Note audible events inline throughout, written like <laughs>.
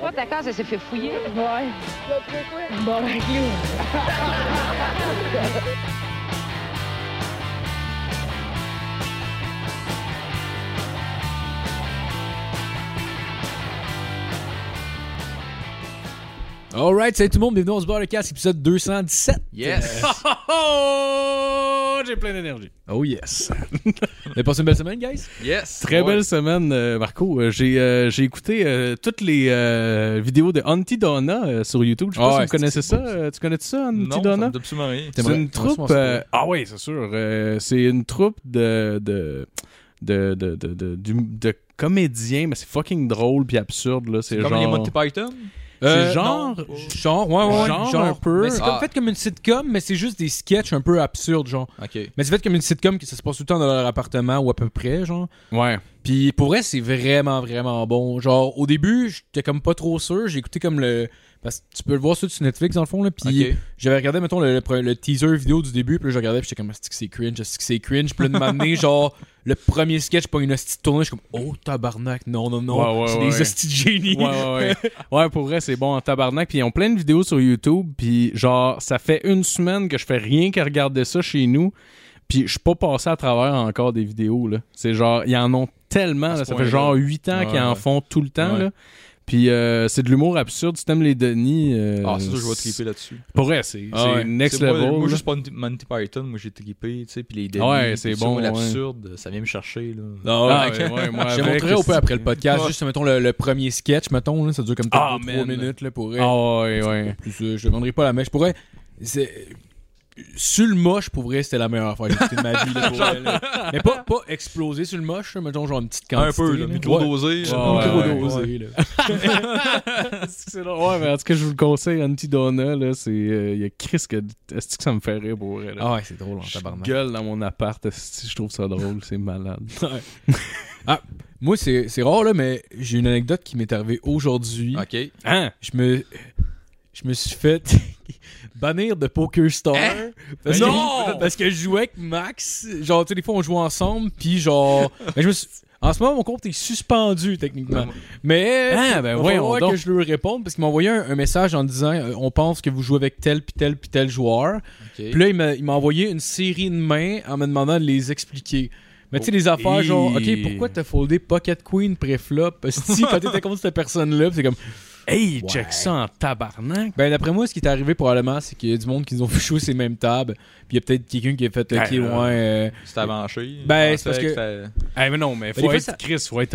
Toi, ta case, elle s'est fait fouiller. Ouais. Bon, avec lui. Alright, salut tout le monde, bienvenue dans ce bar le casse, épisode 217. Yes! Euh, Oh, oh, oh, j'ai plein d'énergie. Oh yes! <laughs> Vous avez passé une belle semaine, guys? <laughs> Yes! Très Ouais. belle semaine, euh, Marco. Euh, J'ai euh, j'ai écouté euh, toutes les euh, vidéos de Auntie Donna euh, sur YouTube. Je sais Ah pas si ouais, vous connaissez c'est ça. beau, ça. Euh, tu hein? connais ça, Auntie Non, ça me Donna? dit absolument rien. C'est T'aimerais- une t'aimerais troupe. sûrement ça. euh, ah oui, c'est sûr. euh, c'est une troupe de de de de de, de- du- de comédiens, mais c'est fucking drôle puis absurde là. C'est Comme les genre. Ah, Monty Python? Euh, genre- non, Oh. genre, ouais, ouais, ouais, Genre genre, un peu. Mais c'est comme, Ah. fait comme une sitcom, mais c'est juste des sketchs un peu absurdes, genre. Ok. euh, Mais c'est fait comme une sitcom qui ça se passe tout le temps dans leur appartement ou à peu près, genre. Ouais. Puis pour vrai, c'est vraiment, vraiment bon. Genre, au début, j'étais comme pas trop sûr. J'ai écouté comme le. Parce que tu peux le voir ça sur Netflix, dans le fond, là. Puis Ok. j'avais regardé, mettons, le, le pre- le teaser vidéo du début. Puis là, je regardais, puis j'étais comme, est-ce que c'est cringe, est-ce que c'est cringe. Puis là, de m'amener, <laughs> genre, le premier sketch, pas une hostie de tournée. Je suis comme, oh, tabarnak, non, non, non. Ouais, ouais, c'est ouais, des ouais. hosties de génie. Ouais, ouais, ouais. <laughs> ouais, pour vrai, c'est bon en tabarnak. Puis ils ont plein de vidéos sur YouTube. Puis genre, ça fait une semaine que je fais rien que regarder ça chez nous. Puis je suis pas passé à travers encore des vidéos. là. C'est genre, ils en ont tellement. À ce là. Ça fait point-là. genre 8 ans Ouais, qu'ils en ouais. font tout le temps. Ouais. là. Puis euh, c'est de l'humour absurde. Si t'aimes les Denis. euh, Ah, c'est sûr, je vais triper là-dessus. Pour vrai, c'est Ah c'est ouais. next C'est moi- level. Moi, là. juste pas Monty- Monty Python, moi j'ai trippé, tu sais, puis les Ouais, puis c'est tout ça, bon, moi, ouais. L'absurde, ça vient me chercher, là. <laughs> Non, Ah, ok. ouais, ouais, moi, Je te avec, montrerai au peu c'est- après le podcast, Ouais. juste mettons le, le premier sketch, mettons, là, ça dure comme Ah, 3 man. minutes là, pour elle. Ah ouais, <laughs> ouais. Plus, euh, je te demanderai pas la mèche. Je pourrais. C'est... Sur le moche, pour vrai, c'était la meilleure affaire que j'ai écoutée de ma vie. là, pour vrai, là. Mais pas, pas exploser sur le moche, là, mettons genre une petite Un quantité. peu, là, là. Ouais. micro-dosé. là. Ouais, ouais, Micro-dosé, là. <laughs> C'est drôle. Ouais, mais en tout cas, je vous le conseille, Antidona, là, c'est... euh, Il y a Chris que... Est-ce que ça me fait rire pour vrai, là? Ah ouais, c'est drôle en Je tabarnak. gueule dans mon appart, si je trouve ça drôle, c'est malade. Moi, c'est, c'est rare, là, mais j'ai une anecdote qui m'est arrivée aujourd'hui. Ok. <laughs> Hein? Je me. Je me suis fait <laughs> bannir de Poker Star. Parce Hein? Non! que, <laughs> Parce que je jouais avec Max. Genre, tu sais, des fois, on jouait ensemble, puis <laughs> genre. ben, je me suis- En ce moment, mon compte est suspendu, techniquement. Mais. Hein? Ah, ben va voyons falloir donc. que je lui réponde, parce qu'il m'a envoyé un, un message en disant euh, on pense que vous jouez avec tel, puis tel, puis tel joueur. Ok. Puis là, il m'a, il m'a envoyé une série de mains en me demandant de les expliquer. Mais tu sais, les affaires, Oh, genre, hi. OK, pourquoi t'as foldé Pocket Queen pré-flop? Si, quand t'étais contre cette personne-là, puis c'est comme. Hey, Ouais. check ça en tabarnak! Ben, d'après moi, ce qui est arrivé probablement, c'est qu'il y a du monde qui nous ont fait jouer ces mêmes tables. Puis il y a peut-être quelqu'un qui a fait, OK, ouais. Ben, là. euh, C'était avancé. Ben, Je c'est parce pensais que- ça- Hey, mais non, mais faut des fois, être ça- Chris, faut être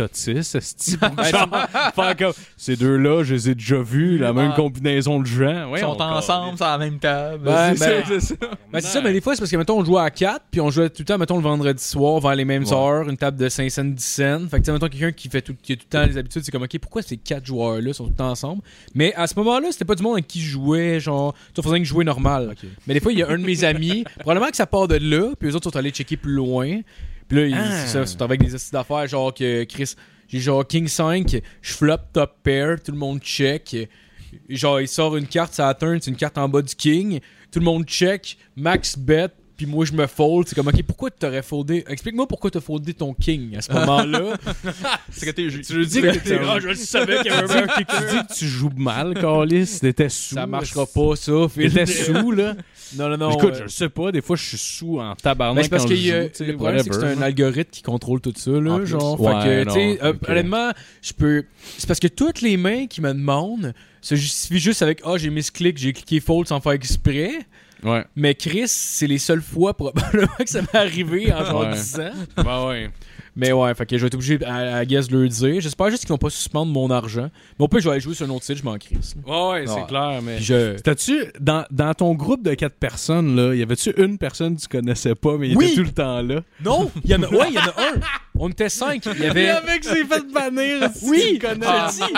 <laughs> autiste, esti, pour genre faire comme... Ces deux-là, je les ai déjà vus, la même Ah. combinaison de gens. Ouais, Ils on- sont ensemble, sur la même table. Ben, C'est ben- ça, c'est ça. Ben, c'est ça, mais des fois, c'est parce que, mettons, on jouait à 4, puis on jouait tout le temps, mettons, le vendredi soir, vers les mêmes Ouais. heures, une table de 5 cents, 10 cents. Fait que, tu sais, mettons, quelqu'un qui fait tout, qui a tout le temps les habitudes, c'est comme, OK, pourquoi ces 4 joueurs-là sont tout le temps ensemble? Mais à ce moment-là, c'était pas du monde avec qui je jouais, genre, tu faisais que jouer normal. Mais des fois, il y a un de mes amis, <laughs> probablement que ça part de là, puis eux autres sont allés checker plus loin. Puis là, ils Ah. ça, sont avec des astuces d'affaires, genre que Chris, j'ai genre King 5, je flop top pair, tout le monde check. Genre, il sort une carte, ça turn, c'est une carte en bas du King, tout le monde check, max bet, puis moi je me fold. C'est comme, ok, pourquoi t'aurais foldé Explique-moi pourquoi t'as foldé ton King à ce <laughs> moment-là. C'est que t'es juste. Tu veux dire que t'es- Ah, je savais qu'il y avait un Ben, Tu dis que tu joues mal, Carlis, t'étais sous. Ça marchera esti. pas, ça. Phil. T'étais sous, là. Non, non, non. Écoute, euh, je sais pas, des fois, je suis sous en tabarnak Mais Ben, c'est parce quand que je y a- joue, tu sais, le problème, c'est que c'est whatever. un algorithme qui contrôle tout ça, En là, plus. genre. Ouais, fait que, tu sais, non, euh, ok. honnêtement, je peux. C'est parce que toutes les mains qui me demandent se justifient juste avec Ah, j'ai mis ce clic, j'ai cliqué fold sans faire exprès. Ouais. Mais Chris, c'est les seules fois probablement <laughs> que ça m'est arrivé en genre Ouais. 10 ans. Ben ouais. Mais ouais, fait que je vais être obligé, à, à guess, de le dire. J'espère juste qu'ils vont pas suspendre mon argent. Mais au pire, je vais aller jouer sur un autre site, je m'en crisse. Ouais, Ah ouais, Ouais. c'est clair, mais. Puis je. T'as-tu, dans, dans ton groupe de quatre personnes, là, y avait-tu une personne que tu connaissais pas, mais il Oui. était tout le temps là? Non, il y en a, ouais, il y en a un. On était cinq. Il y avait. que j'ai fait bannir! Oui, je le dis.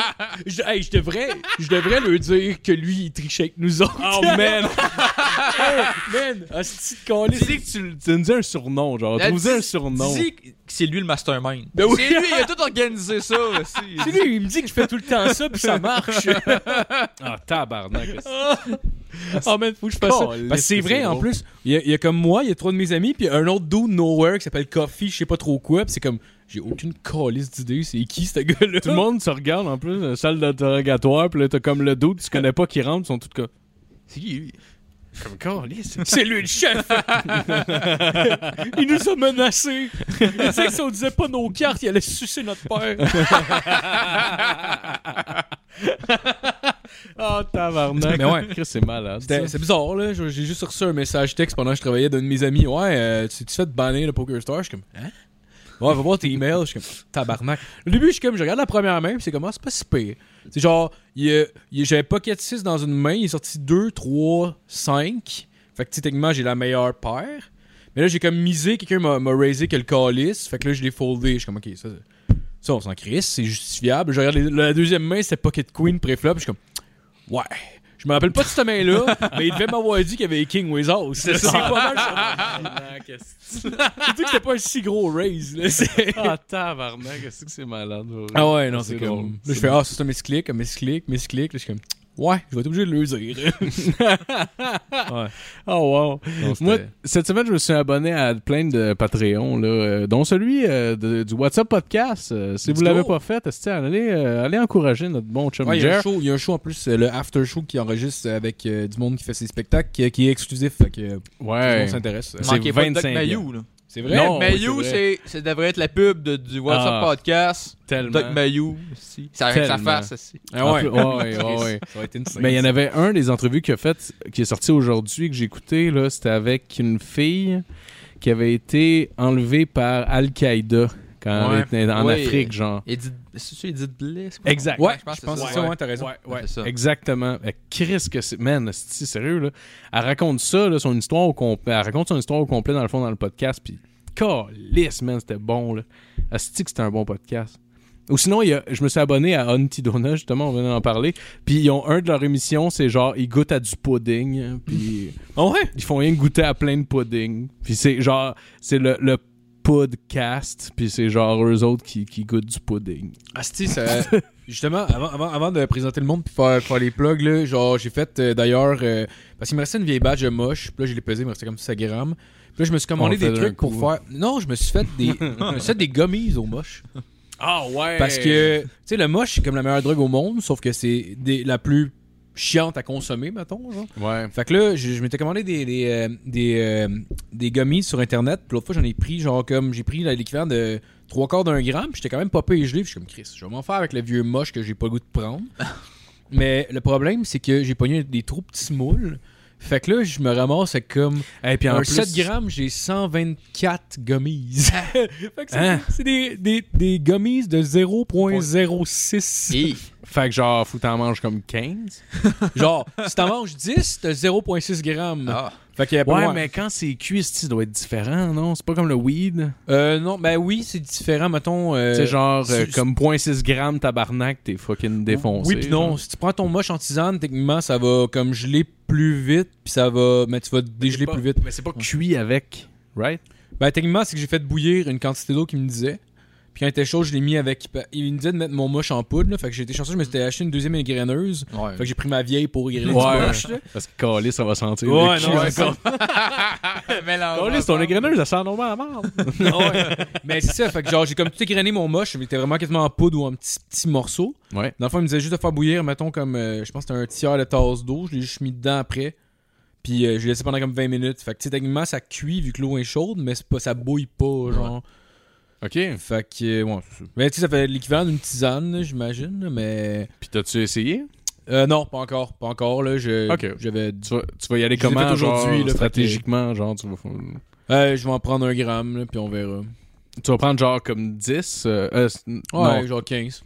Je, hey, je devrais, je devrais le dire que lui, il triche avec nous autres. Oh man! Ah, man, hostie de <laughs> tu sais que tu, tu nous dis un surnom, genre. Tu nous dis un surnom. Dis que c'est lui le mastermind. Ben oui. C'est lui, il a tout organisé ça aussi. C'est lui, il me dit que je fais tout le temps ça, puis ça <laughs> marche. Ah, tabarnak. oh man, faut que je fasse ça. Caliste, Parce que c'est c'est vrai, en drôle. plus, il y, a- il y a comme moi, il y a trois de mes amis, puis un autre dude nowhere qui s'appelle Coffee, je sais pas trop quoi, puis c'est comme, J'ai aucune calice d'idée, c'est qui ce gars-là? Tout le monde se regarde en plus, une salle d'interrogatoire, puis là, t'as comme le dos, tu connais pas qui rentre, ils sont tout cas. C'est qui lui? Comme calice. C'est lui le chef! <laughs> il nous a menacés! Il disait que si on disait pas nos cartes, il allait sucer notre père! Oh, tabarnak. Mais ouais. <laughs> Chris, c'est malade. C'était- ça. C'est bizarre, là. J'ai j'ai juste reçu un message texte pendant que je travaillais d'un de mes amis. Ouais, euh, tu tu fais de banner le Poker Star? Je suis comme, hein? Ouais, va voir tes emails. Je suis <laughs> comme, tabarnak. Au début, je suis comme, je regarde la première main, puis c'est comme, ah, c'est pas si pire. C'est genre, il, euh, il- j'avais pocket 6 dans une main, il est sorti 2, 3, 5. Fait que, tu sais, techniquement, j'ai la meilleure paire. Mais là, j'ai comme misé, quelqu'un m'a- m'a raisé que le calice. Fait que là, je l'ai foldé. Je suis comme, ok, ça, c'est- ça on s'en crisse, c'est justifiable. Je regarde les- la deuxième main, c'était pocket queen pré-flop. Je suis comme, Ouais. Je me rappelle pas de cette main-là, <laughs> mais il devait m'avoir dit qu'il y avait King with House. C'est pas mal. Ah, ça. Surtout que c'était pas un si gros raise. là. C'est- Ah, tabarnak, qu'est-ce que c'est malade. ouais. Ah ouais, non, c'est C'est comme. drôle. Là, je fais Ah, ça, c'est un misclick, un misclick, misclick. Là, je suis comme Ouais, je vais être obligé de le dire. ouais. Oh, wow. <laughs> Non, c'était- Moi, cette semaine, je me suis abonné à plein de Patreon, là, euh, dont celui euh, de- du WhatsApp Podcast. Euh, si Let's vous l'avez go. pas fait, esti, allez, euh, allez encourager notre bon chum Ouais, il y a un Jer. show, il y a un show en plus, euh, le after show qui enregistre avec euh, du monde qui fait ses spectacles, qui, qui est exclusif, fait que euh, tout le Ouais. monde s'intéresse. C'est Manquez pas de Doc 25 Mayou, là. C'est vrai. Non, oui, Eh, Mayou, c'est c'est, ça devrait être la pub de- du WhatsApp Ah, Podcast. Tellement. Doc Mayou, aussi. C'est avec sa Tellement. face, aussi. Ah ouais. En plus- ouais, ouais, <laughs> ouais. Ça va être insane. Mais il y en avait un des entrevues qu'il a fait, qui est sorti aujourd'hui, que j'ai écouté, là, c'était avec une fille qui avait été enlevée par Al-Qaïda quand Ouais. elle était en Ouais. Afrique, genre. Edith, c'est ça, Edith Bliss? Exact. Ouais, je je pense pense que c'est c'est ça, ça, ouais. ouais, t'as raison. Ouais, C'est ça. Exactement. Mais Chris que c'est man, c'est sérieux là. Elle raconte ça là, son histoire au complet, elle raconte son histoire au complet dans le fond dans le podcast puis calisse, man, c'était bon là. Asti que c'était un bon podcast. Ou sinon, il y a- je me suis abonné à Antidona, justement, on venait d'en parler. Puis ils ont un de leurs émissions, c'est genre, ils goûtent à du pudding. hein, Puis Ah ouais? ils font rien que goûter à plein de pudding. Puis c'est genre, c'est le, le podcast. Puis c'est genre eux autres qui, qui goûtent du pudding. Asti, ça. <laughs> Justement, avant, avant, avant de présenter le monde puis faire, faire les plugs, là, genre, j'ai fait euh, d'ailleurs. euh, parce qu'il me restait une vieille badge moche, puis là, je l'ai pesée, il me restait comme 6 grammes. Puis là, je me suis commandé On fait des d'un trucs pour coup. faire. Non, je me suis fait des. je me suis fait des gummies au moche. Ah ouais! Parce <laughs> que, tu sais, le moche, c'est comme la meilleure drogue au monde, sauf que c'est des- la plus chiante à consommer, mettons, genre. Ouais. Fait que là, je, je m'étais commandé des, des, euh, des, euh, des gummies sur Internet. Puis l'autre fois, j'en ai pris, genre, comme j'ai pris là, l'équivalent de trois quarts d'un gramme. Puis j'étais quand même pas payé gelé. Puis je suis comme, Chris, je vais m'en faire avec le vieux moche que j'ai pas le goût de <laughs> prendre. Mais le problème, c'est que j'ai pogné des trop petits moules. Fait que là, je me ramasse avec comme. Et puis en un plus, 7 grammes, j'ai 124 gummies. <laughs> fait que c'est, Hein? c'est des, des, des gummies de 0.06. Et Fait que genre, faut que t'en manges comme 15. Genre, <laughs> si t'en manges 10, t'as 0.6 grammes. Ah. Fait que, Ouais, moi, mais quand c'est cuit, ça doit être différent, non? C'est pas comme le weed. Euh, non, ben oui, c'est différent, mettons. euh, tu sais, genre, euh, c'est- comme 0.6 grammes tabarnak, t'es fucking défoncé. Oui, puis non, genre. si tu prends ton moche en tisane, techniquement, ça va comme geler plus vite, puis ça va. Mais tu vas dégeler pas- plus vite. Mais c'est pas cuit avec, right? Ben, techniquement, c'est que j'ai fait bouillir une quantité d'eau qu'il me disait. Puis quand il était chaud, je l'ai mis avec. Il me disait de mettre mon moche en poudre, là, Fait que j'ai été chanceux, je me suis acheté une deuxième égraineuse. Ouais. Fait que j'ai pris ma vieille pour égrener du Ouais. moche, là. Parce que calé, ça va sentir. Ouais, <laughs> le non, ouais, cul. ça- Mélange Calé, ton ensemble. égreneuse, ça sent normal à mort. <laughs> Mais c'est ça, fait que genre, j'ai comme tout égrené mon moche, mais était vraiment quasiment en poudre ou en petits petits morceaux. Ouais. Dans le fond, il me disait juste de faire bouillir, mettons, comme, euh, je pense que c'était un tiers de tasse d'eau. Je l'ai juste mis dedans après. Puis euh, je l'ai laissé pendant comme 20 minutes. Fait que, tu sais, techniquement, ça cuit vu que l'eau est chaude, mais c'est pas, ça bouille pas, genre. Ok. Puis Fait que, euh, ouais, c'est ça. Mais tu sais, ça fait l'équivalent d'une tisane, là, j'imagine, là, mais. t'as-tu essayé? Euh, non, pas encore, pas encore, là. Je, Ok. J'avais. Tu vas, tu vas y aller Je l'ai fait comment aujourd'hui, aujourd'hui, là, fait que- stratégiquement, genre, tu vas, Euh, je vais en prendre un gramme, là, puis on verra. tu vas prendre genre comme 10, euh, euh, c- Ouais, non, genre 15.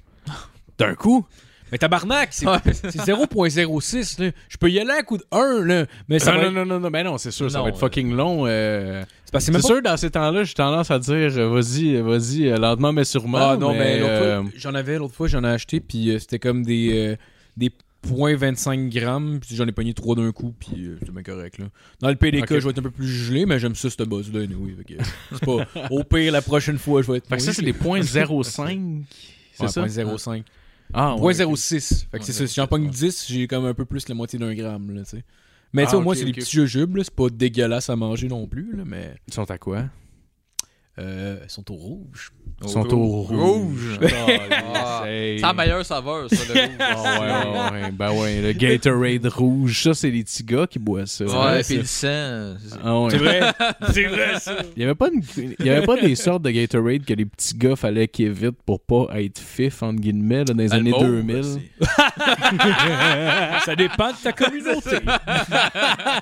d'un coup? Mais tabarnak, c'est, c'est 0.06, là. Je peux y aller à coup de 1, là. Mais ça non, va non, non, non, non, mais non, c'est sûr, ça Non, va être euh, fucking long. euh, C'est parce que c'est même C'est pas- sûr, dans ces temps-là, j'ai tendance à dire euh, vas-y, euh, vas-y, euh, lentement mais sûrement. Ah non, mais, l'autre euh, fois, j'en avais l'autre fois, j'en ai acheté, puis euh, c'était comme des, euh, des 0.25 grammes, puis j'en ai pogné 3 d'un coup, puis euh, c'était bien correct. Là. Dans le PDK, Ok. je vais être un peu plus gelé, mais j'aime ça, cette buzz-là, anyway, fait que, euh, c'est pas, <laughs> au pire, la prochaine fois, je vais être. Fait que ça, c'est les <laughs> points 0,5. C'est ça? 0.05. Ah, ouais, 0.06. Fait que c'est ça. Si j'en pogne 10, j'ai comme un peu plus la moitié d'un gramme, là, tu sais. Mais tu sais, Ah, au moins, ok, c'est ok. des petits jujubes, là, c'est pas dégueulasse à manger non plus, là, mais Ils sont à quoi? euh, elles sont au rouge. Ils sont au rouge. <laughs> Rouge. Ah, Hey. C'est la meilleure saveur, ça, le rouge. Ah ouais, ouais, ouais, ben ouais, le Gatorade rouge, ça, c'est les petits gars qui boivent ça. Ouais, vrai, puis le sang. c'est- Ah ouais. C'est <laughs> vrai. c'est vrai, ça. Il y avait pas une- il y avait pas des sortes de Gatorade que les petits gars fallait qu'ils évitent pour pas être fif entre guillemets là, dans les Ah, le années mauve, 2000. aussi. <laughs> Ça dépend de ta <laughs> communauté. Ah,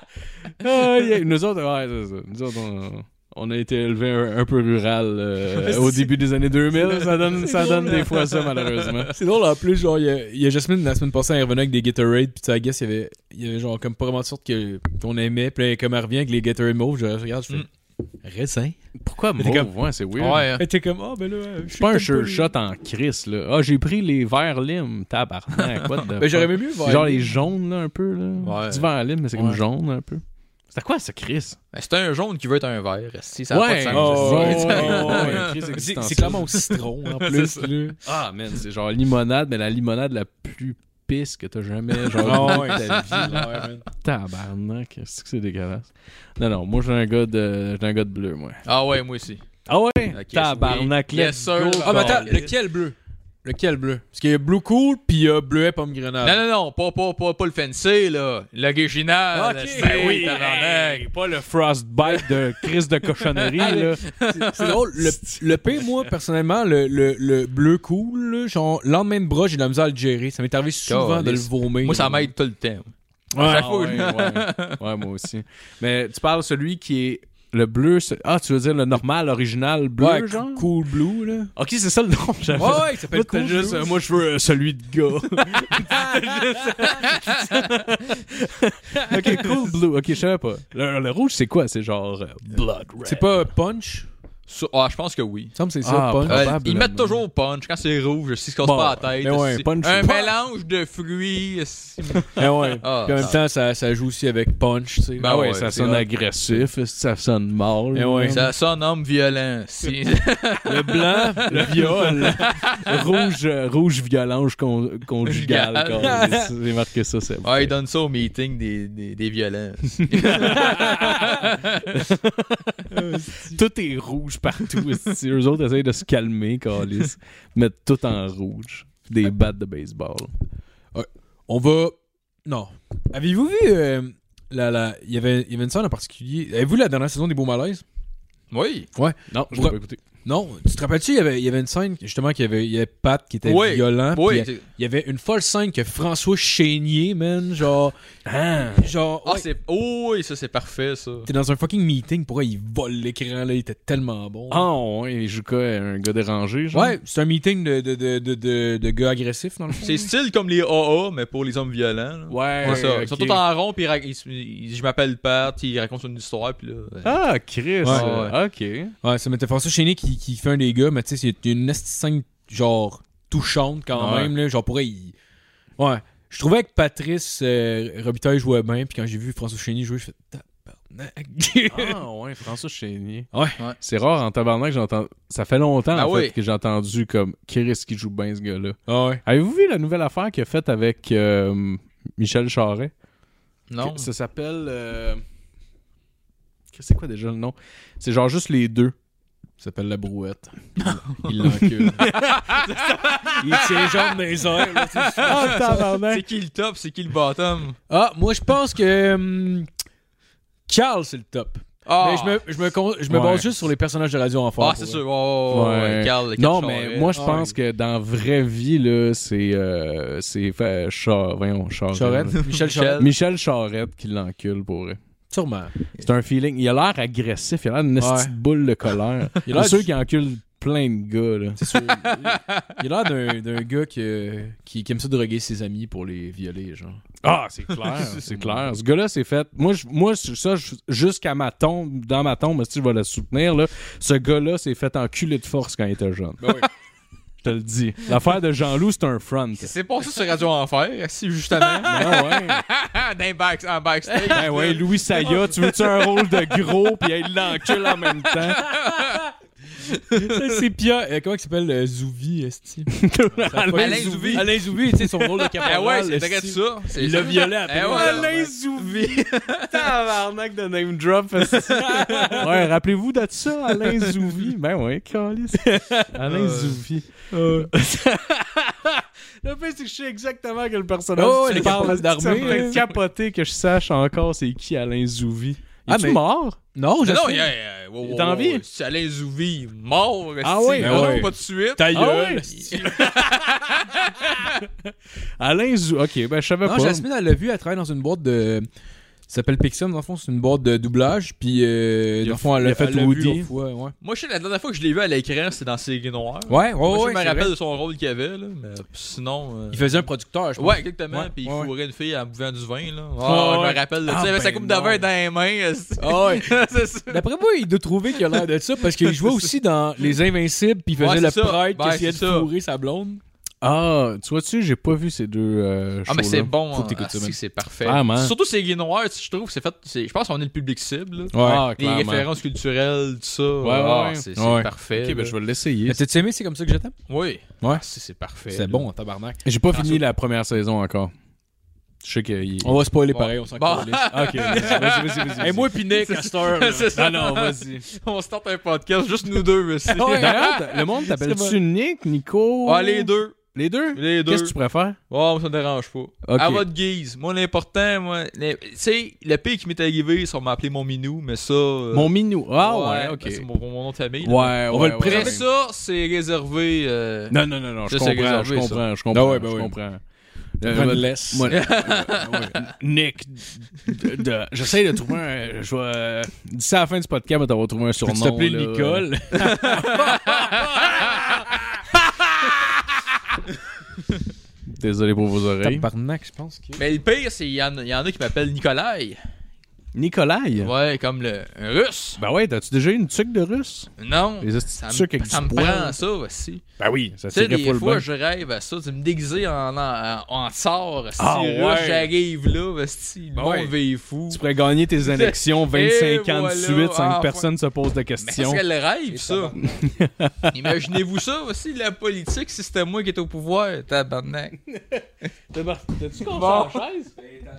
yeah, Nous autres, ouais, c'est ça. Nous autres, on, on a été élevés un, un peu rural <laughs> euh, au début des années 2000. Ça donne, ça donne des fois ça malheureusement. C'est drôle, en plus, genre, il y a, il y a Jasmine, la semaine passée, elle revenait avec des Gatorade, pis tu sais, I guess, il y avait, il y avait genre, comme pas vraiment de sorte que- qu'on aimait, pis là, comme elle revient avec les Gatorade mauves, je regarde, je fais, Mm. raisin. Pourquoi Mais t'es mauve? Ouais, c'est weird. Ouais, hein. Et t'es comme, ah, ben là, euh, je Je suis suis pas un comme sure shot en crise là. Ah, j'ai pris les verts limes, tabarnak. What the <laughs> Ben, j'aurais fuck? aimé mieux, C'est voir. Genre les jaunes, là, un peu. Là. Ouais. Du vert lime, mais c'est comme Ouais. jaune, un peu. C'était quoi, ça, Chris? Ben, C'est un jaune qui veut être un vert. esti, Ça a pas de sens. oh, ouais, ouais, <laughs> ouais. ouais, ouais, crise C'est existentielle. c'est clairement au citron, <laughs> en plus. là. Ah, man, c'est genre limonade, mais la limonade la plus pisse que t'as jamais genre Ah, bu de ta vie. ouais. Tabarnak, qu'est-ce que c'est dégueulasse. Non, non, moi, j'ai un gars de, j'ai un gars de bleu, moi. Ah ouais, moi aussi. Ah ouais? Ok, Tabarnak, oui. Yes, let's sir. go. Ah, mais attends, Bon. lequel bleu Lequel bleu Parce qu'il y a bleu cool, pis il y a bleuet pomme grenade. Ah. Non, non, non, pas, pas, pas, pas le fancy, là. L'original. esti, Ben oui, tabarnak. hey, pas le frostbite de Chris de cochonnerie, là. C'est drôle. Le, le pire, moi, personnellement, le, le, le bleu cool, là, genre, lendemain de bras, j'ai de la misère à le gérer. Ça m'est arrivé souvent de le Calisse. vomir. Moi, ça m'aide tout le temps. Ouais, chaque fois, ouais, ouais. Ouais, moi aussi. Mais tu parles celui qui est le bleu. ce- Ah, tu veux dire le normal, original, bleu, Ouais, genre? cool blue, là. Ok, c'est ça le nom. j'avais- Ouais, ouais, il s'appelle Moi, t'as cool juste, blue. euh, moi, je veux euh, celui de gars. <laughs> ok, cool blue. Ok, je savais pas. Le, le rouge, c'est quoi? C'est genre euh, blood red. C'est pas punch? Ça- Ah, je pense que oui. Il me semble que c'est ça, Ah, punch. punch. Euh, Probablement. ils mettent toujours punch quand c'est rouge, si se casse Bon, pas la tête. mais ouais, esti. punch- un punch. mélange de fruits. <laughs> esti. Eh ouais. Ah, Puis en même ça- temps, ça, ça joue aussi avec punch, tu sais. Ben Ah ouais, ouais, ça c'est sonne vrai. agressif, ça sonne mal. Eh ouais. Ça sonne homme violent. <laughs> esti. Le blanc, le viol. <laughs> rouge, euh, rouge violence con- conjugale. Conjugal. quand même. J'ai marqué ça, c'est Ah, ils donnent ça au meeting des, des, des violents. <laughs> Tout est rouge <laughs> partout. si eux autres essayent de se calmer, Calis, mettent tout en rouge. Des battes de baseball. On va. Non. Avez-vous vu. euh, la- la- Il y avait il y avait une scène en particulier. Avez-vous vu la dernière saison des Beaux Malaises? Oui. Non, je Ouais. l'ai pas écouté. Non. Tu te rappelles-tu, il y avait, il y avait une scène, justement, qu'il y avait, il y avait Pat qui était Oui. violent. Ah, puis Oui. il y a- euh, il y avait une folle scène que François Chénier, man, genre. Genre. Ah, ouais, c'est. Oh, oui, ça, c'est parfait, ça. T'es dans un fucking meeting, pourquoi il vole l'écran là, il était tellement bon. Ah, ouais, Juka est un gars dérangé, genre. ouais, c'est un meeting de, de, de, de, de, de gars agressifs dans le fond. C'est style comme les AA, mais pour les hommes violents. là. Ouais, C'est ça. ok. Ils sont tous en rond, puis ils rac- ils se- ils- je m'appelle Pat, ils racontent une histoire, puis là. ben, Ah, Chris. Ouais. Ok. Ouais, ça m'était François Chénier qui, qui fait un des gars, mais tu sais, c'est une esti scène genre touchante quand Ouais. même là, genre pourrait il... Ouais, je trouvais que Patrice euh, Robitaille jouait bien, puis quand j'ai vu François Chénier jouer, je fais tabarnak. Ah, ouais, François Chénier. Ouais. Ouais. C'est rare en tabarnak, j'entends. Ça fait longtemps, Ah en fait, oui. que j'ai entendu comme Chris qui joue bien ce gars-là. Ah <laughs> ouais. Avez-vous vu la nouvelle affaire qu'il a faite avec euh, Michel Charret? Non. Ça s'appelle. euh, que- C'est quoi déjà le nom? C'est genre juste <laughs> les deux. Ça s'appelle la brouette. Il l'encule. il tient les jambes dans les airs. là, tu sais. ah, C'est qui le top, c'est qui le bottom? Ah, moi je pense que hum, Carl c'est le top. Ah, Mais je me, je me, con- je me Ouais. base juste sur les personnages de Radio Enfant. ah c'est sûr. Oh, Ouais. ouais, Carl, le Non, Carl mais Charest. moi, je Ah, pense que dans vraie vie, là, c'est. euh, c'est. euh, Char- voyons, Charette. Charette, <laughs> là. Michel Michel. Charette. Michel Charette qui l'encule pour vrai. Sûrement. C'est un feeling. Il a l'air agressif, il a l'air d'une Ouais. petite boule de colère. Il Il a l'air sûr du- qu'il encule plein de gars, là. C'est sûr. Il a l'air d'un- d'un gars que- qui, qui aime ça droguer ses amis pour les violer, <laughs> genre. Ah, c'est clair, <laughs> c'est clair. Ce gars-là, c'est fait. Moi, je- moi je- ça, je- jusqu'à ma tombe, dans ma tombe, si je vais le soutenir, là, ce gars-là s'est fait enculer de force quand il était jeune. <laughs> Je te le dis. L'affaire de Jean-Loup, c'est un front. <laughs> C'est passé sur Radio Enfer, si <laughs> justement. Ah ouais. D'un back, en backstage. Ben ouais, Louis Saya, tu veux-tu un rôle de gros, puis il l'encule en même temps? Ça, c'est Pierre. euh, comment il s'appelle euh, Zouvi, esti. Alain <laughs> Alain Zouvi. Alain Zouvi, tu sais, son rôle de Ah caporal. ouais, c'est esti. direct ça. C'est Il ça. l'a violé après. Ah ouais, Alain Zouvi. Oh, <laughs> Tabarnak de name drop. <laughs> ouais, rappelez-vous de ça, Alain Zouvi. Ben ouais, calice. <laughs> Alain Euh. <laughs> Zouvi. Euh, Le pire, c'est que je sais exactement quel personnage Oh, ouais, tu le parles. capitaine d'armée, Ça me fait hein. capoter que je sache encore c'est qui Alain Zouvi. Ah, Es-tu mais- mort? Non, Non, j'assume. non, il y a. euh, wow, Il est wow, en wow, vie? C'est Alain Zouvi, mort. Ah esti. ouais, Non, ouais. Pas de suite. Ta gueule, Ah ouais? esti. Alain Zouvi. Ok, ben je savais Non, pas. Jasmine, elle l'a vu, elle travaille dans une boîte de. Ça s'appelle Pixum, dans le fond, c'est une boîte de doublage. Puis, euh, dans le fond, elle il a l'a fait elle l'a vu Woody. l'autre fois, ouais. Moi, je sais, la dernière fois que je l'ai vu à l'écran, c'est dans Série Noire. Ouais, ouais, Moi, ouais, je me c'est rappelle vrai. de son rôle qu'il avait, là. Mais sinon. euh, Il faisait un producteur, je pense. Ouais, exactement. Ouais, Puis il ouais, ouais. fourrait une fille en buvant du vin, là. Oh, Ah, je ouais. me rappelle. là, Ah, tu sais, il avait sa ben coupe non. de vin dans les mains. esti. Ah ouais. <laughs> c'est ça. D'après moi, il doit trouver qu'il a l'air de ça parce qu'il jouait aussi dans Les Invincibles puis il faisait Ouais, le c'est ça. prêtre qui Ouais, essayait de c'est ça. fourrer sa blonde. Ah, tu vois-tu, j'ai pas vu ces deux euh, Ah, mais shows-là. c'est bon. Faut que hein. t'écoutes Ah, ça, si, man. c'est parfait. Vraiment. Surtout Série Noire, tu sais, je trouve, c'est fait. c'est- Je pense qu'on est le public cible, là. Ah, Les clairement. références culturelles, tout ça. ouais, ah, ouais. C'est c'est Ouais. parfait. Ok, ben là. je vais l'essayer. Mais T'as-tu aimé, c'est comme ça que j'attends? Oui. Ouais. Ah, c'est c'est parfait. C'est là. bon, en tabarnak. J'ai Ah, pas fini la première saison encore. Je sais qu'il. On va spoiler Bon. pareil, on s'en Bon. calisse. Ah, Ok, vas-y, vas-y, vas-y. vas-y. Et moi pis Nick, à cette heure, <laughs> là. C'est ça. non, non, <laughs> vas-y. <laughs> On se tente un podcast, juste nous deux, aussi. <laughs> Ouais. D'ailleurs, t- le monde t'appelle-tu Nick, Nico Ah, les deux. Les deux Ah, Les deux. Qu'est-ce que tu préfères Oh, ça me dérange pas. Ok. À votre guise. Moi, l'important, moi. les- Tu sais, le pire qui m'est arrivé, c'est qu'on m'a appelé mon minou, mais ça. euh, Mon minou. Ah, ouais, ben, ok. C'est mon, mon nom de famille. là. Ouais, On va ouais, le ouais, Après ouais. ça, c'est réservé. euh, Non, non, non, non, je Ça, c'est comprends, je réservé, ça. comprends, je comprends. ouais, ben je oui. comprends. Prends Euh, une laisse. moi- <laughs> Nick, de- de- j'essaie de trouver un. Je vais. euh, D'ici à la fin du podcast, mais t'auras trouvé un surnom. Peux-tu t'appeler là. Nicole? <laughs> Désolé pour vos oreilles. Tabarnak, je pense que... Mais le pire, c'est qu'il y, en- il y en a qui m'appellent Nikolai. Nicolas Ouais, comme le un russe. Ben ouais, t'as-tu déjà eu une tuque de russe Non. Les Ça astuces me, avec ça du me poil. prend ça aussi. Ben oui, ça Tu sais, serait des full fois, bon. je rêve à ça. Tu sais, me déguiser en, en, en tsar, esti, Ah, russe, ouais. j'arrive là, esti, le Ah, monde ouais. veut fou. Tu pourrais gagner tes élections 25 <laughs> Et ans de voilà, suite sans enfin. que personne se pose de Mais ça questions. serait le rêve, ça. <laughs> Imaginez-vous ça aussi, la politique, si c'était moi qui étais au pouvoir, tabarnak. T'as-tu Bon. chaise? Ben,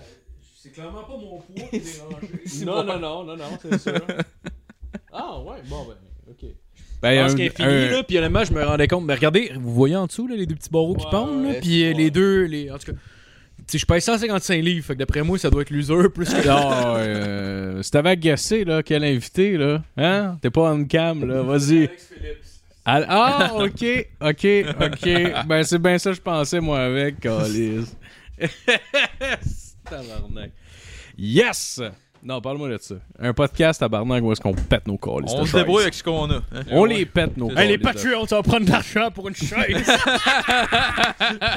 C'est clairement pas mon poids qui dérangé. Non, non, non, non, non, c'est <laughs> sûr. Ah ouais, bon ben, ok. Je Ben, pense un- qu'elle est finie, un- là, puis honnêtement, je me rendais compte. Mais regardez, vous voyez en dessous, là, les deux petits barreaux qui Ouais, pendent, là, ouais, puis euh, ouais. les deux, les... en tout cas... Tu sais, je paye 155 livres, fait que d'après moi, ça doit être l'usure plus que... Non, euh, si t'avais agacé, là, quel invité, là, hein? T'es pas en cam, là, vas-y. Al- Ah, ok, ok, ok. Ben, c'est bien ça que je pensais, moi, avec, Calis. Tabarnak. Yes! Non, parle-moi de ça. Un podcast tabarnak où est-ce qu'on pète nos Calis. On se débrouille avec ce qu'on a. hein. On les pète, nos Hey, câlisses de on s'en prend de l'argent pour une chaise.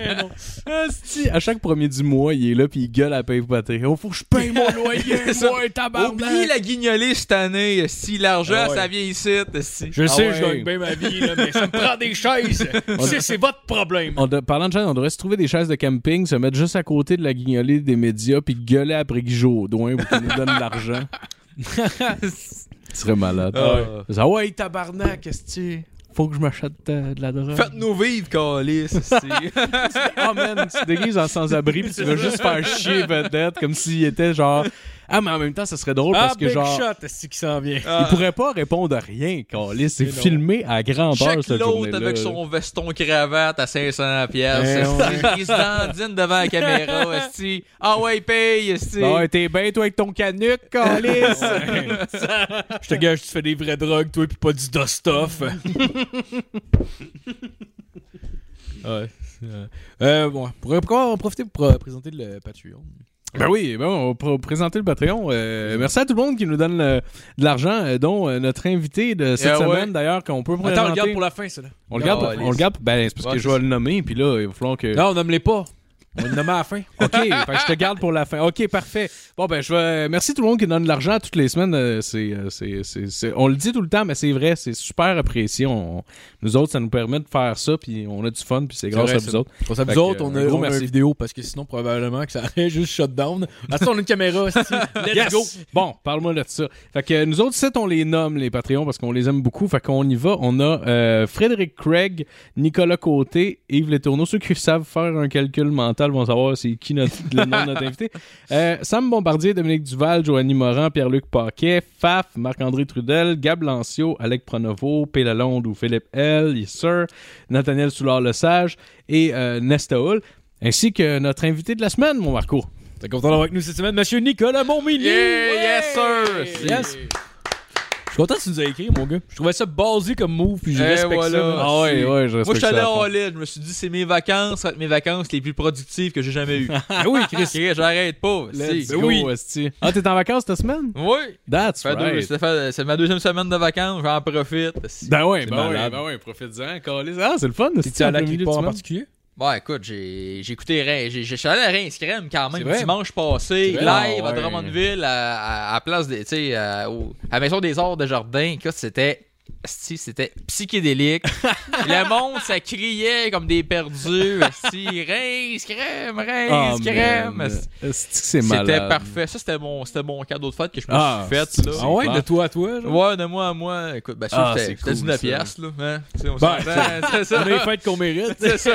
Eh Asti, à chaque premier du mois, il est là puis il gueule à payer Patreon. Faut que je paye mon loyer, moi, Oubliez tabarnak. la guignolée cette année, si l'argent, Ah ouais. ça vient ici, esti. Je le Ah sais, ouais. je gagne bien ma vie, là, mais ça me prend des chaises. c'est, c'est votre problème. On doit- parlant de chaise, on devrait se trouver des chaises de camping, se mettre juste à côté de la guignolée des médias puis gueuler après Guy Jodoin pour qu'il nous donne de <laughs> l'argent. tu serais malade. Ah Ah ouais, tabarnak, esti. Faut que je m'achète euh, de la drogue. Faites-nous vivre, calice, <laughs> esti. Ah man, tu te déguises en sans-abri puis tu veux juste faire chier vedette comme s'il était genre... Ah mais en même temps, ça serait drôle parce que big genre... shot, c'est Ah, qui s'en vient. Il pourrait pas répondre à rien, Calis. C'est Mais non. filmé à grandeur, Chaque cette l'autre journée-là. avec son veston cravate à 500 pièces. Eh Ben <laughs> ouais. Il se dandine devant la <laughs> caméra, esti. Ah ouais, il paye, esti. Ah ouais, t'es bien, toi, avec ton canuc, Calis! Je te gage, tu fais des vraies drogues, toi, puis pas du <laughs> Dostoff. ouais. Euh, bon, on pourrait pourquoi en profiter pour euh, présenter le Patreon. Ben oui, ben on va pr- présenter le Patreon. Euh, merci à tout le monde qui nous donne le- de l'argent, euh, dont euh, notre invité de cette Eh ouais. semaine, d'ailleurs, qu'on peut présenter. Ah Attends, on le garde pour la Ah, fin, ça. Là. On le garde, Oh, on le garde- ben, c'est parce Ouais, Euh. Ah. que je vais le nommer, puis là, il va falloir que... Non, on nomme les pas. On le nomme à la fin. OK, fait que je te garde pour la fin. OK, parfait. Bon, ben, je vais. Merci tout le monde qui donne de l'argent toutes les semaines. Euh, c'est, euh, c'est- c'est- c'est- On le dit tout le temps, mais c'est vrai, c'est super apprécié. On... Nous autres, ça nous permet de faire ça, puis on a du fun, puis c'est grâce vrai, à ça. vous autres. Pour ça, Fait vous que, autres, euh, on un a, gros on a merci. une vidéo parce que sinon, probablement que ça <laughs> aurait juste shut down. À ce moment, on a une caméra. esti. Let's Yes! go. Bon, parle-moi de ça. Fait que euh, nous autres, c'est on les nomme, les Patreons, parce qu'on les aime beaucoup. Fait qu'on y va. On a euh, Frédéric Craig, Nicolas Côté, Yves Letourneau. Ceux qui savent faire un calcul mental vont savoir c'est qui notre, le nom de <laughs> notre invité. Euh, Sam Bombardier, Dominique Duval, Joanny Morin, Pierre-Luc Paquet, Faf, Marc-André Trudel, Gab Lancio, Alec Pronovo, P. Lalonde ou Philippe L. Yes Sir, Nathaniel Soulard-Lesage et euh, Nesta Hull, ainsi que notre invité de la semaine, mon Marco. T'es content d'avoir avec nous cette semaine, monsieur Nicolas Montmini. Yeah, Ouais! yes, sir! Yes. Je suis content que tu nous as écrit, mon gars. Je trouvais ça basé comme move, puis je Eh, respecte voilà. ça. man. Ah ouais, c'est- ouais, je Moi, je respecte suis ça allé à fond. en ligne. Je me suis dit, c'est mes vacances, ça va être mes vacances les plus productives que j'ai jamais <laughs> eues. Ah <laughs> oui, Chris. Chris, J'arrête pas. Let's si. go, Oui. esti. Ah, t'es en vacances cette semaine? Oui. That's Ça fait deux- right. ça fait- C'est ma deuxième semaine de vacances, j'en profite. si. Ben ouais, C'est ben ouais, malade. ben ouais, profite-en, calisse. Ah, c'est le fun. esti, T'es-tu allé à en plein quelque milieu part en de semaine. particulier? Bon, Bah, écoute, j'ai j'ai écouté Reims. J'ai- j'ai- Je suis allé à Reims Crème quand C'est même vrai? dimanche passé, C'est vrai? live Ah à ouais. Drummondville, à, à- à place des. Tu sais, à, au- à la Maison des Arts de Jardin. Écoute, c'était. esti, C'était <laughs> psychédélique. le monde, ça criait comme des perdus. esti, Reims Crème, Ah, Reims Crème. man. esti. Esti que c'est malade. C'était parfait. Ça, c'était mon, c'était mon cadeau de fête que je me Ah, suis fait. Là. c'est- Ah ouais, clair. de toi à toi. genre? Ouais, de moi à moi, écoute, ben ça, Ah, c'était c'est c'était cool, 19 ça. piastres, là. Hein? Tu sais, on Ben, s'entend, <laughs> c'est On a ça. les fêtes qu'on mérite. C'est ça.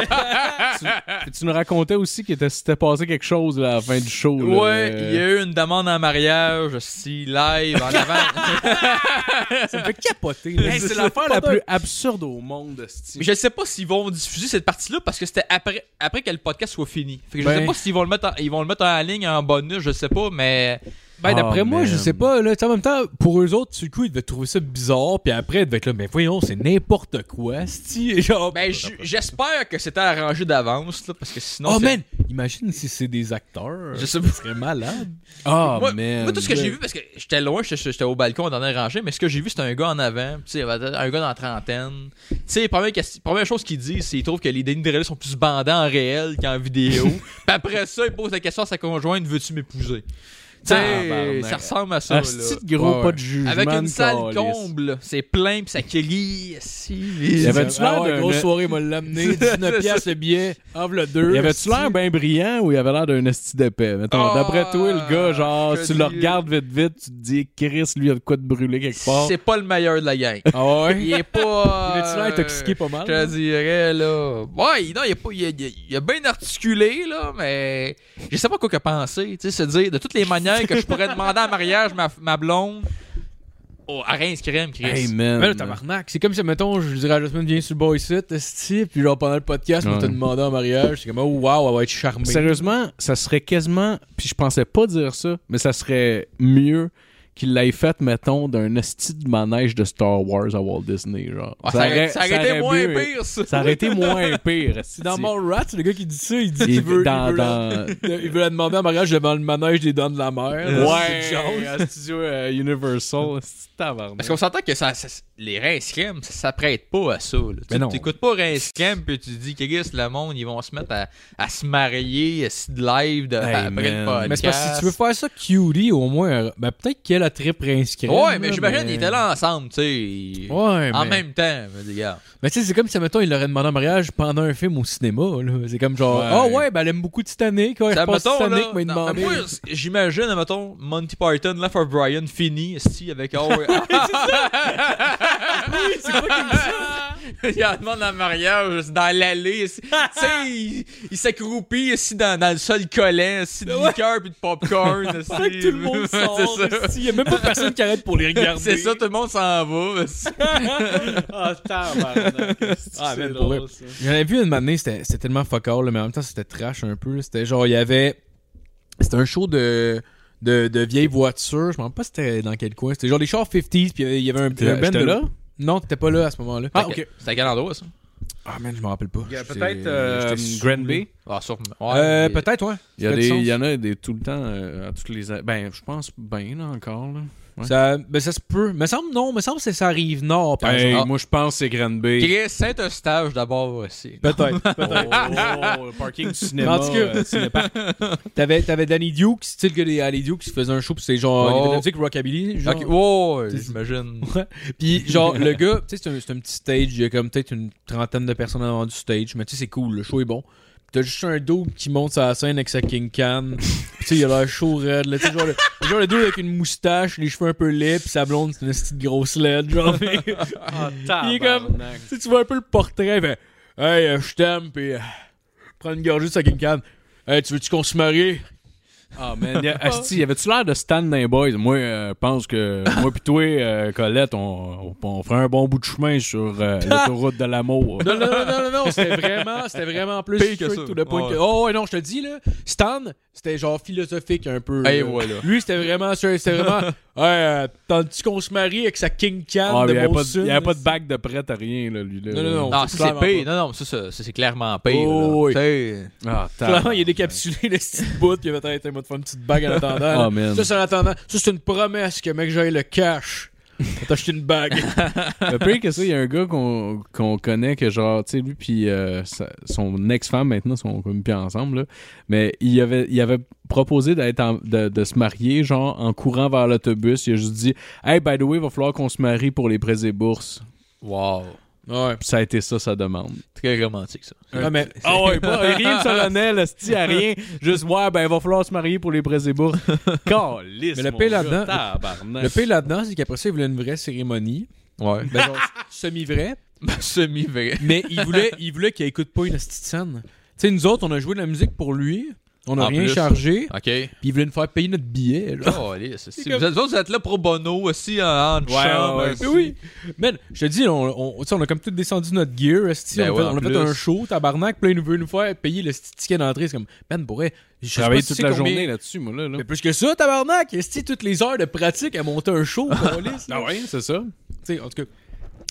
Puis Tu nous racontais aussi qu'il était- s'était passé quelque chose là, à la fin du show. là. Ouais, il y a eu une demande en mariage, si live, <laughs> en avant. Ça me fait capoter. Hey, là. c'est l'affaire la plus absurde au monde, esti. Mais je sais pas s'ils vont diffuser cette partie-là parce que c'était après, après que le podcast soit fini. Fait que je Ben. sais pas s'ils vont le mettre en, ils vont le mettre en ligne en bonus, je sais pas, mais Ben, d'après Ah, moi, je man. sais pas. Là, tu sais, en même temps, pour eux autres, du coup, ils devaient trouver ça bizarre. Puis après, ils devaient être là, mais voyons, c'est n'importe quoi. c'ti. <laughs> Genre, ben j- j'espère que c'était arrangé d'avance là, parce que sinon oh c'est- man, imagine si c'est des acteurs. <laughs> Je sais pas. serait malade. Ah, moi, man. moi, tout ce que j'ai vu, parce que j'étais loin, j'étais- j'étais au balcon en dernière rangée, mais ce que j'ai vu, c'était un gars en avant, tu sais, un gars dans la trentaine. Tu sais, première, question- première chose qu'ils disent, c'est qu'ils trouvent que les dénis de réel sont plus bandants en réel qu'en <laughs> vidéo. Puis après ça, ils posent la question à sa conjointe veux-tu m'épouser Tu sais, Tabarnak. ça ressemble à ça, Un là. petit gros Ouais, pas ouais. de jugement. Avec une de salle calisse. comble, c'est plein, puis ça crie, si. Il y avait-tu tu l'air d'un- une grosse soirée, m'a l'amené. <laughs> 19 piastres le billet. Enve le 2. Il avait-tu l'air bien brillant ou il avait l'air d'un esti d'épais? Mettons, Ah, d'après toi, le gars, genre, je tu te le dis- regardes vite vite, tu te dis, Chris, lui, il a de quoi de brûler quelque part. C'est pas le meilleur de la <laughs> gang. Ah ouais? Il est pas. Il avait-tu l'air intoxiqué pas Ah mal? hein? Je te dirais, là. Ouais, non, il a, pas, il a, il a- il a bien articulé, là, mais je sais pas quoi que penser. Tu sais, se dire, de toutes les manières que je pourrais demander en mariage ma, ma blonde, oh, à Reims Crème, Chris. Hey, man. Ben là, tabarnak, c'est comme si, mettons, je dirais à Jasmine, viens sur le boy site, esti, puis genre pendant le podcast, on Ouais. t'a demandé en mariage, c'est comme, oh wow, elle va être charmée. Sérieusement, ça serait quasiment, puis je pensais pas dire ça, mais ça serait mieux qu'il l'ait fait, mettons, d'un esti de manège de Star Wars à Walt Disney, genre. Ah, ça, aurait, ça aurait été moins mieux. pire, ça. Ça aurait été moins pire. esti. Dans Mallrats, le gars qui dit ça, il dit Il- qu'il veut, dans- il, veut dans- La, il veut la demander en mariage devant le manège des dents de la mer. C'est une Ouais, chose. à studio euh, Universal, <laughs> esti, tabarnak. Parce qu'on s'entend que ça, ça- les Reims Crème, ça s'apprête pas à ça. là. Mais non. Tu t'écoutes pas Reims Crème, puis tu te dis, Chris, le monde, ils vont se mettre à, à se marier, à se live de, Hey, après le man. podcast. Mais c'est parce que si tu veux faire ça cutie, au moins, euh, ben peut-être qu'elle a trip réinscrit. Ouais, mais j'imagine qu'ils étaient là ensemble, tu sais. Ouais, en mais- même temps, je veux dire, regarde. Mais tu sais, c'est comme si, mettons, il l'aurait demandé en mariage pendant un film au cinéma. là. C'est comme genre, Ouais. ah ouais. ben elle aime beaucoup Titanic. Ouais, je Ça, pense mettons, Titanic là, m'a non, demandé. mais moi, c- j'imagine, mettons, Monty Python, Left for Brian, fini, esti, avec... <laughs> Oh, ouais. c'est pas comme ça. il en demande en mariage, c'est dans l'allée, esti. tu sais, il, il s'accroupit, ici dans, dans le sol collant, ici de liqueur puis de popcorn, esti. Fait que tout le monde sort. <laughs> c'est ça. esti. Il y a même pas personne qui arrête pour les regarder. C'est ça, tout le monde s'en va, esti. Ah, tabarnak. Ah, man, pour vrai. J'avais vu une matinée, c'était c'était tellement fuck all, là, mais en même temps, c'était trash un peu. là. C'était genre, il y avait. C'était un show de. De, de vieilles voitures, je me rappelle pas c'était dans quel coin. C'était genre des chars 50s, puis il y avait- il y avait un, un band J'étais de- Ben là? Non, t'étais pas là à ce moment-là. Ah, ok. C'est à quel endroit, ça? Ah, man, je me rappelle pas. Peut-être J'étais- euh, j'étais sous- Grand Bay. Ah, sûrement. Euh, mais- peut-être, ouais. Il y, a Ça fait des, du sens. il y en a des tout le temps, euh, à toutes les. a- Ben, je pense bien là, encore. Là. Ouais. Ça, ben, ça se peut. Me semble non, me semble que c'est ça arrive nord, par Hey, exemple. moi, je pense que c'est Granby. Chris, Saint-Eustache d'abord aussi. Peut-être. Oh, oh, le parking du cinéma. <laughs> En tout cas, <laughs> euh, cinépark. T'avais, t'avais Danny Duke, tu sais, le gars des Alley Duke qui faisait un show, pis c'est genre, il Oh. était de la musique rockabilly. Genre. Ok, wow, C'est- j'imagine. Pis genre, le gars, tu sais, c'est un, c'est un petit stage, il y a comme peut-être une trentaine de personnes avant du stage, mais tu sais, c'est cool, le show est bon. Pis T'as juste un dude qui monte sur la scène avec sa King Can. <laughs> Pis tu sais, il a l'air chaud raide, là. Tu sais, genre, le, genre le dude avec une moustache, les cheveux un peu laids, pis sa blonde, c'est une petite grosse LED, genre. mais- Il est comme- tu sais, tu vois un peu le portrait, il fait Hey, euh, je t'aime, pis euh, prends une gorgée de sa King Can. Hey, tu veux-tu qu'on se marie? Ah, man. y a- Asti, y avait-tu l'air de Stan dans les boys? Moi, euh, je pense que moi pis toi, euh, Colette, on, on, on ferait un bon bout de chemin sur <laughs> euh, l'autoroute de l'amour. Non, non, non, non, non, non, c'était vraiment, c'était vraiment plus Pire que straight ça. to the point Ouais. que- Oh, ouais, non, je te le dis, là, Stan, c'était genre philosophique un peu. Et là. voilà. Lui, c'était vraiment, sûr, c'était <laughs> vraiment, ouais, euh, tu qu'on se marie avec sa King Can Ah, de mais y avait pas de- Monsoon? y avait pas de bague de prête à rien, là, lui. Là, Non, non, non. Non, Ah, c'est ça, c'est clairement pire. pas. Non, non, ça, ça, ça, c'est clairement pire. Oh, là. oui. T'sais, Ah, Clairement, il a tabarnak. décapsulé le petit bout, puis il va peut-être moi, de faire une petite <laughs> bague en attendant. là. Ah, man. Ça, c'est en attendant. Ça, c'est une promesse que, mec, j'aille le cash. T'as acheté une <laughs> bague. <laughs> Le pire que ça, il y a un gars qu'on qu'on connaît que genre, tu sais, lui puis euh, sa- son ex-femme maintenant sont comme plus ensemble, là. mais il avait, il avait proposé d'être en- de, de se marier, genre en courant vers l'autobus. Il a juste dit, hey, by the way, il va falloir qu'on se marie pour les prêts et bourses. Wow. Ouais. Puis ça a été ça sa demande. Très romantique, ça. Non, mais, Ah ouais, pas, rien de solennel, esti, à rien. Juste ouais, ben il va falloir se marier pour les prêts <laughs> et bourses. Calisse, Mais le mon pire gars, là-dedans- tabarnak. le pire là-dedans, c'est qu'après ça, il voulait une vraie cérémonie. <laughs> Ouais. Ben, <laughs> genre, semi-vraie. Ben, Semi-vrai. Mais il voulait, il voulait qu'il écoute pas une petite scène. Tu sais, nous autres, on a joué de la musique pour lui. On a En rien plus. chargé. <laughs> OK. Puis il voulait nous faire payer notre billet. Là. Oh, allez, c'est- c'est- vous, êtes, vous êtes là pro bono aussi en, en chambre. ouais, Mais Ah, Ah, aussi. ben oui. Man, je te dis, on, on, tu sais, on a comme tout descendu notre gear. esti. Ben on, ouais, a fait- en on a fait plus. un show, tabarnak. Puis là, il nous veut nous faire payer le esti ticket d'entrée. C'est comme, man, pourrait. Je sais travaillé pas si toute c'est la combien- journée là-dessus, moi là. là. Mais plus que ça, tabarnak. Esti, toutes les heures de pratique à monter un <laughs> show, câlisse, là. Ah ouais, c'est ça. Tu sais, en tout cas.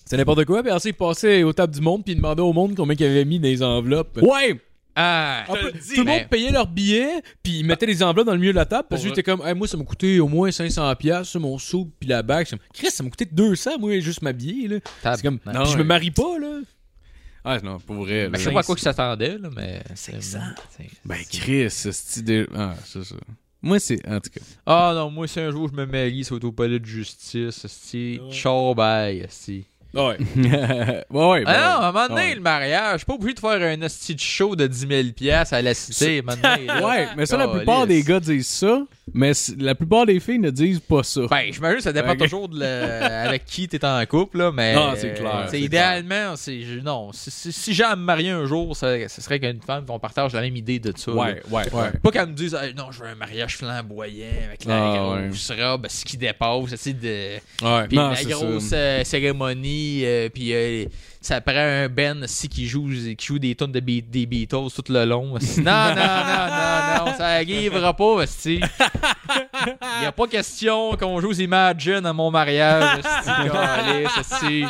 C'est n'importe quoi. Puis après, ça, il passait aux tables du monde. Puis il demandait au monde combien il avait mis dans les enveloppes. Ouais. Ah, En je plus, te le dis, tout le mais- monde payait leurs billets, puis ils mettaient les enveloppes dans le milieu de la table. Parce que Pour j'étais comme, Hey, moi, ça m'a coûté au moins 500$, piastres, ça, mon soupe, puis la bague. J'étais comme, Chris, ça m'a coûté 200$, moi, juste m'habiller. là. Tab- C'est comme, Non, puis je me marie pas, là. Ah non, pour vrai. mais là. Ben, je sais pas à quoi que s'attendait, là, mais. C'est Ben, Chris, ce style de... Ah, c'est ça. Moi, c'est... En tout cas. Ah non, moi, si un jour je me marie, c'est au palais de justice, c'est Ouais. Ciao, bye, esti. Ouais. ouais, ouais. ben, Ah non, à un moment donné, ouais. le mariage, je suis pas obligé de faire un esti de show de 10 000 piastres à la cité, maintenant. <laughs> là. Ouais, mais ça, la Calisse. plupart des gars disent ça, mais c- la plupart des filles ne disent pas ça. Ben, j'imagine que ça dépend Ok. toujours de la- avec qui t'es en couple, là, mais. Non, c'est clair, euh, t'sais, c'est idéalement, c'est. je- Non, si, si, si j'ai à me marier un jour, ça, ce serait qu'une femme, qu'on partage la même idée de ça. là. ouais, ouais, ouais. Pas qu'elle me dise, Hey, non, je veux un mariage flamboyant avec la Ah, grosse robe, ce qui dépasse, tu sais, de. Ouais. Puis Non, la c'est grosse euh, cérémonie, euh, puis euh, ça prend un Ben aussi qui joue, qui joue des tonnes de Be- des Beatles tout le long. aussi. Non, non, non, non, non, ça arrivera pas, aussi. Il n'y a pas question qu'on joue aux Imagine à mon mariage, aussi, câlisse, aussi.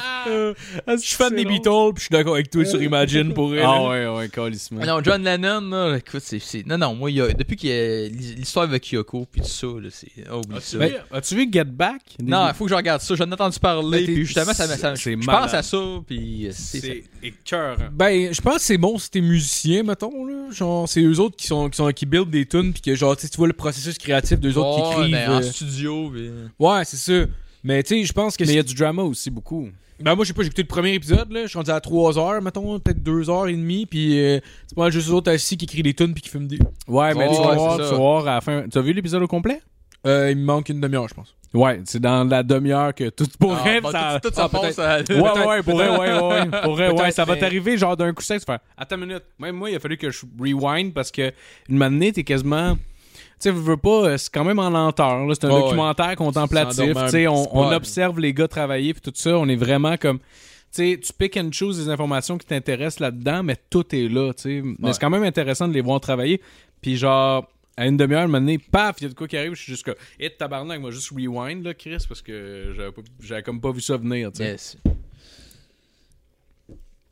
Je suis fan des Beatles, puis je suis d'accord avec toi sur Imagine pour elle. Ah ouais, ouais, calissement. Non, John Lennon, là, écoute, c'est... c'est- Non, non, moi, il y a- depuis qu'il y a l'histoire avec Kyoko, puis tout ça, là, c'est... oh, oublie ça. Ben, As-tu vu Get Back? Non, il faut que je regarde ça. J'en ai entendu parler, Mais Ben, t'es- puis justement, ça, me- ça me- c'est je malade. pense à ça, puis euh, c'est... ça- écœurant. Ben, je pense que c'est bon si t'es musicien, mettons, là. Genre, c'est eux autres qui sont, qui sont, qui build des tunes, puis que, genre, tu sais, tu vois le processus créatif d'eux autres Ouais, qui écrivent. mais en euh, studio, puis... Ouais, c'est ça. Mais, tu sais, je pense que Mais il y c'est. a du drama aussi, beaucoup. Ben, moi, je sais pas, j'ai écouté le premier épisode, là. Je suis rendu à 3 heures, mettons, peut-être 2 heures et demie, puis euh, c'est pas mal juste eux autres assis qui écrivent des tunes, puis qui fument des. Ouais, mais Ouais, tu ouais, vas voir, c'est tu ça. vas voir à la fin... Tu as vu l'épisode au complet? Euh, il me manque une demi-heure, je pense. Ouais, c'est dans la demi-heure que tout pour Ah, elle, bah, ça... tout, tout ça ah, passe à... Ouais, ouais, ouais, pour vrai, peut-être. ouais, ouais, ouais. Pour vrai, ouais, Peut-être, ça va mais- t'arriver genre d'un coup sec, tu fais Attends une minute. Même moi, il a fallu que je rewind parce que une matinée, t'es quasiment. Tu sais, vous veux pas, euh, c'est quand même en lenteur. là. C'est un Ouais, documentaire contemplatif. S'endormir un Tu sais, petit on, peu, on ouais. observe les gars travailler puis tout ça. On est vraiment comme. Tu sais, tu pick and choose les informations qui t'intéressent là-dedans, mais tout est là. tu sais. Mais Ouais. c'est quand même intéressant de les voir travailler. Puis genre. À une demi-heure, une matinée, paf, il y a de quoi qui arrive, je suis juste comme, hé, tabarnak, moi, juste rewind, là, Chris, parce que j'avais pas- j'avais comme pas vu ça venir, tu sais. Yes.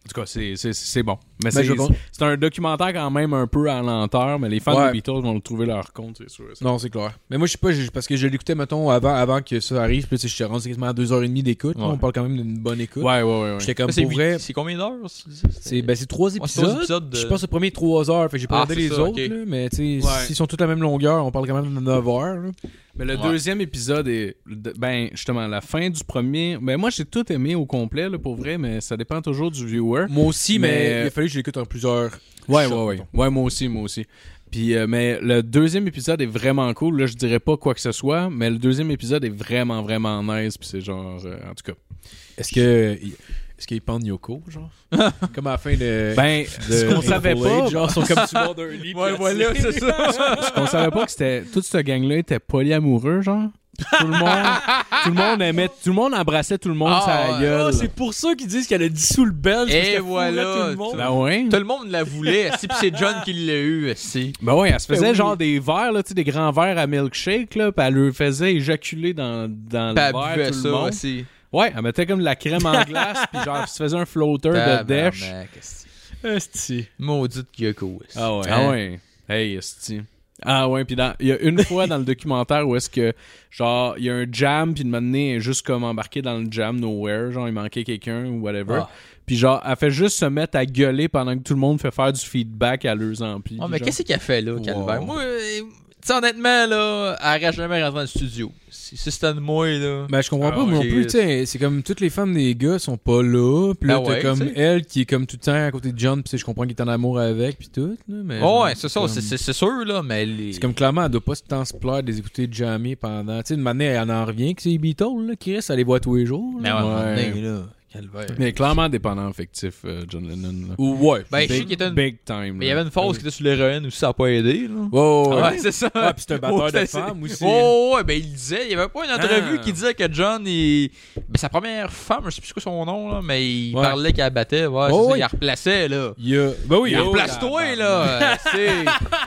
En tout cas, c'est- c'est c'est bon. Mais Ben, c'est je compte. c'est un documentaire quand même un peu à lenteur, mais les fans Ouais. des Beatles vont le trouver leur compte, c'est sûr. Non, c'est clair. Mais moi, je sais pas, j'ai- parce que je l'écoutais, mettons, avant, avant que ça arrive. Puis, là, tu sais, je suis rendu quasiment à 2h30 d'écoute. là, Ouais. On parle quand même d'une bonne écoute. Ouais, ouais, ouais. ouais. J'étais comme, C'est pour vrai, huit- c'est combien d'heures ce qu'ils disent? c'est ben, c'est trois Ouais, c'est trois épisodes. épisodes de- Je pense que le premier 3 heures. Fait que j'ai pas Ah, regardé c'est les ça, autres, ok. là, mais tu sais, Ouais. s'ils sont tous la même longueur, on parle quand même de 9 heures. là. Mais le Ouais. deuxième épisode est, de- ben, justement, la fin du premier. Ben, moi, j'ai tout aimé au complet, là, pour vrai, mais ça dépend toujours du viewer. Moi aussi, mais... Mais- il a fallu que je l'écoute en plusieurs. Ouais, shots, ouais, ouais. mettons. Ouais, moi aussi, moi aussi. Puis, euh, mais le deuxième épisode est vraiment cool. Là, je dirais pas quoi que ce soit, mais le deuxième épisode est vraiment, vraiment nice. Puis c'est genre, euh, en tout cas. Est-ce que. Est-ce qu'ils pendent Yoko, <laughs> genre Comme à la fin de. Ben, de ce qu'on savait Hateful pas, Eight, genre, ils sont comme sur le bord <laughs> d'un lit. Ouais, voilà, c'est ça. ce qu'on savait pas que c'était toute cette gang là était polyamoureux genre tout le monde tout le monde aimait tout le monde embrassait tout le monde Ah, sa ouais. gueule c'est pour ça qu'ils disent qu'elle a dissous le belge. parce qu'elle fourrait tout le monde. ben ouais Tout le monde la voulait, si pis c'est John qui l'a eu, si. ben ouais elle se faisait Ben oui. genre des verres là tu sais des grands verres à milkshake là puis elle le faisait éjaculer dans dans Pis elle le verre buvait tout ça, le monde si. ouais elle mettait comme de la crème en glace puis genre elle se faisait un flotteur de dèche Tabarnak, esti. Esti. Maudite Yoko, esti. Ah ouais. ah ouais hey esti ah ouais puis dans- il y a une fois dans le documentaire où est-ce que genre il y a un jam puis de m'amener juste comme embarqué dans le jam nowhere genre il manquait quelqu'un ou whatever Ah. Puis genre, elle fait juste se mettre à gueuler pendant que tout le monde fait faire du feedback à leurs amplis. Ouais, Ah, mais genre. qu'est-ce qu'elle fait là, Calvaire? Wow. Moi, euh, tu sais, honnêtement, là, elle reste jamais rentrée dans le studio. Si, si c'était de moi, là. Ben, je comprends Ah, pas, moi non ok. plus, tu sais, c'est comme toutes les femmes des gars sont pas là, pis là, Ah t'as ouais, comme tu sais. elle qui est comme tout le temps à côté de John, pis tu sais, je comprends qu'il est en amour avec, pis tout, là, mais... Oh, genre, ouais, c'est ça, comme- c'est- c'est c'est sûr, là, mais elle est. C'est comme clairement, elle doit pas se temps se plaire de les écouter jammer pendant... Tu sais, une manière, elle en revient que c'est les Beatles, là, Chris, elle les voit tous les jours, Mais à là. un moment Ouais. donné, là, Calvaire. Mais clairement dépendant affectif, euh, John Lennon. Là. Ou ouais. Ben, je sais big, qu'il était une- big time. Mais il y là. avait une phase qui était sur l'héroïne aussi, ça a pas aidé, là. Ouais, ouais, ouais. Ouais, c'est ça. Ouais, puis c'est un batteur de c'est- femmes aussi. Oh, ouais, ben il disait, il y avait pas une entrevue Ah. qui disait que John, il... ben, sa première femme, je sais plus quoi son nom, là, mais il Ouais. parlait qu'elle battait, ouais, c'est Oh, ça, oui. il la replaçait, là. Il y a... Ben oui, Il oh, replace-toi, là. <laughs> c'est...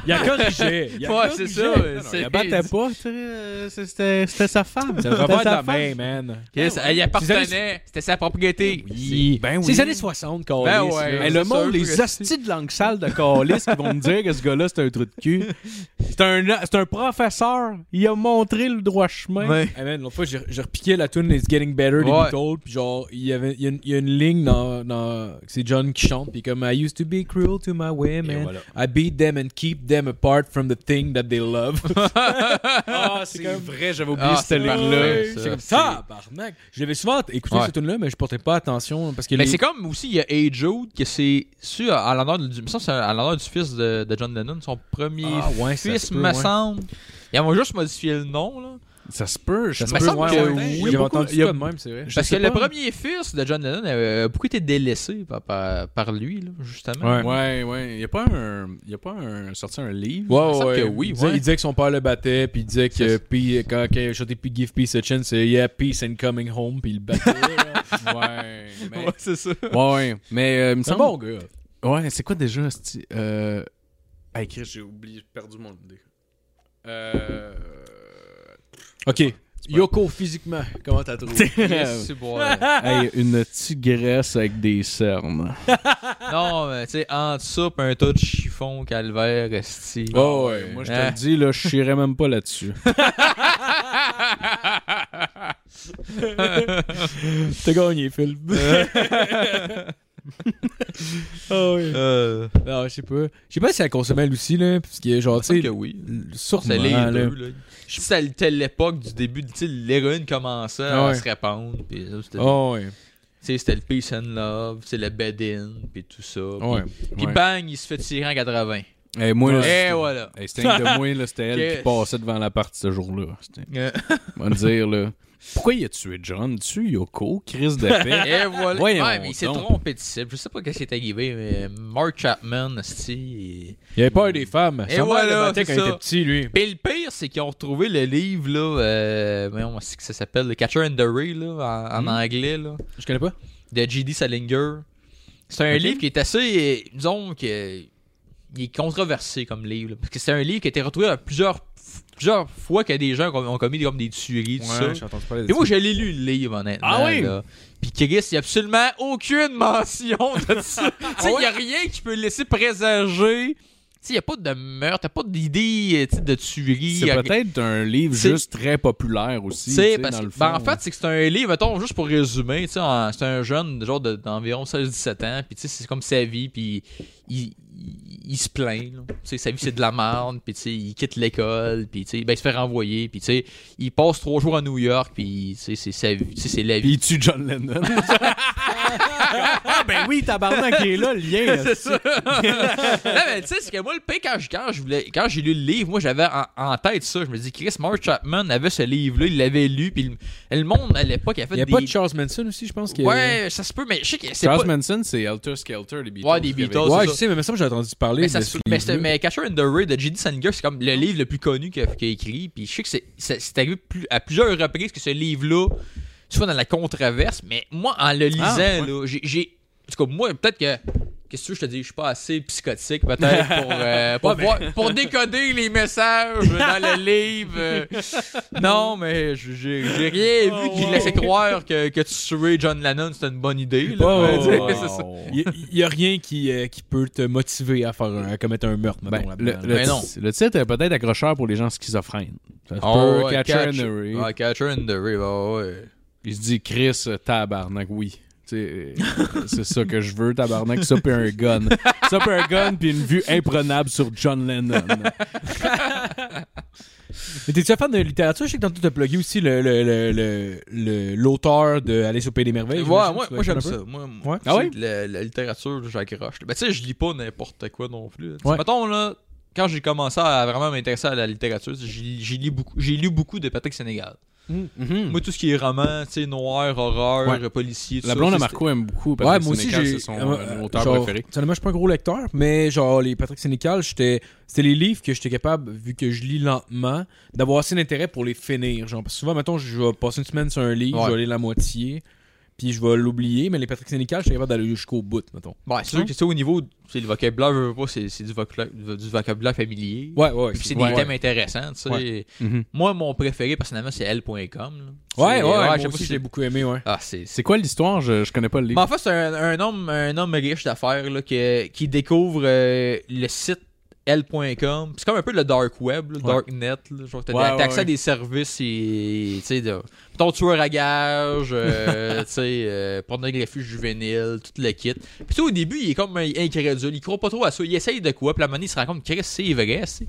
Il a <laughs> corrigé. il a Ouais, corrigé. c'est ça. Il c'est- la battait <laughs> pas, tu sais, euh, c'était c'était sa femme. C'est le revers de sa la femme. main, man. Chris, elle y appartenait. C'était sa propriété. Oui. Ben oui. C'est les années 60, quand Ben ouais. Mais le C'est monde, sûr les que hosties de langue sale de calice qui vont me dire que ce gars-là, c'est un trou de <laughs> cul. C'est un, c'est un professeur. Il a montré le droit chemin. Ouais. Hey man, l'autre fois, j'ai j'ai repiqué la tune It's Getting Better des Ouais. Beatles, puis genre, il y, avait, il, y a une, il y a une ligne dans. dans c'est John qui chante, puis comme I used to be cruel to my women, I beat them and keep them apart from the thing that they love. Ah, <laughs> c'est vrai, j'avais oublié Ah, cette c'est ligne-là. parfait, ça. C'est comme ça, barnac. Je l'avais souvent écouté Ouais. cette tune là mais je portais pas attention parce que Mais les- c'est comme aussi, il y a Hey Jude, que c'est sûr à l'honneur du, il me semble que c'est à l'honneur du fils de, de John Lennon, son premier Ah, ouais, ça fils, se peut, me ouais. semble. Ils ont juste modifié le nom, là. Ça se peut, je Ça se me peut, semble ouais, que ouais, oui, ouais. il y a J'avais beaucoup- entendu il y a- ça de même, c'est vrai. Je Parce que sais le pas. premier fils de John Lennon avait a beaucoup été délaissé par, par, par lui, là, Ouais. justement. Ouais, ouais. Il a pas un. Il a pas un. Sorti un livre. Ouais, me ouais, semble ouais. que oui, il, disait, ouais. il disait que son père le battait, puis il disait C'est que ça. puis, quand il a chanté puis Give Peace a Chance, c'est Yeah, Peace and Coming Home, puis il le battait. là. Ouais. Mais... Ouais, c'est ça. ouais, ouais. Mais euh, il me c'est un semble. bon gars. Ouais, c'est quoi déjà, c'ti- Euh. Hey, Chris, j'ai oublié, perdu mon idée. Euh. Ok. Yoko physiquement, comment t'as trouvé Yes, c'est bon, ouais. hey, une tigresse avec des cernes. non, mais tu sais, en dessous, pis un tas de chiffon, calvaire, esti. Oh, ouais. Moi, je te Ah. le dis, là, je chierais même <laughs> pas là-dessus. <laughs> T'as gagné, <laughs> Phil. Ah oui. Euh, Non, je sais pas. Je sais pas si elle consommait elle aussi, là, parce que genre, tu c'est sais, que oui. l- sûrement, C'est les hein, là. deux, là. Je sais que c'était l'époque du début, tu sais, l'héroïne commençait Ah à ouais. se répandre, pis ça, c'était... Ah ouais. Tu sais, c'était le peace and love, c'est le bed-in, pis tout ça. Pis, Ouais. pis ouais. bang, il se fait tirer en 80. Hey, moi, là, Et voilà. hey, c'était un de moi, là, c'était elle qui Yes. passait devant l'appart ce jour-là. C'était- Euh, On va dire, là. Pourquoi il a tué John? Tu, Yoko, Chris de <laughs> paix. <laughs> Et voilà. Voyons ouais, mais il s'est donc. trompé de cible. Je sais pas qu'est-ce qui est arrivé, mais Mark Chapman, esti, Il avait peur des femmes. Et Sûrement, elle le voilà, battait c'est quand il ça. était petit, lui. Pis le pire, c'est qu'ils ont retrouvé le livre, là, euh, voyons, c'est que ça s'appelle, le Catcher in the Ray, là, en, en Hmm. anglais, là, Je connais pas. de J.D. Salinger. C'est un Ok. livre qui est assez, euh, disons, que, il est controversé comme livre, là, parce que c'est un livre qui a été retrouvé à plusieurs f- plusieurs fois que des gens ont ont commis comme des tueries, tout ça. Ouais, j'ai entendu parler de Et ça. moi, j'allais lu le livre, honnêtement. Ah oui? là. Puis Chris, il n'y a absolument aucune mention de ça. <laughs> tu sais, il n'y a Ah rien qui peut laisser présager. Tu sais, il n'y a pas de meurtre, il n'y a pas d'idée euh, tu sais, de tuerie. C'est peut-être un livre C'est- juste très populaire aussi. Tu sais, tu sais, parce dans que- le ben, en fond. fait, c'est que c'est un livre, mettons, juste pour résumer, tu sais, en- c'est un jeune genre de- d'environ 16-17 ans, puis tu sais, c'est comme sa vie, puis il, il- il se plaint, là. Tu sais, sa vie c'est de la merde, puis tu sais, il quitte l'école, puis tu sais, ben, il se fait renvoyer, puis tu sais, il passe trois jours à New York, puis tu sais, c'est sa vie, tu sais, c'est la Puis vie. il tue John Lennon. ah ben oui, tabarnak, il est là, le <laughs> lien. là. C'est ça. non, mais tu sais, c'est que moi, le pire, quand je- quand je voulais- quand j'ai lu le livre, moi, j'avais en, en tête ça. Je me dis, Chris Mark Chapman avait ce livre-là, il l'avait lu, puis le, le monde à l'époque, il a fait Il y a des. pas de Charles Manson aussi, je pense. que- Ouais, ça se peut, mais je sais que c'est Charles pas... Manson, c'est Helter Skelter, les Beatles. Ouais, des qu'il y avait. Beatles. c'est Ouais, je ça. sais, mais il me semble que j'ai entendu parler Mais, de ça ce se- mais, c'est- livre-là. mais Catcher in the Rye de J.D. Salinger, c'est comme le livre le plus connu qu'il a, qu'il a écrit. Puis je sais que c'est- c'est c'est arrivé plus- à plusieurs reprises que ce livre-là soit dans la controverse. Mais moi, en le lisant, Ah, ouais. là, j'ai- j'ai. En tout cas, moi, peut-être que. Qu'est-ce que tu veux, je te dis? Je suis pas assez psychotique, peut-être, pour, <laughs> euh, pour, voir- pour décoder les messages dans le livre. euh. non, mais j'ai- j'ai Oh, j'ai rien vu qui laissait croire que, que tuer John Lennon, c'était une bonne idée. là. Oh, Mais, tu sais, wow. <laughs> c'est ça. Il n'y a rien qui, euh, qui peut te motiver à, faire un- à commettre un meurtre, Ben, mettons, le, là-dedans, le là. Mais non. ti- le titre est peut-être accrocheur pour les gens schizophrènes. Ça se Oh, peut, ouais, Catcher catch- in the Rye. Ouais, Catcher in the Rye, ouais, ouais. Il se dit Chris, euh, tabarnak, oui. Tu sais, euh, c'est ça que je veux, tabarnak. Ça, puis un gun. Ça, puis un gun, puis une vue imprenable sur John Lennon. Euh, Mais t'es-tu fan de littérature? Je sais que tantôt t'as plugué aussi l'auteur le, le, le, le- l'auteur de Alice au Pays des Merveilles. Ouais, j'imagine, moi, tu l'as moi j'aime fait un ça. peu? Moi, moi, Ouais. tu Ah sais, ouais? la, la littérature, j'accroche. Ben, tu sais, je lis pas n'importe quoi non plus. Tu sais, Ouais. Mettons, là, quand j'ai commencé à vraiment m'intéresser à la littérature, j'ai j'ai lu beaucoup, j'ai lu beaucoup de Patrick Sénégal. Moi, tout ce qui est roman, tu sais, noir, horreur, Ouais. policier, tout La ça, blonde à c'est- Marco aime beaucoup. Ouais, Patrick moi aussi, Sénécal, j'ai. C'est son euh, euh, auteur genre, préféré. personnellement, je suis pas un gros lecteur, mais genre, les Patrick Sénécal, j'étais- c'était les livres que j'étais capable, vu que je lis lentement, d'avoir assez d'intérêt pour les finir. Genre, parce que souvent, mettons, je vais passer une semaine sur un livre, Ouais. je vais lire la moitié, puis je vais l'oublier, mais les Patrick Sénécal, j'étais capable d'aller jusqu'au bout, mettons. Ouais, c'est sûr que tu sais, au niveau, c'est le vocabulaire, je veux pas, c'est c'est du vocabulaire, du vocabulaire familier. Ouais, ouais, Puis c'est des Ouais, thèmes intéressants, tu sais. Mhm. Moi, mon préféré, personnellement, c'est L.com. là. Ouais, ouais, C'est- moi je sais pas aussi, si- j'ai beaucoup aimé, ouais. Ah, c'est C'est quoi l'histoire Je, je connais pas le Mais livre. en fait, c'est un, un homme, un homme riche d'affaires là, qui, qui découvre euh, le site L.com. C'est comme un peu le dark web, le Ouais. dark net. là. Genre, t'as Ouais, t'as ouais, accès à ouais. des services et. Tu sais, de- ton tueur à gage, <laughs> euh, tu sais, euh, pornographie juvénile, tout le kit. Puis tu sais, au début, il est comme un- incrédule. Il croit pas trop à ça. Il essaye de quoi. Puis la monnaie, il se rend compte que Chris, c'est vrai. c'est-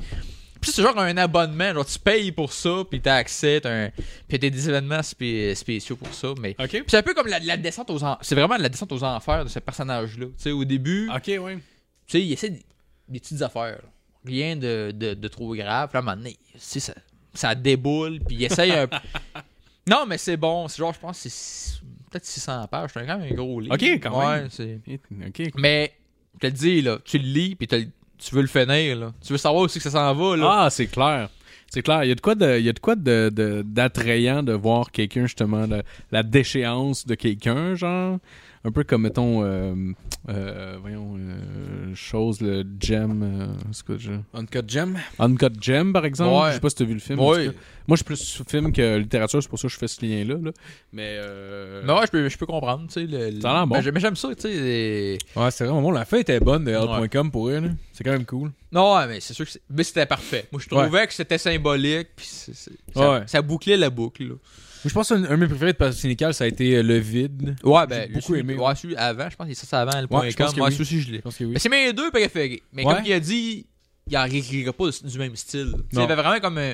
Puis c'est genre un abonnement. Genre, tu payes pour ça. Puis t'as accès. T'as un... Puis t'as des événements spé- spéciaux pour ça. Mais. Ok. Puis c'est un peu comme la, la descente aux enfers. C'est vraiment la descente aux enfers de ce personnage-là. Tu sais, au début, Ah, Ok, ouais. tu sais, il essaie des, des petites affaires. là. Rien de, de, de trop grave. Puis à un moment donné, tu sais, ça, ça déboule. Puis il essaye un peu. <laughs> Non, mais c'est bon. C'est genre, je pense, que c'est six- peut-être 600 pages. C'est quand même un gros livre. Ok, quand Ouais, même. c'est- Ok. Mais, je te le dis, là, tu le lis, puis te le- tu veux le finir. Là. Tu veux savoir aussi que ça s'en va. Là. Ah, c'est clair. C'est clair. Il y a de quoi de, il y a de quoi de, de- d'attrayant de voir quelqu'un, justement, de- la déchéance de quelqu'un, genre. Un peu comme, mettons, euh, euh, voyons, euh, chose, le gem, euh, c'est quoi, je- Uncut Gem. Uncut Gem, par exemple. Ouais. Je sais pas si t'as vu le film. en Ouais. tout cas. Moi, je suis plus film que littérature, c'est pour ça que je fais ce lien-là. là. Mais, euh, Mais ouais, je peux, je peux comprendre, tu sais. le- le- Ça a l'air bon. Mais j'aime- Mais j'aime ça, tu sais. les- Ouais, c'est vraiment bon. La fin était bonne de Ouais. L.com pour elle. là. C'est quand même cool. Non, ouais, mais c'est sûr que c'est- mais c'était parfait. Moi, je trouvais que c'était symbolique, puis c'est- c'est- ça, Ouais. ça bouclait la boucle. Là. Moi, je pense qu'un un de mes préférés de Patrick Sénécal, ça a été euh, Le Vide. Ouais, ben, ben, beaucoup celui- aimé, Ouais, celui avant, je pense qu'il est sorti avant le Ouais, point je com. pense que Moi, oui. celui je l'ai. Je pense que oui. Mais c'est mes deux préférés. Mais Ouais. comme il a dit, il en réécrira pas du même style. Tu sais, Il y Non. avait vraiment comme un,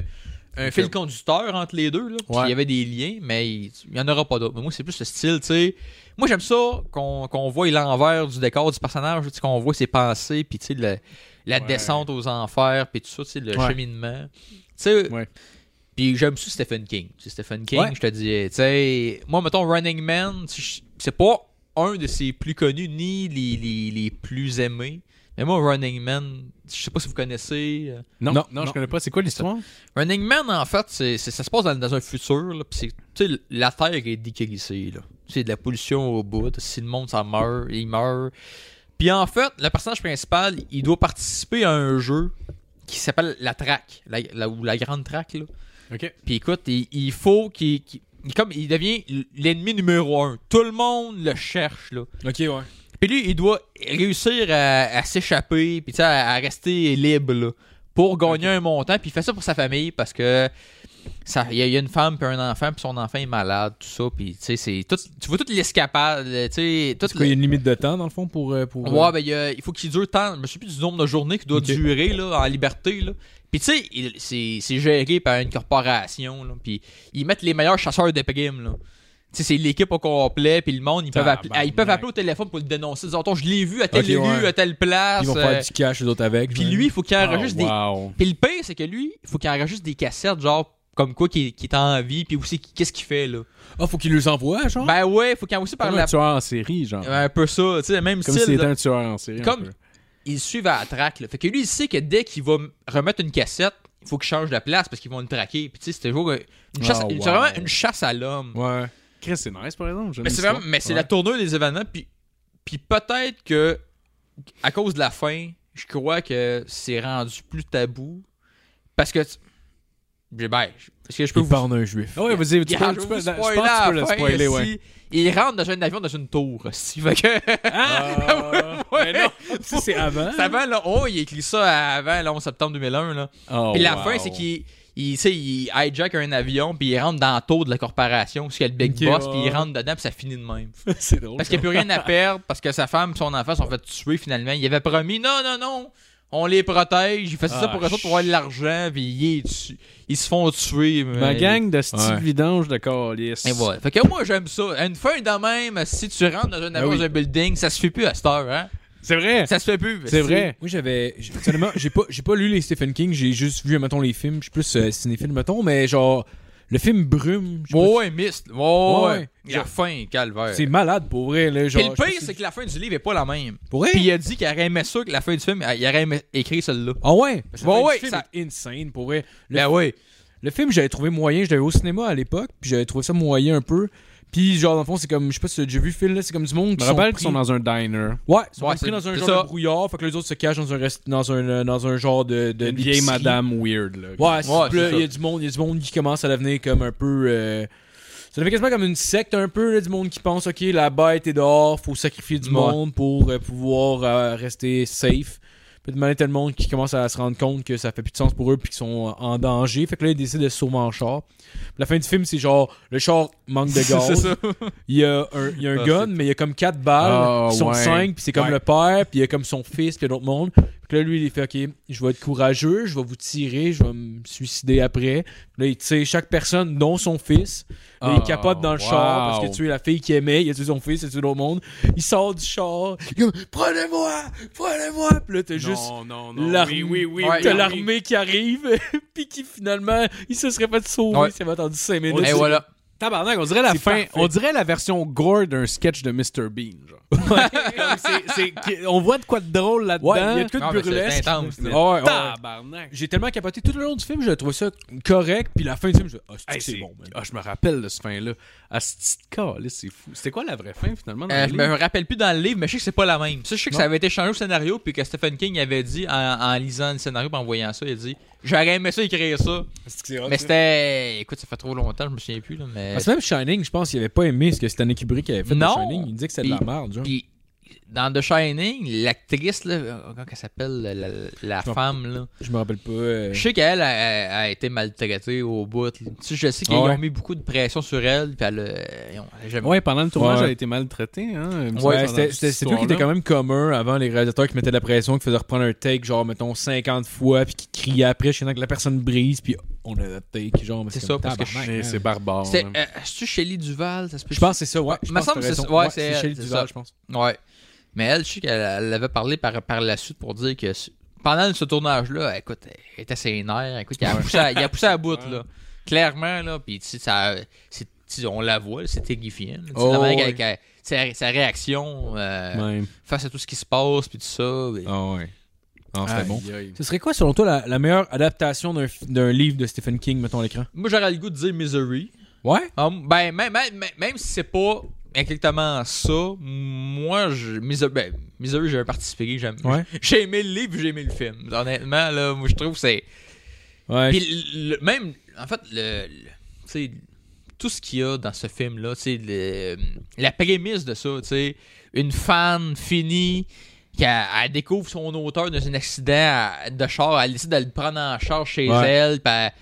un fil conducteur entre les deux. Là, puis Ouais. Il y avait des liens, mais il il y en aura pas d'autres. Mais moi, c'est plus le style, tu sais. Moi, j'aime ça qu'on qu'on voit l'envers du décor du personnage, tu sais, qu'on voit ses pensées, puis tu sais, le- la Ouais. descente aux enfers, puis tout ça, tu sais, le Ouais. cheminement. Tu sais, Ouais. puis j'aime aussi Stephen King. Tu sais, Stephen King, Ouais. je te dis, tu sais, moi, mettons Running Man, tu sais, je- c'est pas un de ses plus connus ni les, les, les plus aimés. Mais moi, Running Man, je sais pas si vous connaissez. euh, Non, Non, non, non. je connais pas. C'est quoi l'histoire? Running Man, en fait, c'est, c'est- ça se passe dans, dans un futur. Là, pis c'est, tu sais, la Terre est décalissée. Là. C'est de la pollution au bout. Si le monde, ça meurt, il meurt. Puis en fait, le personnage principal, il doit participer à un jeu qui s'appelle la track, la, la- ou la grande track. Là. Ok. Puis écoute, il, il faut qu'il. qu'il- il- comme il devient l'ennemi numéro un. Tout le monde le cherche là. Ok, ouais. Puis lui, il doit réussir à, à s'échapper, puis tu sais, à, à rester libre là, pour gagner un montant. Puis il fait ça pour sa famille parce que ça, il y a- il y a une femme puis un enfant, puis son enfant est malade, tout ça. Puis tu sais, c'est tout, tu vois toute l'escapade, tu sais, tout Parce qu'il y a une limite de temps, dans le fond, pour. euh, pour euh, Ouais, ben, il, y a- il faut qu'il dure tant. Je me souviens plus du nombre de journées qu'il doit Ok. durer là, en liberté. Là. Puis tu sais, il- c'est c'est géré par une corporation. Là, puis ils mettent les meilleurs chasseurs de primes. Là. Tu sais, c'est l'équipe au complet, puis le monde, ils peuvent, appeler, Tabarnak. ils peuvent appeler au téléphone pour le dénoncer. Disons, je l'ai vu à tel Ok, lieu, ouais. à telle place. Ils vont euh, faire du cash, les autres avec. puis genre. lui, il faut qu'il Ah, enregistre des, wow. puis le pire, c'est que lui, il faut qu'il enregistre des cassettes, genre, comme quoi, qui est en vie, puis aussi, qu'est-ce qu'il fait, là. Ah, faut qu'il les envoie, genre. Ben ouais, faut qu'il envoie aussi par Comme la. un tueur en série, genre. Un peu ça, tu sais, même Comme si style. c'était là. un tueur en série. un Comme- peu. Ils suivent à la traque, là. Fait que lui, il sait que dès qu'il va m- remettre une cassette, il faut qu'il change de place parce qu'ils vont le traquer. Puis tu sais, c'est toujours euh, une chasse, Ah, une- wow. c'est vraiment une chasse à l'homme. Ouais. Chris, c'est nice, par exemple. j'aime mais c'est ça. vraiment, mais c'est Ouais. la tournure des événements. Puis, puis peut-être que, à cause de la fin, je crois que c'est rendu plus tabou. Parce que, ben, parce que je peux Il vous parle d'un juif. Ah ouais, vas-y, tu Il peux, rentre- tu peux, vous je pense spoiler que tu peux à la le fin, spoiler, si. ouais. Il rentre dans un avion dans une tour. <laughs> Si, fait que... Ah! <laughs> Mais non, ça, c'est avant. C'est avant, là. Oh, il écrit ça avant, le 11 septembre 2001, là. Oh, puis la wow. fin, c'est <laughs> qu'il... Il, tu sais, il hijack un avion, puis il rentre dans la tour de la corporation, parce qu'il y a le big Ok, boss, ouais. puis il rentre dedans, puis ça finit de même. c'est drôle. Parce qu'il n'y a plus rien à perdre, parce que sa femme et son enfant sont fait tuer finalement. Il avait promis, non, non, non, on les protège, il fait ça Ah, pour eux autres, ch- pour avoir de l'argent, puis ils, tu- ils se font tuer. mais- Ma gang de style Ouais. vidange de calice. et voilà. Fait que moi, j'aime ça. Une fin de même, si tu rentres dans un avion, oui. dans un building, ça se fait plus à cette heure, hein? C'est vrai. Ça se fait plus. C'est vrai. Moi, j'avais. j'ai- Seulement, j'ai pas, j'ai pas lu les Stephen King, j'ai juste vu, mettons, les films. Je suis plus euh, cinéphile, mettons, mais genre, le film Brume, je sais pas Ouais, ouais, mist. Ouais, ouais. Ouais, ouais. Il a faim, calvaire. si- c'est malade pour vrai, là. Genre, Puis je sais le pire, pas c'est si- que la fin du livre est pas la même. Pour vrai? Puis il a dit qu'il aurait aimé ça, que la fin du film, il aurait aimé écrire celle-là. Ah ouais? Parce que Ouais, la fin ouais, du film ça- est insane pour vrai. Le, Ben ouais. le film, j'avais trouvé moyen, je l'avais au cinéma à l'époque, puis j'avais trouvé ça moyen un peu. Puis genre, dans le fond, c'est comme, je sais pas si t'as déjà vu Phil, là, c'est comme du monde Je qui me rappelle sont qu'ils sont pris- dans un diner. Ouais, ils sont Ouais, pris c'est- dans un c'est genre ça. de brouillard, fait que les autres se cachent dans un, rest- dans un, euh, dans un genre de. de Une vieille d'épicerie. madame weird, là. Ouais, c'est- Ouais, puis là, c'est il y ça. a du monde, il y a du monde qui commence à devenir comme un peu. euh, ça devient quasiment comme une secte un peu, là, du monde qui pense, ok, la bête est dehors, faut sacrifier du Ouais. monde pour euh, pouvoir euh, rester safe. Puis demander tel monde qui commence à se rendre compte que ça fait plus de sens pour eux puis qu'ils sont en danger. Fait que là, ils décident de se sauver en char. Puis la fin du film, c'est genre, le char manque <laughs> de C'est gaz. ça. Il y a un, il y a un Ah, gun, mais il y a comme quatre balles, Ah, qui sont ouais. cinq, puis c'est comme Ouais. le père, puis il y a comme son fils, puis il y a d'autres monde. Puis là, lui, il fait Ok, je vais être courageux, je vais vous tirer, je vais me suicider après. Là, il tire chaque personne, dont son fils. Là, il Ah, capote dans le wow. char parce qu'il a tué la fille qu'il aimait, il a tué son fils, il a tué d'autres monde. Il sort du char, il est comme Prenez-moi, prenez-moi. Puis là, t'as juste Non, non, l'armée, oui, t'as oui. l'armée qui arrive, <laughs> puis qui finalement, il se serait fait sauver Ouais. s'il avait attendu 5 minutes. Et Ben voilà. Tabarnak, on dirait la C'est fin. parfait. On dirait la version gore d'un sketch de Mr. Bean, <laughs> genre. Ah, Comme c'est- c'est- on voit de quoi de drôle Ouais, il y a là-dedans. de quoi de Ah, mais c'est burlesque. intense, là. Ouais, ouais. Tabarnak. J'ai tellement capoté tout le long du film, je trouvais ça correct, puis la fin du film, je ah, c'est Hey, que c'est bon, man. Ah, je me rappelle de ce fin-là. Ah, c'est calice, c'est fou. C'était quoi la vraie fin, finalement? dans Euh, le je livre? me rappelle plus dans le livre, mais je sais que c'est pas la même. Ça, je sais que Non. ça avait été changé au scénario, puis que Stephen King avait dit en, en lisant le scénario, puis en voyant ça, il a dit J'aurais aimé ça écrire ça. Mais c'était. Écoute, ça fait trop longtemps, je me souviens plus. Là, mais... Parce que même Shining, je pense qu'il avait pas aimé ce que Stanley Kubrick avait fait Non. dans Shining. Il disait que c'était de la Puis- merde, genre. Puis, dans The Shining, l'actrice, là, euh, comment elle s'appelle, la, la- la Je femme, là. Je me rappelle pas. euh, Je sais qu'elle a, a- a été maltraitée au bout. là. Tu sais, je sais qu'ils Ah ouais. ont mis beaucoup de pression sur elle, puis elle a- ils ont- j'aime- Ouais, pendant le tournage, Ouais. elle a été maltraitée. Hein, il me semble, Ouais, dans c'était- cette c'était c'est toi qui histoire-là. était quand même commun avant les réalisateurs qui mettaient de la pression, qui faisaient reprendre un take, genre, mettons, 50 fois, puis qui criaient après, je sais que la personne brise, puis on a notre take, genre, mais C'est comme ça, parce que je- tabarnak, Mais man. C'est barbare. C'était, hein. euh, c'est-tu Shelley Duval, ça se peut Oh, Je pense que c'est ça, ouais. Me Je pense semble que t'as que c'est- raison. ouais, Ouais, c'est c'est elle, Shelley c'est Duval, ça. je pense. Ouais. Mais elle, je sais qu'elle elle avait parlé par, par la suite pour dire que s- pendant ce tournage-là, écoute, elle était ses nerfs. Écoute, il a poussé à, il a poussé à bout, là. Clairement, là. Puis, tu sais, ça. c'est- tu sais, on la voit, là, c'est terrifiant. là. Tu sais, Oh, la manière ouais. qu'elle- qu'elle- sa, sa réaction euh, Même. face à tout ce qui se passe, puis tout ça. puis- Ah ouais. Ah, Aïe, c'était bon. aïe. Ce serait quoi, selon toi, la, la meilleure adaptation d'un f- d'un livre de Stephen King, mettons, à l'écran Moi, j'aurais le goût de dire Misery. Ouais. Ah, ben, même, même, même- même si c'est pas exactement ça. Moi, je, Misery, ben, Misery, j'avais participé. J'ai Ouais. j'ai aimé le livre, j'ai aimé le film. Honnêtement, là, moi, je trouve que c'est. Ouais. Puis le- le- même, en fait, le, le- tu sais, tout ce qu'il y a dans ce film-là, tu sais, le- la prémisse de ça, tu sais, une fan finie qui elle- elle découvre son auteur dans un accident elle- de char, elle décide de le prendre en charge chez Ouais. elle, puis elle,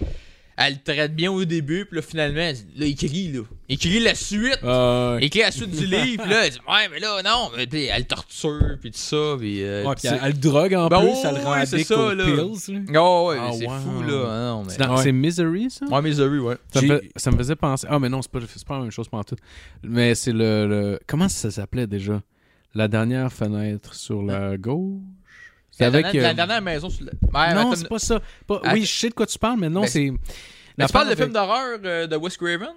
elle le traite bien au début, puis là, finalement, elle dit, là, il crie, là. Il crie la suite. Euh, Il crie la suite du livre, puis là, elle dit, ouais, mais là, non, mais, puis elle le torture, puis tout ça, puis... euh, ouais, puis puis elle, elle le drogue en Ben plus, oui, ça le rend oui, c'est addict ça, aux là. pills. là. c'est- Ah ouais, mais Ah, c'est wow. fou, là. Ah, Non, mais... C'est dans- Ouais. C'est Misery, ça? Ouais, Misery, ouais. Ça me, J'ai- fait- ça me faisait penser. Ah, mais non, c'est pas, c'est pas la même chose pendant tout. Mais c'est le, le- Comment ça s'appelait déjà La dernière fenêtre sur la gauche C'est Hein? La, avec. dernière, la euh, dernière maison sur le... Ouais, Non, attends, c'est pas ça. Pas- Attends. Oui, je sais de quoi tu parles, mais non, Mais- c'est. mais tu parles de L'affaire film d'horreur euh, de Wes Craven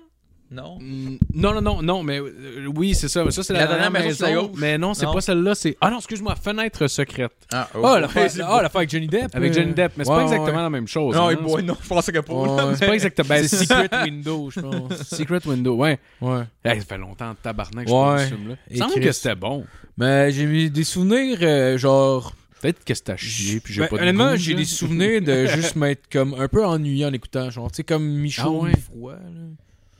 Non. Mm, Non, non, non, non, mais euh, oui, c'est ça. mais Ça, c'est la, La dernière, dernière maison sur la maison. gauche. Mais non, c'est Non. pas celle-là. C'est. Ah non, excuse-moi, fenêtre secrète. Ah, Ah, l'affaire ah, l'affaire avec Johnny Depp. Avec euh, Johnny Depp. Mais c'est ouais, pas ouais, exactement ouais. la même chose. Non, hein. il boit, non, je pensais que pour. Ouais, C'est pas exactement. ben, C'est c'est Secret Window, je pense. <laughs> Secret Window, ouais. Ouais. Hey, ça fait longtemps, tabarnak, que je parle de Ouais. ce film-là. Il Et semble Chris. que c'était bon. Mais j'ai mis des souvenirs, euh, genre. Peut-être que c'était à chier, puis j'ai Ben, pas de Honnêtement, goût, j'ai là. des souvenirs de juste m'être comme un peu ennuyé en écoutant, genre, tu sais, comme mi-chaud, Ah ouais. mi-froid. là.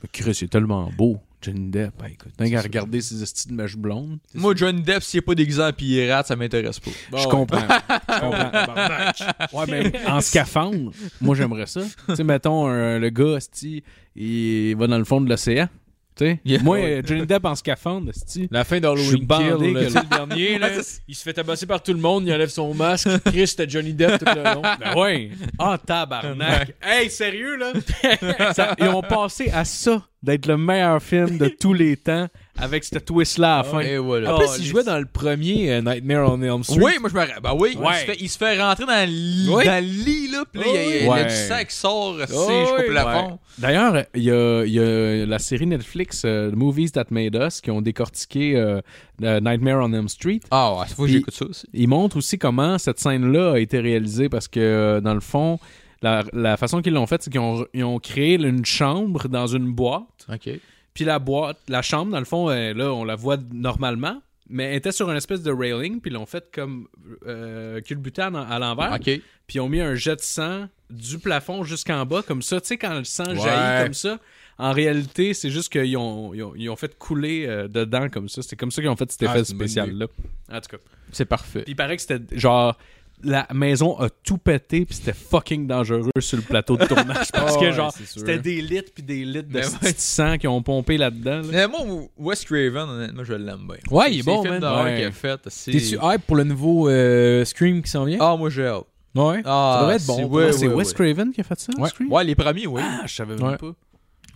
Mais Chris, il est tellement beau, Johnny Depp. Ben écoute. T'as qu'à regarder ses astuces de mèche blonde. Moi, Johnny Depp, s'il est pas déguisé en pirate, ça m'intéresse pas. je comprends. Je comprends. ouais, mais en scaphandre, moi, j'aimerais ça. Tu sais, mettons, un- le gars, asti, il va dans le fond de l'océan. Tu sais, Yeah. moi, euh, Johnny Depp en scaphandre, asti. La fin d'Halloween Je suis Kill, bandé là, que tu sais, le- le <laughs> dernier, là, il se fait tabasser par tout le monde, il enlève son <laughs> masque, Chris, c'était Johnny Depp tout le long. Ben ouais. Ah, tabarnak. hey, sérieux, là? <laughs> Ça- ils ont passé à ça d'être le meilleur film de tous les temps avec cette twist-là à la fin. Et voilà. Ah, En plus, il jouait dans le premier euh, Nightmare on Elm Street. Oui, moi je me rappelle. Bah oui, Ouais. il, se fait, il se fait rentrer dans le lit, Oui. dans le lit là, puis là, il y a, il y a Ouais. du sang qui sort, c'est oui, je coupe la Ouais. fond. D'ailleurs, il y a, il y a la série Netflix, euh, Movies That Made Us, qui ont décortiqué euh, euh, Nightmare on Elm Street. Ah ouais, faut que Puis- j'écoute ça aussi. Ils montrent aussi comment cette scène-là a été réalisée parce que, euh, dans le fond, la, la façon qu'ils l'ont faite, c'est qu'ils ont, ils ont créé une chambre dans une boîte. OK. Puis la boîte, la chambre, dans le fond, elle- là, on la voit normalement, mais elle était sur une espèce de railing, puis ils l'ont faite comme euh, culbutant à l'envers. OK. puis ils ont mis un jet de sang du plafond jusqu'en bas, comme ça. Tu sais, quand le sang Ouais. jaillit comme ça, en réalité, c'est juste qu'ils ont, ils ont, ils ont fait couler euh, dedans comme ça. C'est comme ça qu'ils ont fait cet Ah, effet c'est une bonne spécial-là. En tout cas. C'est parfait. Puis il paraît que c'était genre. La maison a tout pété, puis c'était fucking dangereux sur le plateau <laughs> de tournage. Parce Ah que, ouais, genre, c'est sûr. c'était des litres puis des litres de Mais ce ouais. petit sang qui ont pompé là-dedans. là. Mais moi, Wes Craven, honnêtement, je l'aime bien. Ouais, il est bon, C'est le man. film d'horreur Ouais. qu'il a fait. c'est- T'es-tu hype pour le nouveau euh, Scream qui s'en vient? Ah, moi j'ai hâte. Ouais. Ah, Ça devrait être si, bon. ouais, pour moi. Ah, ouais, c'est Wes Craven qui a fait ça, Ouais. Scream? Ouais, les premiers, oui. Ah, je savais même Ouais. pas.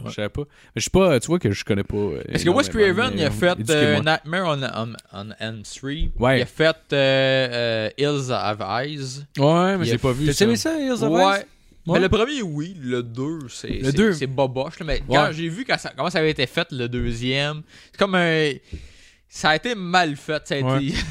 Je savais pas. Mais je suis pas, tu vois, que je connais pas. euh, Parce que Wes énormément, Craven, mais, il a euh, fait éduquez-moi. euh, Nightmare on, on, on Elm Street. Ouais. Il a fait euh, euh, Hills Have Eyes. Ouais, mais Il j'ai a- pas vu. T'as-tu T'as aimé aimé ça, Hills Ouais. Ouais. Mais le premier, oui. Le deux, c'est Le c'est- deux. c'est boboche. là. Mais quand Ouais. j'ai vu quand ça- comment ça avait été fait, le deuxième, c'est comme un... Ça a été mal fait. Ça a Ouais. été... <laughs>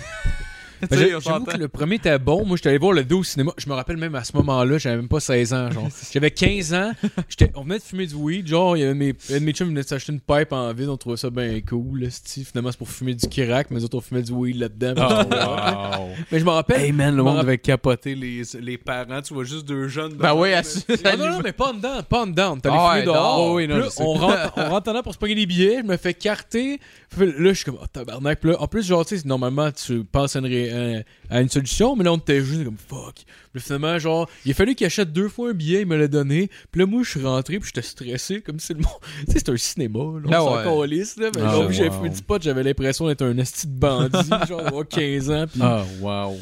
Tu sais, on Ben, J'avoue s'entend. que le premier était bon. Moi, j'étais allé voir le 2 au cinéma. Je me rappelle même à ce moment-là, j'avais même pas 16 ans. <laughs> genre. J'avais 15 ans. J'étais- On venait de fumer du weed. Genre, il y avait mes, un de mes chums venait de s'acheter une pipe en vide. On trouvait ça bien cool. là, c'ti. Finalement, c'est pour fumer du Kirak. Mais nous autres, on fumait du weed là-dedans. Oh, wow. <laughs> Mais je me rappelle. Hey man, le monde monde devait capoter les, parents, tu vois juste deux jeunes. <laughs> Ben oui, à ce- Ah non, non, mais pas en dedans, pas en dedans. On est allé Ah fumer ouais, dehors. dehors. Ouais, ouais, non, Puis là, je sais. on, rentre, on rentre en dedans pour se payer les billets. Je me fais carter. Puis Là, je suis comme, oh, tabarnak. Puis là, en plus, genre, tu sais, normalement, tu penses à une, ré- euh, à une solution, mais là, on était juste comme, fuck. Puis finalement, genre, il a fallu qu'il achète deux fois un billet, il me l'a donné. Puis là, moi, je suis rentré, puis j'étais stressé, comme si le monde. <laughs> Tu sais, c'est un cinéma, là. Ah On ouais. s'en calisse, là. Mais Ah, genre, j'avais wow. fumé du pot, j'avais l'impression d'être un esti de bandit, <laughs> genre, d'avoir 15 ans. Puis Ah, wow.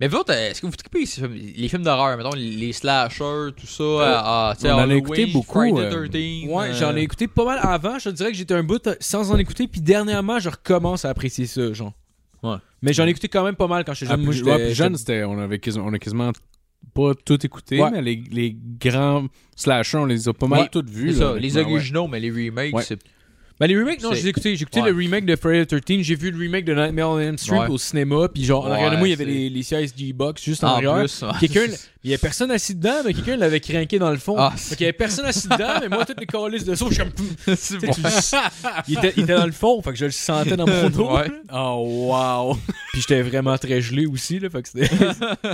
Mais vous autres, euh, est-ce que vous trippez ces films- les films d'horreur, mettons, les slashers, tout ça, ah, tu sais, Euh, on en a Halloween, écouté beaucoup, Friday euh, 13, Ouais, euh, j'en ai écouté pas mal avant. Je te dirais que j'étais un bout euh, sans en écouter. Puis dernièrement, je recommence à apprécier ça, genre. Ouais. Mais j'en ai écouté quand même pas mal quand j'étais Ah, jeune. plus, Moi, ouais, j'étais plus jeune, c'était, on, avait quasiment, on a quasiment pas tout écouté, Ouais. mais les, les grands slashers, on les a pas mal Ouais. tous vus. C'est là, ça, les honnêtement, euh, ben ouais. originaux, mais les remakes, Ouais. c'est Ben, les remakes, non, C'est- j'ai écouté. J'ai écouté Ouais. le remake de Friday the 13. J'ai vu le remake de Nightmare on Elm Street Ouais. au cinéma. Puis, genre, en Ouais, arrière de moi, il y c'est- avait les, les CISG Box juste en, En arrière. plus, ouais. <laughs> Quelqu'un, il y avait personne assis dedans, mais quelqu'un l'avait craqué dans le fond. Ah, Fait qu'il y avait personne assis dedans, mais moi, toutes les calices de saut, je suis <laughs> comme. Tu c'est sais, tu le sens. <laughs> il, était, il était dans le fond, fait que je le sentais dans <laughs> mon dos. Ouais. Oh, wow. <laughs> Puis, j'étais vraiment très gelé aussi, là. Fait que <laughs> c'était.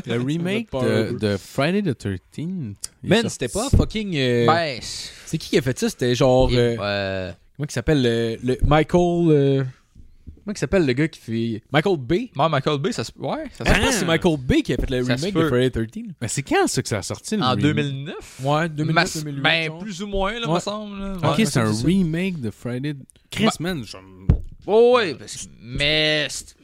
Le remake Ça me fait de, euh, de Friday the 13th. il est Man, sorti. c'était pas fucking. euh, Ben, c'est- C'est qui qui a fait ça? C'était genre. euh, Ouais. Comment il s'appelle? euh, le Michael. euh, Comment il s'appelle le gars qui fait. Michael B. Moi, Michael Bay, ça se. Ouais, ça se Je sais pas si c'est Michael Bay qui a fait le Ah. Ça remake se peut. de Friday 13. Mais c'est quand ça que ça a sorti le En remake? 2009 Ouais, 2009, Mas- 2008. Ben, genre. plus ou moins, là, Ouais. me semble. là. Ok, Ouais. c'est un c'est ça. remake de Friday. the- Chris, man, je- Oh, ouais, parce que- mais. c'est-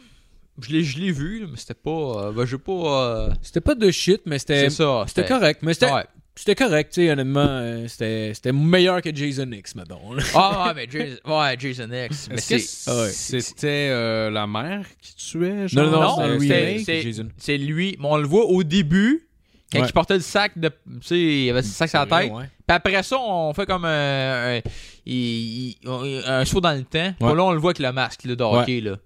Je l'ai, je l'ai vu, là, mais c'était pas. euh, ben, j'ai pas. euh, C'était pas de shit, mais c'était. c'est ça. Euh, C'était correct. Mais c'était. Ouais. C'était correct, tu sais, honnêtement. euh, C'était c'était meilleur que Jason X, mettons. là. <laughs> Ah, ouais, mais Jason, ouais, Jason X. Mais Est-ce que c'est, c'est- ouais. c'était euh, la mère qui tuait? Non, non, non, c'est un c'était- remake, c'est- Jason. c'est lui. Mais on le voit au début, quand Ouais. il portait le sac de. Tu sais, il avait le sac sur la tête. Ouais. Puis après ça, on fait comme euh, un, un, il- il- un saut dans le temps. Puis Ouais. là, on le voit avec le masque là, de hockey. Là.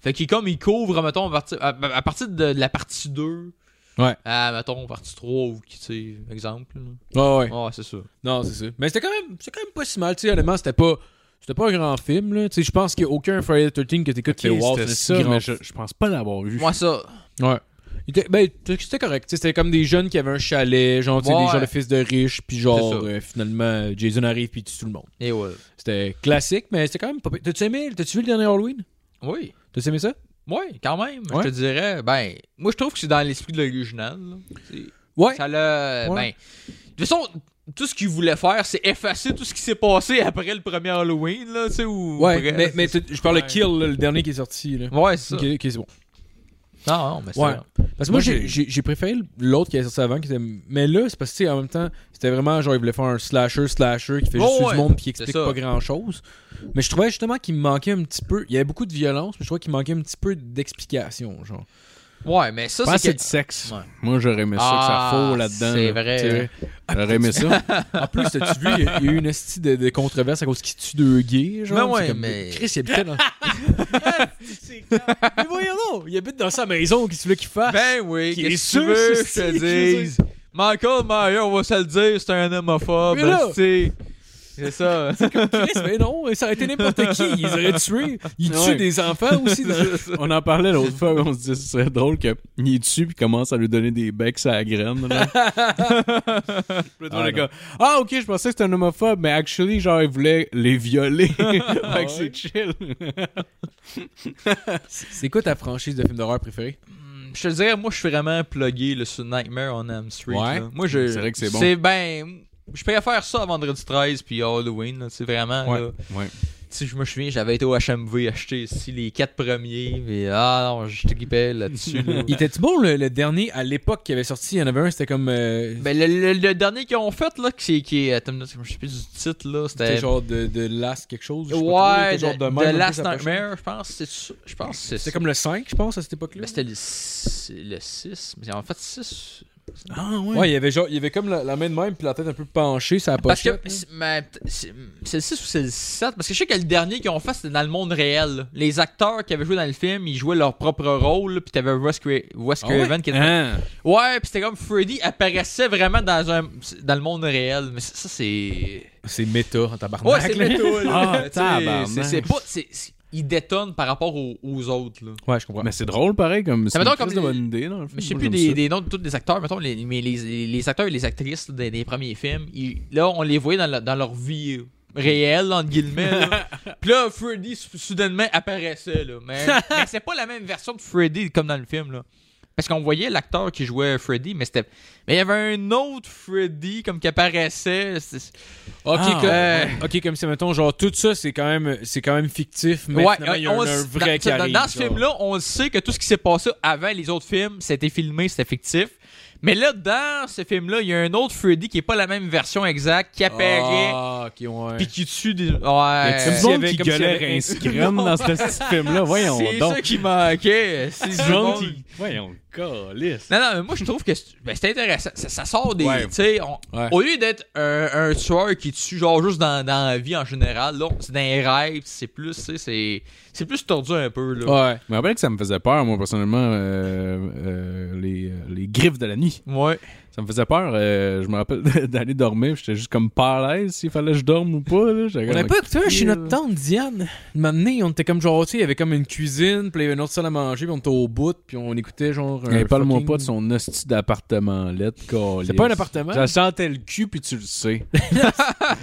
Fait qu'il comme il couvre, mettons, à partir, à, à partir de, de la partie 2 Ouais. à, mettons, partie 3 ou, tu sais, exemple. là. Ouais, ouais. Ouais, c'est ça. Non, c'est ça. Mais c'était quand même, c'est quand même pas si mal, tu sais, honnêtement, c'était pas, c'était pas un grand film, là. Tu sais, je pense qu'il y a aucun Friday the 13 que t'écoutes qui fait wow, c'était c'est ça, grand mais je, je pense pas l'avoir vu. Moi, ça. Ouais. Il était- ben, t- c'était correct. tu sais, C'était comme des jeunes qui avaient un chalet, genre, tu sais, Ouais. des gens de fils de riches, puis genre, C'est ça. euh, finalement, euh, Jason arrive puis il tue tout le monde. Et ouais. C'était classique, mais c'était quand même pas pire. T'as-tu aimé, t'as-tu vu le dernier Halloween? Oui. T'as-tu aimé ça? Oui, quand même. Ouais. Je te dirais, ben, moi, je trouve que c'est dans l'esprit de l'original. là. C'est- Ouais. Ça l'a. Ouais. Ben, de toute façon, tout ce qu'il voulait faire, c'est effacer tout ce qui s'est passé après le premier Halloween, là, tu sais, ou. Ouais, après- mais, mais t'as- je parle de Ouais. Kill, là, le dernier qui est sorti, là. Ouais, c'est ça. Qui, qui est bon. Non, non, mais c'est Ouais. vrai. Parce que moi, Moi, j'ai j'ai- j'ai- j'ai préféré l'autre qui est sorti avant. Qui était... Mais là, c'est parce que, tu sais, en même temps, c'était vraiment genre, il voulait faire un slasher, slasher qui fait juste Oh, tuer ouais. du monde puis qui C'est explique ça. pas grand chose. Mais je trouvais justement qu'il me manquait un petit peu. Il y avait beaucoup de violence, mais je trouvais qu'il manquait un petit peu d'explication, genre. Ouais, mais ça, Je pense que c'est. c'est du sexe. Ouais. Moi, j'aurais aimé ça Ah, que ça faux là-dedans. c'est là. vrai. Tu sais, J'aurais aimé ça. En plus, t'as-tu vu, il y a- il y a eu une hostie de, de controverse à cause qu'il tue deux gays, genre. Mais ouais, C'est comme, mais- Chris, il habitait dans. <laughs> <laughs> mais voyons donc, il habite dans sa maison, qu'est-ce que tu veux qu'il fasse? Ben oui, Qui qu'est-ce est que tu veux sûr, que je c'est- te dise? Michael Myers, on va se le dire, c'est un homophobe, Mais là- tu sais. C'est ça. Chris, mais non, ça aurait été n'importe qui, ils auraient tué. Ils tuent Ouais. des enfants aussi. dans- on en parlait l'autre fois, on se disait, c'est drôle qu'il est dessus puis commence à lui donner des becs à la graine. là. <laughs> Puis toi, Ah, non. le gars, ah, ok, je pensais que c'était un homophobe, mais actually, genre, il voulait les violer. fait que c'est chill. C'est quoi ta franchise de film d'horreur préférée? Hum, Je te dirais, moi, je suis vraiment plugué là, sur Nightmare on Elm Street. Ouais. là. Moi, je... C'est vrai que c'est bon. C'est ben... Je préfère ça à vendredi 13 puis Halloween, là, tu sais, vraiment. là. ouais. Si je me souviens, j'avais été au HMV acheter ici les quatre premiers, mais ah non, je grippais là-dessus. <laughs> là. Il était bon le, le dernier à l'époque qui avait sorti, il y en avait un, c'était comme euh, Ben, le, le- le dernier qu'ils ont fait, là, qui, est- qui est. Attends, une minute, je sais plus du titre, là. c'était C'était. genre de, de Last quelque chose. je sais pas trop, il ben, Ouais, était genre de, même, un de peu Last sa poche. Nightmare, euh, je pense. c'est ça. Je pense que c'est C'était comme le 5, je pense, à cette époque-là. Ben, c'était le 6. Le 6. Mais en fait, 6. Ah, ouais. Ouais, il y avait genre, il y avait comme la, la main de même puis la tête un peu penchée, ça a pas hein. Parce que. c'est- mais peut- C'est c'est le 6 ou c'est le 7 Parce que je sais que le dernier qu'ils ont fait, c'était dans le monde réel. là. Les acteurs qui avaient joué dans le film, ils jouaient leur propre rôle, là, puis t'avais Wes Cra- Wes Ah ouais? Craven qui était. Hein. Ouais, puis c'était comme Freddy apparaissait vraiment dans, un, dans le monde réel. Mais ça, ça, c'est. C'est méta en tabarnak. Ouais, c'est là. métaux, Ah, là. <laughs> Tu sais, tabarnak. c'est- C'est pas. c'est- c'est- Il détonne par rapport aux, aux autres, là. Ouais, je comprends. Mais c'est drôle, pareil, comme Ça c'est me une donne crise de comme- bonne idée, dans le film. Je sais Moi, plus j'aime des, ça. des noms de tous les acteurs, mettons, les, mais les, les- les acteurs et les actrices des, des premiers films, ils- là, on les voyait dans, la- dans leur vie euh, réelle, entre guillemets. là. <laughs> Puis là, Freddy, sou- soudainement, apparaissait, là. Mais, mais c'est pas la même version de Freddy comme dans le film, là. Parce qu'on voyait l'acteur qui jouait Freddy, mais c'était. Mais il y avait un autre Freddy comme qui apparaissait. c'est- Ok, Ah, comme, ouais. ok, comme si mettons genre tout ça, c'est quand même, c'est quand même fictif, mais finalement, il y a on un, le- un vrai dans, qui dans- arrive. dans ce genre. film-là, on le sait que tout ce qui s'est passé avant les autres films, c'était filmé, c'était fictif. Mais là, dans ce film-là, il y a un autre Freddy qui est pas la même version exacte qui apparaît. Ah, ok, ouais. Puis qui tue des. Il y Ouais. a du s'il y monde avait- qui comme s'il y gueulait avait un un- scrum dans ce petit film-là. <laughs> Voyons C'est donc. ça qui manquait. <laughs> C'est Du du monde monde- qui- Voyons, calisse. Non, non, mais moi, je trouve que c'est ben, c'est intéressant. Ça, ça sort des. Ouais. tu sais, on- Ouais. Au lieu d'être un, un tueur qui tue, genre, juste dans, dans la vie en général, là, c'est dans les rêves, c'est plus, tu sais, c'est- c'est plus tordu un peu, là. Ouais. Je me rappelle que ça me faisait peur, moi, personnellement, euh, euh, les, les griffes de la nuit. Ouais. Ça me faisait peur. euh, je me rappelle <laughs> d'aller dormir. J'étais juste comme pas à l'aise s'il fallait que je dorme ou pas. Là. J'étais On comme, avait pas écouté un chez Yeah. notre tante Diane. Un moment donné, on était comme genre, tu sais, il y avait comme une cuisine, puis il y avait une autre salle à manger, puis on était au bout, puis on écoutait genre. un Hey, Eh, Parle-moi fucking- pas de son hostie d'appartement lettre, C'est pas un appartement, Ça sentait le cul, puis tu le sais.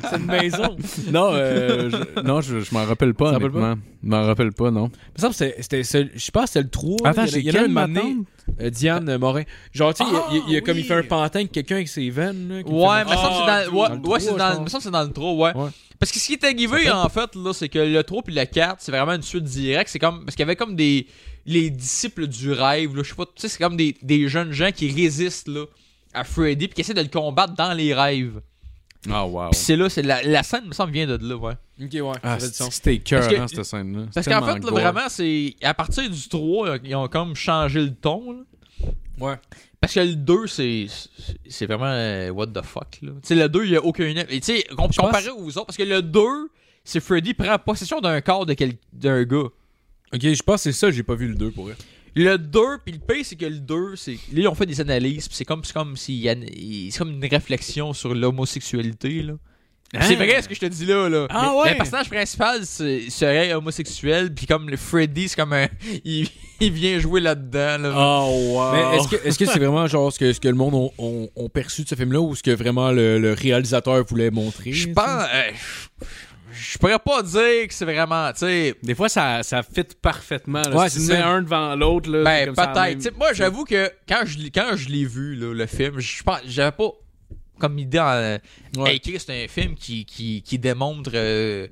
c'est une <laughs> maison. <laughs> non, euh, je, non, je, je m'en rappelle pas, Ça rappelle honnêtement. Je m'en rappelle pas, non. Il me semble que c'était- c'était seul- je pense que c'était le 3. il y en a- j'ai il y en a un moment matin. donné, euh, Diane euh, Morin. Genre, tu sais, il y a- il y a, il y a Ah, comme il oui. fait un pantin avec quelqu'un avec ses veines. Là, qui me fait Ouais, marrer. mais ça, c'est dans, Ah, ouais, dans le ouais, c'est trois, dans- je pense. me semble que c'est dans le 3, ouais. Ouais. Parce que ce qui est arrivé, en fait, là, c'est que le 3 puis le 4, c'est vraiment une suite directe. C'est comme, parce qu'il y avait comme des, les disciples du rêve, là, je sais pas, tu sais, c'est comme des, des jeunes gens qui résistent, là, à Freddy puis qui essaient de le combattre dans les rêves. Ah, wow. Puis c'est là, c'est la, la scène, me semble, vient de là, ouais. Ok, ouais, ça Ah, fait du c'est- sens. c'était écœurant, Parce que- cette scène-là. Parce C'est qu'en tellement fait, là, gore. vraiment, c'est. À partir du 3, euh, ils ont comme changé le ton. là. Ouais. Parce que le 2, c'est. C'est vraiment. euh, what the fuck, là. Tu sais, le 2, il n'y a aucun. Et tu sais, com- Je pense- comparé aux autres. Parce que le 2, c'est Freddy prend possession d'un corps de quel- d'un gars. Ok, je pense que c'est ça, j'ai pas vu le 2 pour vrai. Le 2, puis le pire, c'est que le 2, c'est. Là, ils ont fait des analyses, puis c'est comme, c'est comme s'il y a- il- C'est comme une réflexion sur l'homosexualité, là. C'est vrai ce que je te dis là, là. Hein? Ah Le- ouais? Le personnage principal c'est- serait homosexuel, puis comme le Freddy, c'est comme un. <laughs> Il, il vient jouer là-dedans, là. Oh, wow. Mais est-ce que est-ce que c'est vraiment genre ce que, ce que le monde ont ont- ont perçu de ce film-là ou ce que vraiment le, le réalisateur voulait montrer Je pense. euh, je je pourrais pas dire que c'est vraiment. Tu sais. Des fois, ça, ça fit parfaitement. Là. Ouais, si tu c'est mets ça. un devant l'autre, là, c'est Ben, comme ça, la peut-être. même- Tu sais, Moi, j'avoue que quand je, l'ai- quand je l'ai vu, là, le film, je pense. J'avais pas comme idée en. Ouais. Hey, Chris, c'est un film qui, qui, qui démontre euh,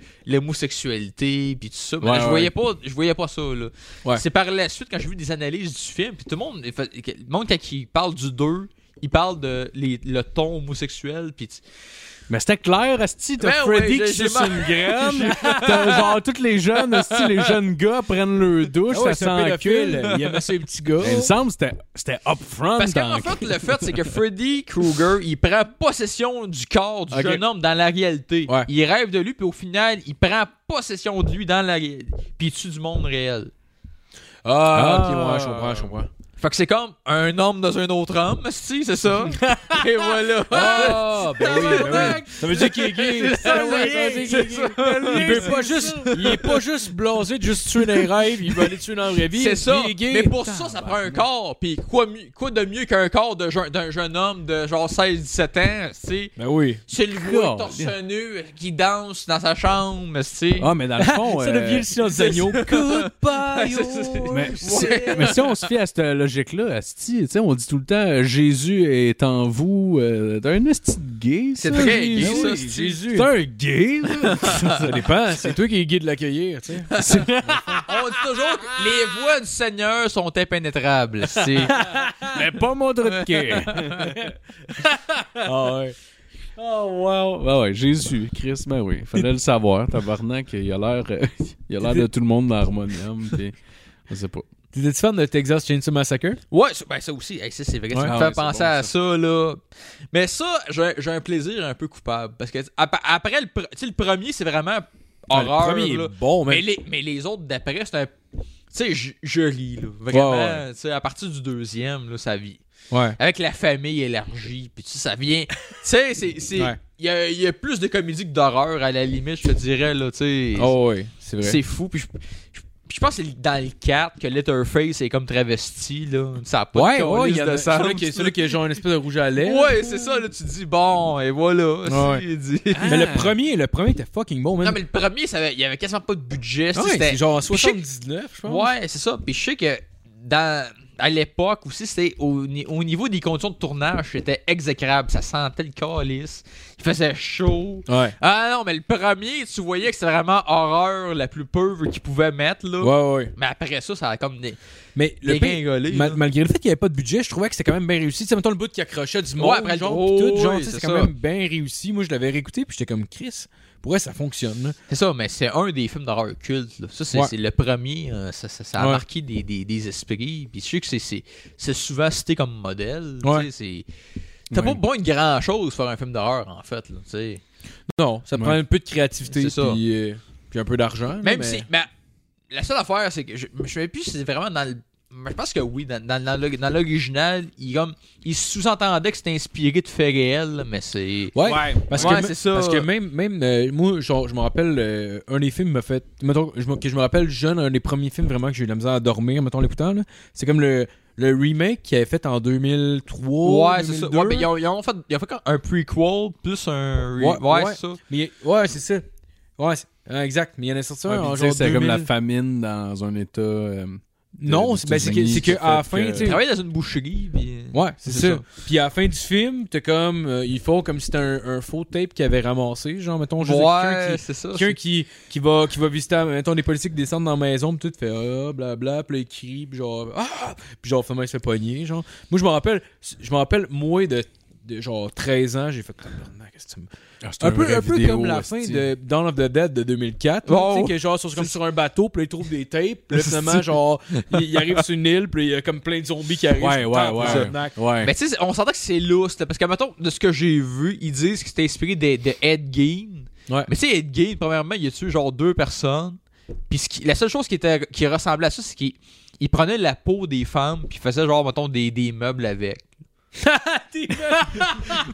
l'homosexualité puis tout ça. Mais Ouais, je ouais. voyais pas, je voyais pas ça là. Ouais. C'est par la suite quand j'ai vu des analyses du film puis tout le monde, il fait- le monde quand il parle du 2, il parle de les- le ton homosexuel puis tu- Mais c'était clair, Asti, t'as Ben ouais, Freddy j'ai- qui <laughs> j'ai suce mar- une graine. T'as genre tous les jeunes, Asti, les jeunes gars prennent leur douche, Ah ouais, c'est un ça s'encule. pédophile, il aimait ses petits Mais Il me gars. semble que c'était- c'était upfront parce dans qu'en fait le fait c'est que Freddy Krueger il prend possession du corps du Ok. jeune homme dans la réalité. Ouais. Il rêve de lui puis au final il prend possession de lui dans la ré- puis il tue du monde réel. Ah, ok, ouais, je comprends, je comprends. Fait que c'est comme un homme dans un autre homme, si <laughs> c'est ça. Et voilà. Ah, ben oui, ben <laughs> oui. Ça veut dire qu'il est gay. ça, Ouais, le ça veut dire lien, qu'il est gay. Il veut pas juste, il est pas juste blasé de juste tuer dans les rêves, il veut aller tuer dans la vraie vie. C'est ça. Il est gay. Mais pour ça, ça prend un corps. Puis quoi, mieux- quoi de mieux qu'un corps de je- d'un jeune homme de genre 16-17 ans, tu sais? Ben oui. C'est le gars Cool. torse nu euh, qui danse dans sa chambre, tu sais. Ah, mais dans le <laughs> fond. Ça euh, devient le silence des <laughs> agneaux. Ah, <laughs> Goodbye, mais, mais si on se fie à cette logique-là, Asti, tu sais, on dit tout le temps euh, Jésus est en vous. euh, T'as un Asti de gay, C'est ça, très Jésus? Ben gay, ça, c'est- Oui, C'est un gay, ça. <laughs> Ça dépend, c'est toi qui es gay de l'accueillir, tu sais. Ah, On dit toujours que les voix du Seigneur sont impénétrables, tu <laughs> sais. mais pas mon truc de gay. Ah ouais. Oh wow! Ben ouais, Jésus, Christ, ben oui. Fallait le savoir, tabarnak. Il a l'air, euh, il a l'air de tout le monde dans l'harmonium. Pis, je sais pas. T'étais-tu fan de Texas Chainsaw Massacre? Ouais, ça, ben ça aussi, Hey, ça, c'est vrai, Ouais. ça me Ah fait ouais, c'est penser bon, à ça. ça. là. Mais ça, j'ai j'ai un plaisir un peu coupable. Parce que ap- après, le, pre- tu sais, le premier, c'est vraiment horreur. le premier là. est bon, mais, mais... les, mais les autres d'après, c'est un. Tu sais, je, je ris, là. Vraiment, Ouais, ouais. tu sais, à partir du deuxième, là, ça vit. Ouais. Avec la famille élargie, puis tu sais, ça vient. tu sais, c'est. c'est- Ouais. Il y, a, il y a plus de comédie que d'horreur, à la limite, je te dirais, là, tu sais. Oh ouais, c'est vrai. C'est fou. Puis je, je- puis je pense que c'est dans le 4 que Letterface est comme travesti, là. Ça a pas Ouais, de ouais, calice il y en de a sens. celui qui, celui qui a genre une espèce de rouge à lèvres. Ouais, c'est ça, là. Tu dis, bon, et voilà. Ouais. <laughs> c'est dit. Ah. Mais le premier, le premier était fucking bon, man. Non, mais le premier, ça avait- il y avait quasiment pas de budget. Ouais, c'était c'est genre en Puis je sais que- 79, je pense. Ouais, c'est ça. Puis je sais que dans. à l'époque aussi, c'était au, ni- au niveau des conditions de tournage, c'était exécrable. Ça sentait le calice. Il faisait chaud. Ouais. Ah non, mais le premier, tu voyais que c'était vraiment horreur la plus pauvre qu'ils pouvaient mettre, là. Ouais, ouais, ouais. Mais après ça, ça a comme des, Mais le des pire- gringolés, Mal- là. malgré le fait qu'il n'y avait pas de budget, je trouvais que c'était quand même bien réussi. Tu sais, mettons le bout qui accrochait du monde, Ouais, après le- genre, Oh, pis tout, genre, oui, tu sais, c'est c'est quand ça. même bien réussi. Moi, je l'avais réécouté, puis j'étais comme Chris. Pourquoi ça fonctionne, là? C'est ça, mais c'est un des films d'horreur culte. là. Ça, c'est Ouais. c'est le premier. euh, ça, ça- ça a Ouais. marqué des, des- des esprits. Puis je sais que c'est- c'est c'est souvent cité comme modèle. tu Ouais. sais, c'est- T'as Ouais. pas besoin de grand chose pour faire un film d'horreur, en fait. là, tu sais. Non, ça Ouais. prend un peu de créativité, C'est ça. puis, euh, puis un peu d'argent. là, Même mais- si. Mais la seule affaire, c'est que je je me souviens plus si c'est vraiment dans le. mais Je pense que oui, dans, dans- dans l'o- dans l'original, il, comme- il sous-entendait que c'était inspiré de faits réels, là, mais c'est. Ouais, parce, Ouais, que, c'est me- ça. parce que même, même euh, moi, genre, je me rappelle, euh, un des films m'a fait. Mettons, je me- que je me rappelle jeune, un des premiers films vraiment que j'ai eu de la misère à dormir, mettons l'écoutant, là. C'est comme le, le remake qu'il avait fait en 2003. Oh, Ouais, c'est ça. 2002. Ouais, mais ils ont, ils ont fait, ils ont fait comme un prequel plus un. re- Ouais, ouais. c'est ça. Mais il- ouais, c'est ça. Ouais, c'est- ouais, exact. Mais il y en a sorti un Ouais, puis en tu sais, genre C'était comme la 2000. famine dans un état. euh, Non, de- c'est ben, c'est que, États-Unis c'est que qui à la fait euh, Ah fin, que- tu Il sais. travaille dans une boucherie. Puis... Ouais, c'est C'est ça. ça. Puis à la fin du film, t'as comme. euh, ils font comme si c'était un, un faux tape qu'ils avaient ramassé. Genre, mettons, juste quelqu'un qui- c'est ça. Quelqu'un qui, qui, va, qui va visiter, mettons, des policiers qui descendent dans la maison, pis tout, fait ah, blabla, pis là, il crie, pis genre, ah, pis genre, finalement, il se fait pogner, genre. Moi, je me rappelle, je me rappelle, moi, de, de genre 13 ans, j'ai fait, Tabarnak, qu'est-ce que tu me- Ah, c'est un, peu, vrai un peu vidéo, comme la fin hostie. de Dawn of the Dead de 2004, là, Oh. tu sais, que genre, ils sont comme sur un bateau, pis là, ils trouvent des tapes, <laughs> pis là, finalement, genre, ils ils arrivent sur une île, pis il y a comme plein de zombies qui arrivent. Ouais, ouais, ouais. Tabarnak. Ouais. Mais Ben, tu sais, on s'entend que c'est lousse, là, parce que, mettons, de ce que j'ai vu, ils disent que c'était inspiré de, de Ed Gein. Ouais. Mais tu sais, Ed Gein, premièrement, il a tué genre deux personnes. Puis ce qui- la seule chose qui, était, qui ressemblait à ça, c'est qu'il il prenait la peau des femmes, puis il faisait genre, mettons, des, des meubles avec.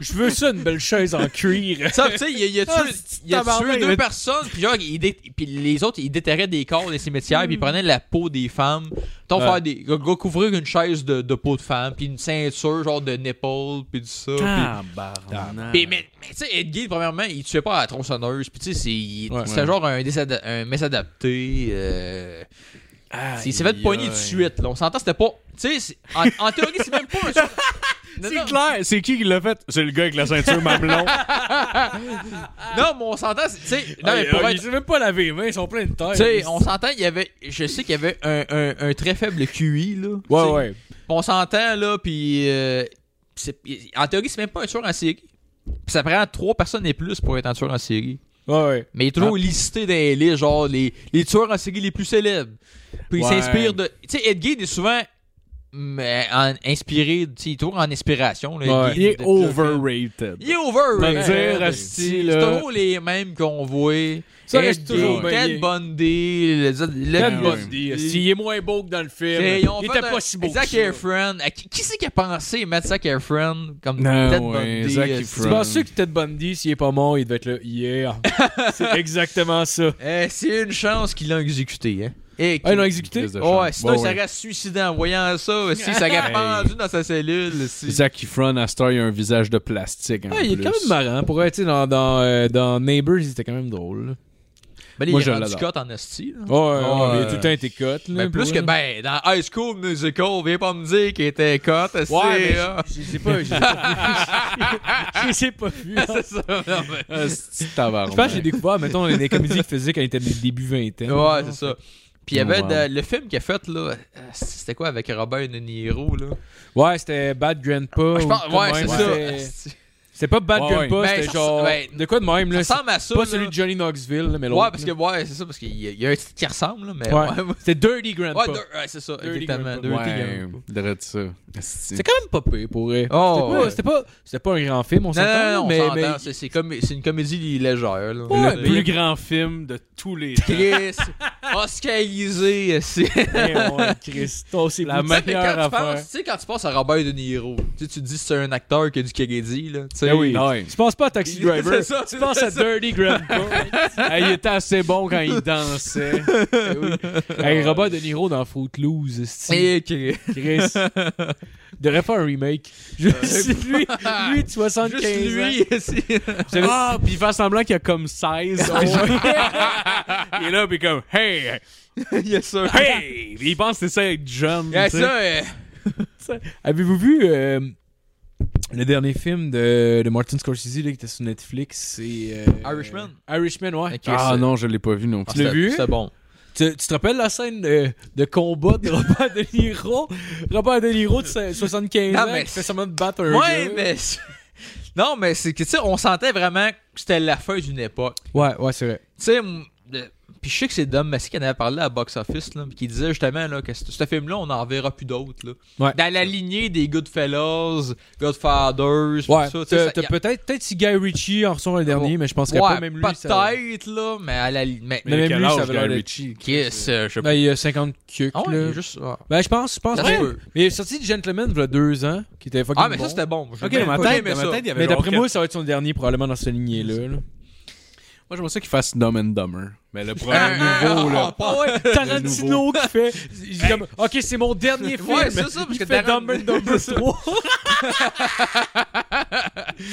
Je veux ça, une belle chaise en <laughs> cuir. Ça, tu sais, il, a- il a tué, Ah, il a tué tabarnak, deux mais- personnes, puis genre, il dé- puis les autres, ils déterraient des corps des cimetières, puis ils prenaient la peau des femmes. T'en Ouais. faire des. recouvrir une chaise de, de peau de femme, puis une ceinture, genre de nipple, puis du ça. puis- Ah. Tabarnak. Puis, mais, mais tu sais, Ed Gein, premièrement, il tuait pas à la tronçonneuse, puis tu sais, c'est il- Ouais. c'était genre un, désada- un mésadapté. Euh... il s'est fait pogner de suite, là. On s'entend, c'était pas. Tu sais, c'est- en, en théorie, c'est <laughs> même pas un. Non, non, C'est clair, c'est qui qui l'a fait? C'est le gars avec la ceinture <laughs> mamelon. non, mais on s'entend, c'est- tu sais. Non, mais pour Ah, être- Ils savent même pas laver les mains, ils sont pleins de terre. Tu sais, on s'entend, il y avait. Je sais qu'il y avait un, un- un très faible QI, là. Tu sais, Ouais, ouais. On s'entend, là, puis. euh, c'est- en théorie, c'est même pas un tueur en série. Puis ça prend trois personnes et plus pour être un tueur en série. Ouais, ouais. Mais il est toujours listé dans les listes, genre les, les tueurs en série les plus célèbres. Puis il Ouais. s'inspire de. Tu sais, Ed Gein est souvent. mm, euh, en- inspiré, tu sais, il est toujours en inspiration. Là, Ed Ouais. Gein, Il est de- overrated. Il est over. Va dire, asti, c'est là. toujours les mêmes qu'on voit. Ça Ed reste Gein, toujours bien. Ted Bundy, le- le- Ted Ah, Bundy, oui. s'il est moins beau que dans le film, T'sais, ils ont il fait était un- pas si beau. que Zac ça. Efron. à Qui, qui c'est qui a pensé mettre Zac Efron comme Non, Ted ouais, Bundy? Zac euh, Efron. Tu penses que Ted Bundy, s'il est pas mort, il devait être là hier. c'est exactement ça. Eh, c'est une chance qu'ils l'ont exécuté. Hein. Eh, Ah, ils l'ont qu'il- exécuté? Crise de Ouais, chance. sinon Ouais, il ouais. s'aurait suicidé en voyant <laughs> ça. Si, il s'aurait pendu dans sa cellule. si. Zac Efron, à Star, il a un visage de plastique. en Ouais, Ah, il est plus. quand même marrant. Pour être tu sais, dans, dans, euh, dans Neighbors, il était quand même drôle. Ben, là, Moi, il je est rendu l'adore. cut en hostie. là. Ouais, ouais, Ouais. mais Ah, il a tout le temps été cut. là, Mais plus pour que, vrai. ben, dans High School Musical, viens pas me dire qu'il était cut. hostie, Ouais, mais hein. je je sais pas. Je les ai pas vus. Je les ai pas vus. c'est ça. non, mais- Ah, c'est <laughs> tabarnak. Je pense que j'ai découvert, mettons, les comédies qu'il faisait quand il était début vingtaine. Ouais, c'est ça. Puis il y avait Wow. de- le film qu'il a fait, là, euh, c'était quoi avec Robert De Niro, là? Ouais, c'était Bad Grandpa. Je pense, ou quand ouais, même, c'est ça. C'est pas Bad Ouais, Grandpa, ouais. Ben, c'était ça- genre. ben, de quoi de même, là? Ça ressemble à ça. C'est pas là. celui de Johnny Knoxville, là, mais l'autre. Ouais, parce que, ouais, c'est ça, parce qu'il y, a- il y a un titre qui ressemble, là, mais. là. Ouais, Ouais. ouais. C'était Dirty Ouais, Grandpa. deux- ouais, c'est ça, Dirty exactement. Grandpa. Dirty Ouais, Grandpa. drette ça. Asti. hein. C'est quand même pas pire pour vrai. Oh, ouais. c'était, pas, c'était, pas, c'était pas un grand film, on Non, s'entend. non, là, non, mais, on s'entend, c'est- c'est comme- c'est une comédie Ouais, légère, là. le Le- mais- plus grand film de <laughs> tous les temps. Chris, <laughs> Oscarisé, <laughs> c'est. mais. Eh, ouais, Chris, toi, c'est La plus- meilleure Tu sais, mais quand tu affaire. penses- tu sais, quand tu penses à Robert De Niro, tu sais, tu dis que c'est un acteur qui a du Kennedy, là. Tu sais, Ben oui. Ouais. Tu penses pas à Taxi Driver. C'est ça, c'est Tu penses à ça. Dirty Grandpa. Hey, il était assez bon quand il dansait. Eh oui. Hey, Robert De Niro dans Footloose, c'est <laughs> Et Chris. Chris. Il devrait faire un remake. Juste lui, lui de 75 Juste ans. lui, <laughs> c'est- Ah, puis il fait semblant qu'il a comme <laughs> 16. Ouais. il est là, puis comme, hey, il y a ça. <laughs> hey! Puis il pense que c'est ça être jeune. Il y a tu sais. ça, euh, Avez-vous vu euh, le dernier film de, de Martin Scorsese là, qui était sur Netflix C'est. euh, Irishman? Irishman, ouais. Ok, Ah c'est- non, je l'ai pas vu non Ah, plus. l'as c'était- vu? C'était bon. Tu, tu te rappelles la scène de, de combat de Robert De Niro Robert De Niro de so- 75 Non, ans mais qui fait seulement de battre un Ouais, gars. mais. <laughs> Non, mais c'est que, tu sais, on sentait vraiment que c'était la fin d'une époque. Ouais, ouais, c'est vrai. Tu sais, m- le- puis je sais que c'est Dom Massy qui en avait parlé à Box Office, là, puis qui disait justement là, que ce ce film-là, on n'en verra plus d'autres. là. Ouais. Dans la lignée des Goodfellas, Godfathers, pis Ouais, tout ça. tu t'as sais, ça- t'as y a- Ah peut-être peut-être si Guy Ritchie en ressort un dernier, mais je pense qu'après ouais, même lui. ça- peut-être, là, mais à la li- Mais, Mais même quel lui, âge, ça avait Guy l'air d'être- Ritchie? qu'est-ce euh, je Ben, il y a 50 cucs, Ah ouais, il là. est juste. ah. Ben, je pense, je pense. Ça se ouais. peut. Mais il est sorti de Gentleman il y a deux ans, qui était fucking Ah, mais bon. ça, c'était bon. J'ai Ok, bien- dans ma j'ai tête, aimé dans ma ça. tête, il y avait Mais genre d'après quatre- moi, ça va être son dernier, probablement, dans cette lignée-là. là. Moi, j'aimerais ça qu'il fasse Dumb and Dumber. Mais le premier Ah, ah, nouveau, ah, ah, là. ah, ouais. <laughs> Tarantino qui fait. il dit comme, ok, c'est mon dernier film. Ouais, c'est ça, parce il que fait Tarant- Dumb and Dumber <laughs> 3.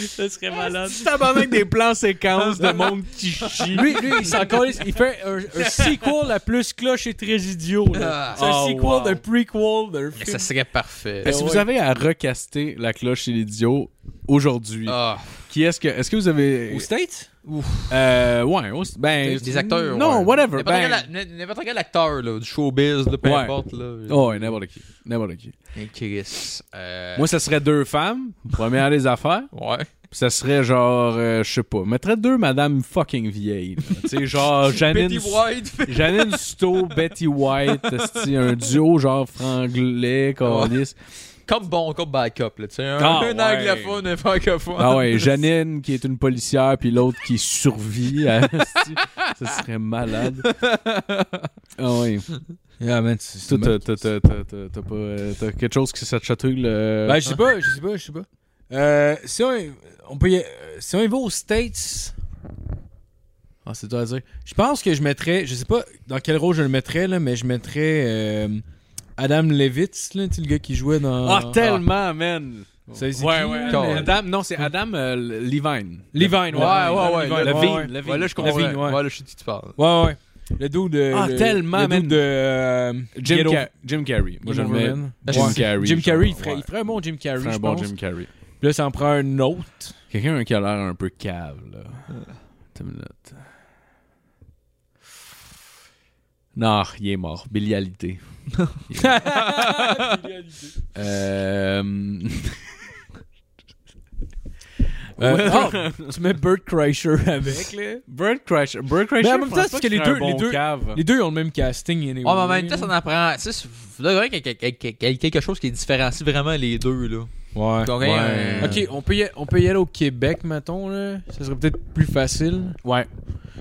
Ça serait malade. avec des <laughs> plans séquences de monde qui chie. Lui, lui, il s'en calisse. Il fait un, <laughs> un sequel la plus cloche et très idiot. là. C'est un Ah, sequel wow. d'un prequel d'un Mais film. ça serait parfait. Ben, si Ouais. vous avez à recaster la cloche et l'idiot aujourd'hui, Ah, qui est-ce que est-ce que vous avez Au State? euh, ouais, au- ben des acteurs. Non, ouais. whatever. N'importe Ben, quel a- N'importe quel acteur là, du showbiz, là, peu Ouais. importe. Là. Oh, ouais, n'importe qui. N'importe qui. Et Chris. euh, Moi, ça serait deux femmes, première des affaires. Ouais. Puis ça serait genre, euh, je sais pas, mettrais deux madame fucking vieilles. là. Tu sais, genre <laughs> Janine, Betty White. Janine Sto, Betty White, esti, un duo genre franglais, calice. <laughs> Comme bon, comme backup, là, tu sais. Un, Ah, un ouais. anglophone, un francophone. Ah <laughs> ouais, Janine qui est une policière, puis l'autre qui survit. <laughs> à- esti. ça serait <laughs> malade. Ah ouais. Ah, man, Toi, t'as- t'as- t'as- t'as- t'as- t'as pas, euh, t'as quelque chose qui ça te chatouille le. Ben, je sais pas, je sais pas, je sais pas. Euh, si on, on peut y- euh, si on y va aux States. Ah, c'est dur à dire. Je pense que je mettrais, je sais pas dans quel rôle je le mettrais, là, mais je mettrais euh, Adam Levitz, là, tu sais, le gars qui jouait dans. Ah, tellement, man! C'est- c'est ouais, qui, ouais. là, mais le- Adam, non, c'est Adam euh, Levine. Levine, ouais. Ouais, ouais, ouais. Levine, Le ouais, Vine, ouais. le Vine. Ouais, là, je La comprends. vigne, ouais. ouais, là, je sais de qui tu parles. Ouais, ouais. Le dos de. Ah, le- tellement, le dude man. de. euh, Jim, Get Car- Jim Carrey. Over- Moi, je le mets. Overman. Jim Ouais. Carrey. Jim genre, Carrey, il ferait, ouais. il ferait un bon Jim Carrey, Il ferait je un bon pense. Jim Carrey. Puis là, ça en prend un <laughs> autre. Quelqu'un qui a l'air un peu cave, là. Euh. Attends une minute. Non, il est mort. Bilialité. Il est mort. euh... Euh, oh, tu mets Burt Kreischer avec, là. Bird Crusher. Bird Crusher. Mais en même temps, c'est que les deux- les deux- Cave. Les deux ont le même casting. anyway. Ouais, Ah, mais en même temps, ça en apprend. Tu sais, c'est- il faudrait qu'il y ait quelque- quelque quelque chose qui différencie vraiment les deux, là. Ouais. Donc, Ouais. euh, Ok, on peut, y, on peut y aller au Québec, mettons, là. Ça serait peut-être plus facile. Ouais.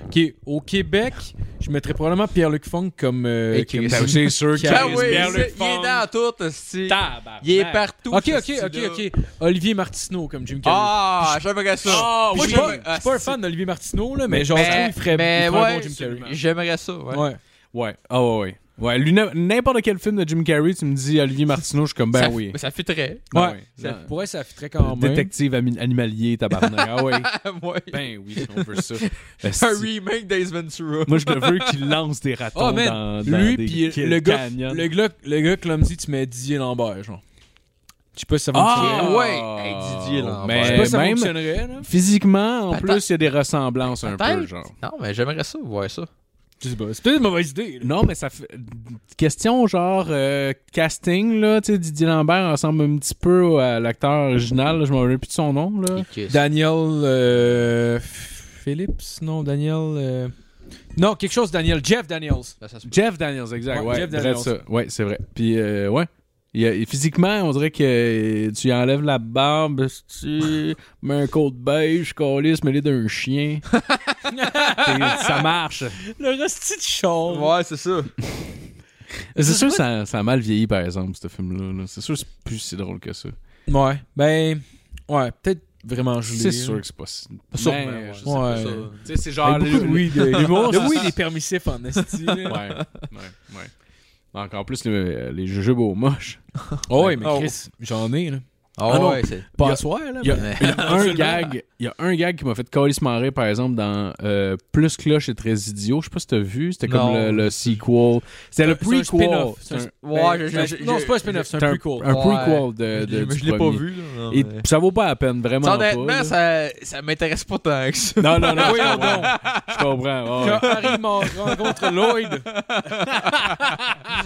Ok, au Québec, je mettrais probablement Pierre-Luc Funk comme. euh, Et comme- Chris. Ben, C'est sûr qu'il Ben Pierre-Luc oui, Funk. il est il est dans tout, esti. Tabarnak. Il est partout. Ok, ce ok, ok, esti-là. ok. Olivier Martineau comme Jim Carrey. Ah, j'aimerais ça. Ah, Moi, oui. je suis pas, oui. je suis pas un fan d'Olivier Martineau, là, mais genre, je trouve mais, ben, il ferait, mais il ferait un ouais, bon Jim Carrey. J'aimerais ça, ouais. Ouais. Ouais. Ah ouais, ouais. Ouais, lui, n- n'importe quel film de Jim Carrey, tu me dis Olivier Martineau, je suis comme ben ça, oui. Ah, <laughs> Ça fitterait. Ben Ouais. oui. Ça, Non. pourrait, ça fitterait quand même. Détective ami- animalier, tabarnak. Ah ouais. ouais. <laughs> Ben oui, on <laughs> veut ça. Ah, Esti. Un remake d'Ace Ventura. Moi, je le veux qu'il lance des ratons Oh, dans, man. dans Lui, des pis ca- le gars, canyons. le gars, le gars clumsy, tu mets Didier Lambert, genre. Je sais pas si ça va Ah ouais. Oh, Hey, Didier Lambert. Mais Je sais pas si ça même fonctionnerait, là. physiquement, en Attends. plus, il y a des ressemblances un peu, Peut-être. genre. Non, mais j'aimerais ça, voir ça. Je sais pas. C'est peut-être une mauvaise idée, là. Non, mais ça fait. Question genre euh, casting, là. Tu sais, Didier Lambert ressemble un petit peu à l'acteur original, là, je m'en rappelle plus de son nom, là. Daniel euh, Phillips, non, Daniel. euh, Non, quelque chose, Daniel. Jeff Daniels. Ben, ça se- Jeff Daniels, exact. Ouais, Ouais, Jeff bref, Daniels. ça. Ouais, c'est vrai. Puis, euh, ouais. Il y a- et physiquement, on dirait que tu y enlèves la barbe, tu mets un col de beige, calisse, mêlé d'un chien. Et ça marche. Le reste de char. Ouais, c'est ça. C'est sûr que ça, ça a mal vieilli, par exemple, ce film-là. là. C'est sûr que c'est plus si drôle que ça. Ouais, ben. Ouais, peut-être vraiment gelé. C'est là. sûr que c'est pas si. Sûrement, Mais, ouais. je sais Ouais. pas ça. Tu sais, c'est genre. Avec Ben, beaucoup de le- oui, de l'humour. Le Le oui, oui, il des est permissifs en esti. Ouais, ouais, ouais. Encore plus, le- les jujubes aux moches. Oh, ouais, mais Oh. Chris, j'en ai, là. Ah Ah non, ouais, c'est. Pas y a- à soir, là. Il y a, mais- <laughs> il y a un Absolument. gag, il y a un gag qui m'a fait calissement rire, par exemple, dans euh, Plus Cloche et Très Idiot. Je sais pas si t'as vu. C'était Non. comme le, le sequel. C'était C'est un le prequel. spin-off. C'est un, Ouais, Ben, je- je- je- non, c'est pas un je- spin-off, c'est c'est un un- prequel. un prequel je- de, de- je- du je l'ai pas premier. vu. là, non, Et mais- ça vaut pas la peine, vraiment. Ça, pas, honnêtement, là. ça, ça m'intéresse pas tant que ça. Non, non, non. je comprends. Je comprends. ouais, ouais. Quand Harry Mor- rencontre <laughs> Lloyd.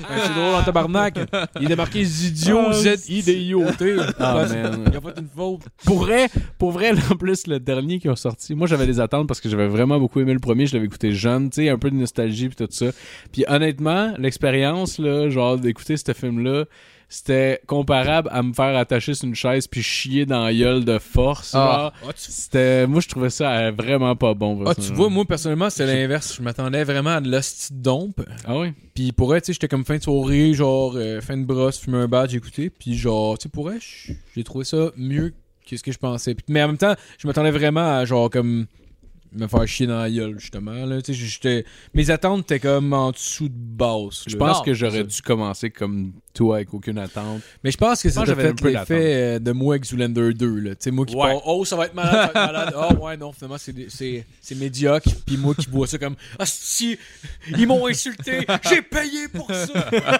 Ben, c'est drôle en tabarnak. Il est marqué Zidio, Ah, Z-I-D-I-O-T. <laughs> Ah, Il man. a pas une faute. Pour vrai, pour vrai, là, en plus, le dernier qui ont sorti, moi j'avais des attentes parce que j'avais vraiment beaucoup aimé le premier, je l'avais écouté jeune, tu sais, un peu de nostalgie puis tout ça. Puis honnêtement, l'expérience, là, genre d'écouter ce film-là, c'était comparable à me faire attacher sur une chaise puis chier dans la gueule de force. Ah. genre. C'était, moi je trouvais ça euh, vraiment pas bon. Ah, tu vois, moi, personnellement, c'est l'inverse. Je m'attendais vraiment à de l'hostie de dompe. Ah oui? Puis pour elle, tu sais, j'étais comme fin de soirée, genre, euh, fin de brosse, fumer un badge, j'écoutais. Puis genre, tu sais, pour elle, je- j'ai trouvé ça mieux que ce que je pensais. Puis- mais en même temps, je m'attendais vraiment à, genre, comme, me faire chier dans la gueule, justement. Là. Tu sais, j'étais... Mes attentes étaient comme en dessous de basse. Je là. pense Non, que j'aurais ça- dû commencer comme toi avec aucune attente. Mais je pense que Moi, ça t'a j'avais un fait peu l'effet euh, de moi avec Zoolander 2. Là. Tu sais, moi qui Ouais. pars, oh, ça va être malade, ça va être malade. Oh, ouais, non, finalement, c'est, des- c'est, c'est médiocre. Puis moi qui vois ça comme, ah, si, ils m'ont insulté, j'ai payé pour ça.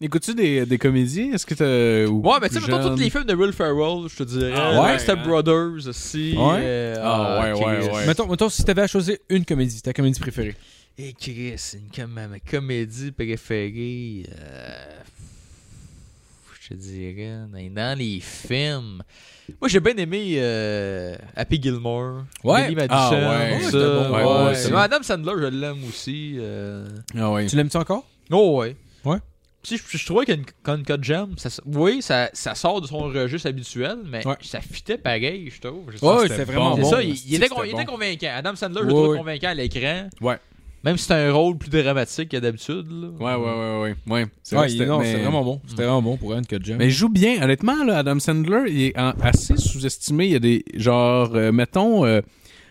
Écoutes-tu des, des comédies? Est-ce que t'as. ou Ouais, mais tu plus sais, mettons jeune? tous les films de Will Ferrell, je te dirais. Ah ouais, Like Step hein. Brothers aussi. Ouais? euh, Ah ouais, Chris. ouais, ouais. Mettons, mettons, si t'avais à choisir une comédie, ta comédie préférée. Et Chris, une com- ma comédie préférée. euh, je te dirais, dans- dans les films. Moi, j'ai bien aimé euh, Happy Gilmore. Ouais. Billy Ah Madison. ouais, tout c'était ça. bon. Ouais, Ouais, ouais, c'est Mais bon. Adam Sandler, je l'aime aussi. euh. Ah oui. Tu l'aimes-tu encore? Oh ouais. Ouais. Si je, je trouvais qu'une Conca Jam, ça, oui, ça, ça sort de son registre habituel, mais Ouais. ça fitait pareil, je trouve. Je sais Ouais, pas. ouais, c'était vraiment C'est bon. ça, il, il C'était était, con- il bon. était convaincant. Adam Sandler, je Ouais, le trouvais ouais. convaincant à l'écran. Ouais. Même si c'est un rôle plus dramatique que d'habitude. là. Ouais, ouais, ouais, ouais. Ouais, c'est Ouais, vrai, il- c'était- non, mais- Mm. c'est vraiment bon. C'était vraiment bon pour Anne Kudjam. Mais il joue bien. Honnêtement, là, Adam Sandler, il est en- assez sous-estimé. Il y a des. Genre, euh, mettons. euh, tu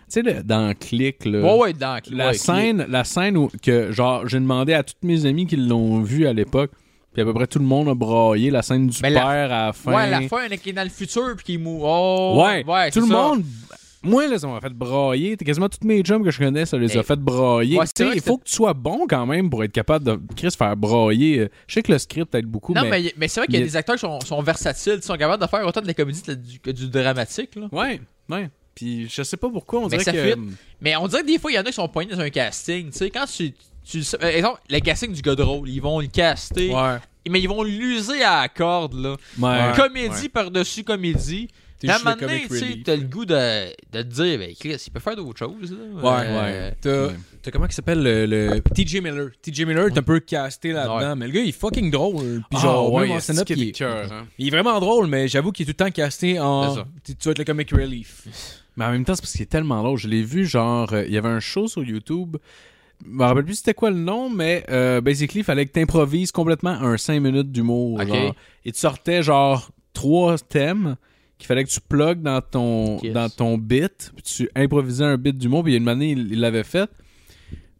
sais, le- dans Click, là, Ouais, ouais, dans la, ouais, scène, la scène où. Que, genre, j'ai demandé à toutes mes amis qui l'ont vu à l'époque. Puis à peu près tout le monde a braillé. La scène du Mais la- père à la qui- fin. Ouais, la fin, qui est dans le futur, puis qui mou. Oh, Ouais, c'est tout le ça. monde. Moi, là, ça m'a fait brailler. T'es quasiment tous mes jumps que je connais, ça les a Hey. fait brailler. Ouais, Tu c'est sais, vrai il que faut que tu sois bon quand même pour être capable de Chris faire brailler. Euh, Je sais que le script aide beaucoup, Non, mais... mais, mais, c'est vrai qu'il y a il- des acteurs qui sont, sont versatiles, qui sont capables de faire autant de la comédie que du, que du dramatique. Là. Ouais, ouais. Puis je sais pas pourquoi on Mais dirait ça que. fit. Mais on dirait que des fois, il y en a qui sont poignés dans un casting. Tu sais, quand tu. tu sais- euh, exemple, le casting du gars drôle, ils vont le caster, Ouais. mais ils vont l'user à la corde. Là. Ouais. comédie par-dessus comédie. T'es D'un juste le moment donné, comic tu sais, relief. t'as le goût de, de te dire, ben Chris, il peut faire d'autres choses. Là. Ouais, Euh, ouais. T'as, ouais. t'as comment il s'appelle le, le- TJ Miller. TJ Miller est un peu casté là-dedans, mais le gars il est fucking drôle. Puis Ah, genre, même en stand-up, il, est- hein. il est vraiment drôle, mais j'avoue qu'il est tout le temps casté C'est en. ça. Tu tu vas être le comic relief. Mais en même temps, c'est parce qu'il est tellement lourd. Je l'ai vu, genre, euh, il y avait un show sur YouTube. Je me rappelle plus c'était quoi le nom, mais euh, basically, il fallait que tu improvises complètement un 5 minutes d'humour. Ok. genre. Et tu sortais, genre, trois thèmes qu'il fallait que tu plugues dans ton, Yes. dans ton bit. Puis tu improvisais un bit d'humour. Puis il y a une année, il il l'avait fait.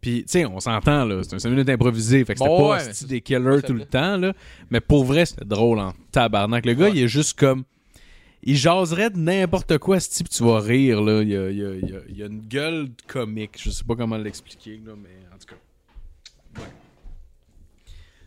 Puis, tu sais, on s'entend, là. C'est un 5 minutes improvisé. Fait que c'était Bon, pas ouais, hostie, mais des killers tout le temps, là. Mais pour vrai, c'était drôle en tabarnak. Le gars, Ouais. il est juste comme. Il jaserait de n'importe quoi, ce type, tu vas rire, là. Il y a, il y a- il y a- il y a une gueule de comique. Je sais pas comment l'expliquer, là, mais en tout cas. Ouais.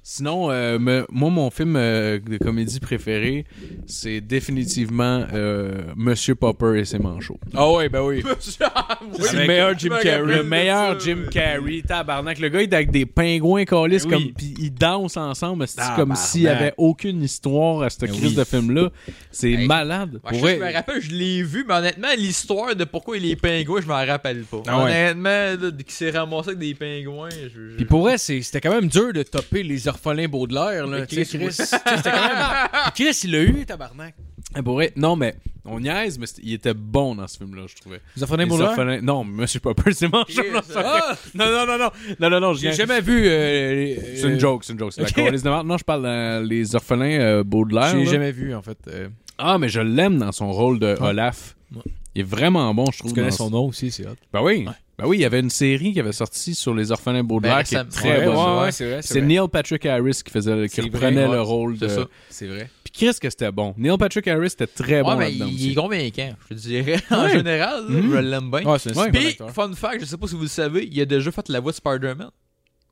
Sinon, euh, me- moi, mon film euh, de comédie préféré, c'est définitivement euh, Monsieur Popper et ses manchots. Ah ouais, ben <laughs> oui. oui, le meilleur Jim je me Carrey. rappelle Le de meilleur ça, Jim ouais. Carrey, tabarnak. Le gars, il est avec des pingouins colis, Ben oui. comme, puis ils dansent ensemble, c'est Tabarnak. comme s'il n'y avait aucune histoire à cette Ben crise oui. de film-là. C'est Hey. malade. Moi, Pour je, sais, vrai. je me rappelle, je l'ai vu, mais honnêtement, l'histoire de pourquoi il est pingouin, je m'en rappelle pas. Ah ouais. Honnêtement, là, qu'il s'est ramassé avec des pingouins, je. je- Puis pour vrai, c'est- c'était quand même dur de topper les orphelins Baudelaire, là. Mais Tu sais, Chris, Chris, oui. tu sais, c'était quand <laughs> même. Chris, il l'a eu, tabarnak. Ah, pour vrai. Non, mais on niaise, mais c'était- il était bon dans ce film-là, je trouvais. Les orphelins Les Baudelaire. orphelins- Non, Monsieur Popper, c'est mon Chris, Non, euh, non, non, non. Non, non, non, je Ah! J'ai viens- jamais vu. euh, C'est une euh, joke, c'est une joke. C'est la Ok. câlisse de merde. Non, je parle dans les orphelins euh, Baudelaire. J'ai là. jamais vu, en fait. Euh, Ah, mais je l'aime dans son rôle de Ouais. Olaf. Ouais. Il est vraiment bon, je trouve. tu connais dans son nom aussi, c'est hot. Ben oui. Ben oui, il y avait une série qui avait sorti sur les orphelins Baudelaire Ben, qui est récemment. très Ouais, bonne. ouais, c'est vrai. C'est Neil Patrick Harris qui faisait qui C'est reprenait vrai, le ouais. rôle C'est de ça. C'est vrai. puis Chris que c'était bon. Neil Patrick Harris était très Ouais, bon mais là-dedans. il aussi. est convaincant, je te dirais. <laughs> en Ouais. général, Mhm. je l'aime bien. Ouais, c'est un Ouais. super Puis, acteur. fun fact, je sais pas si vous le savez, il a déjà fait la voix de Spider-Man.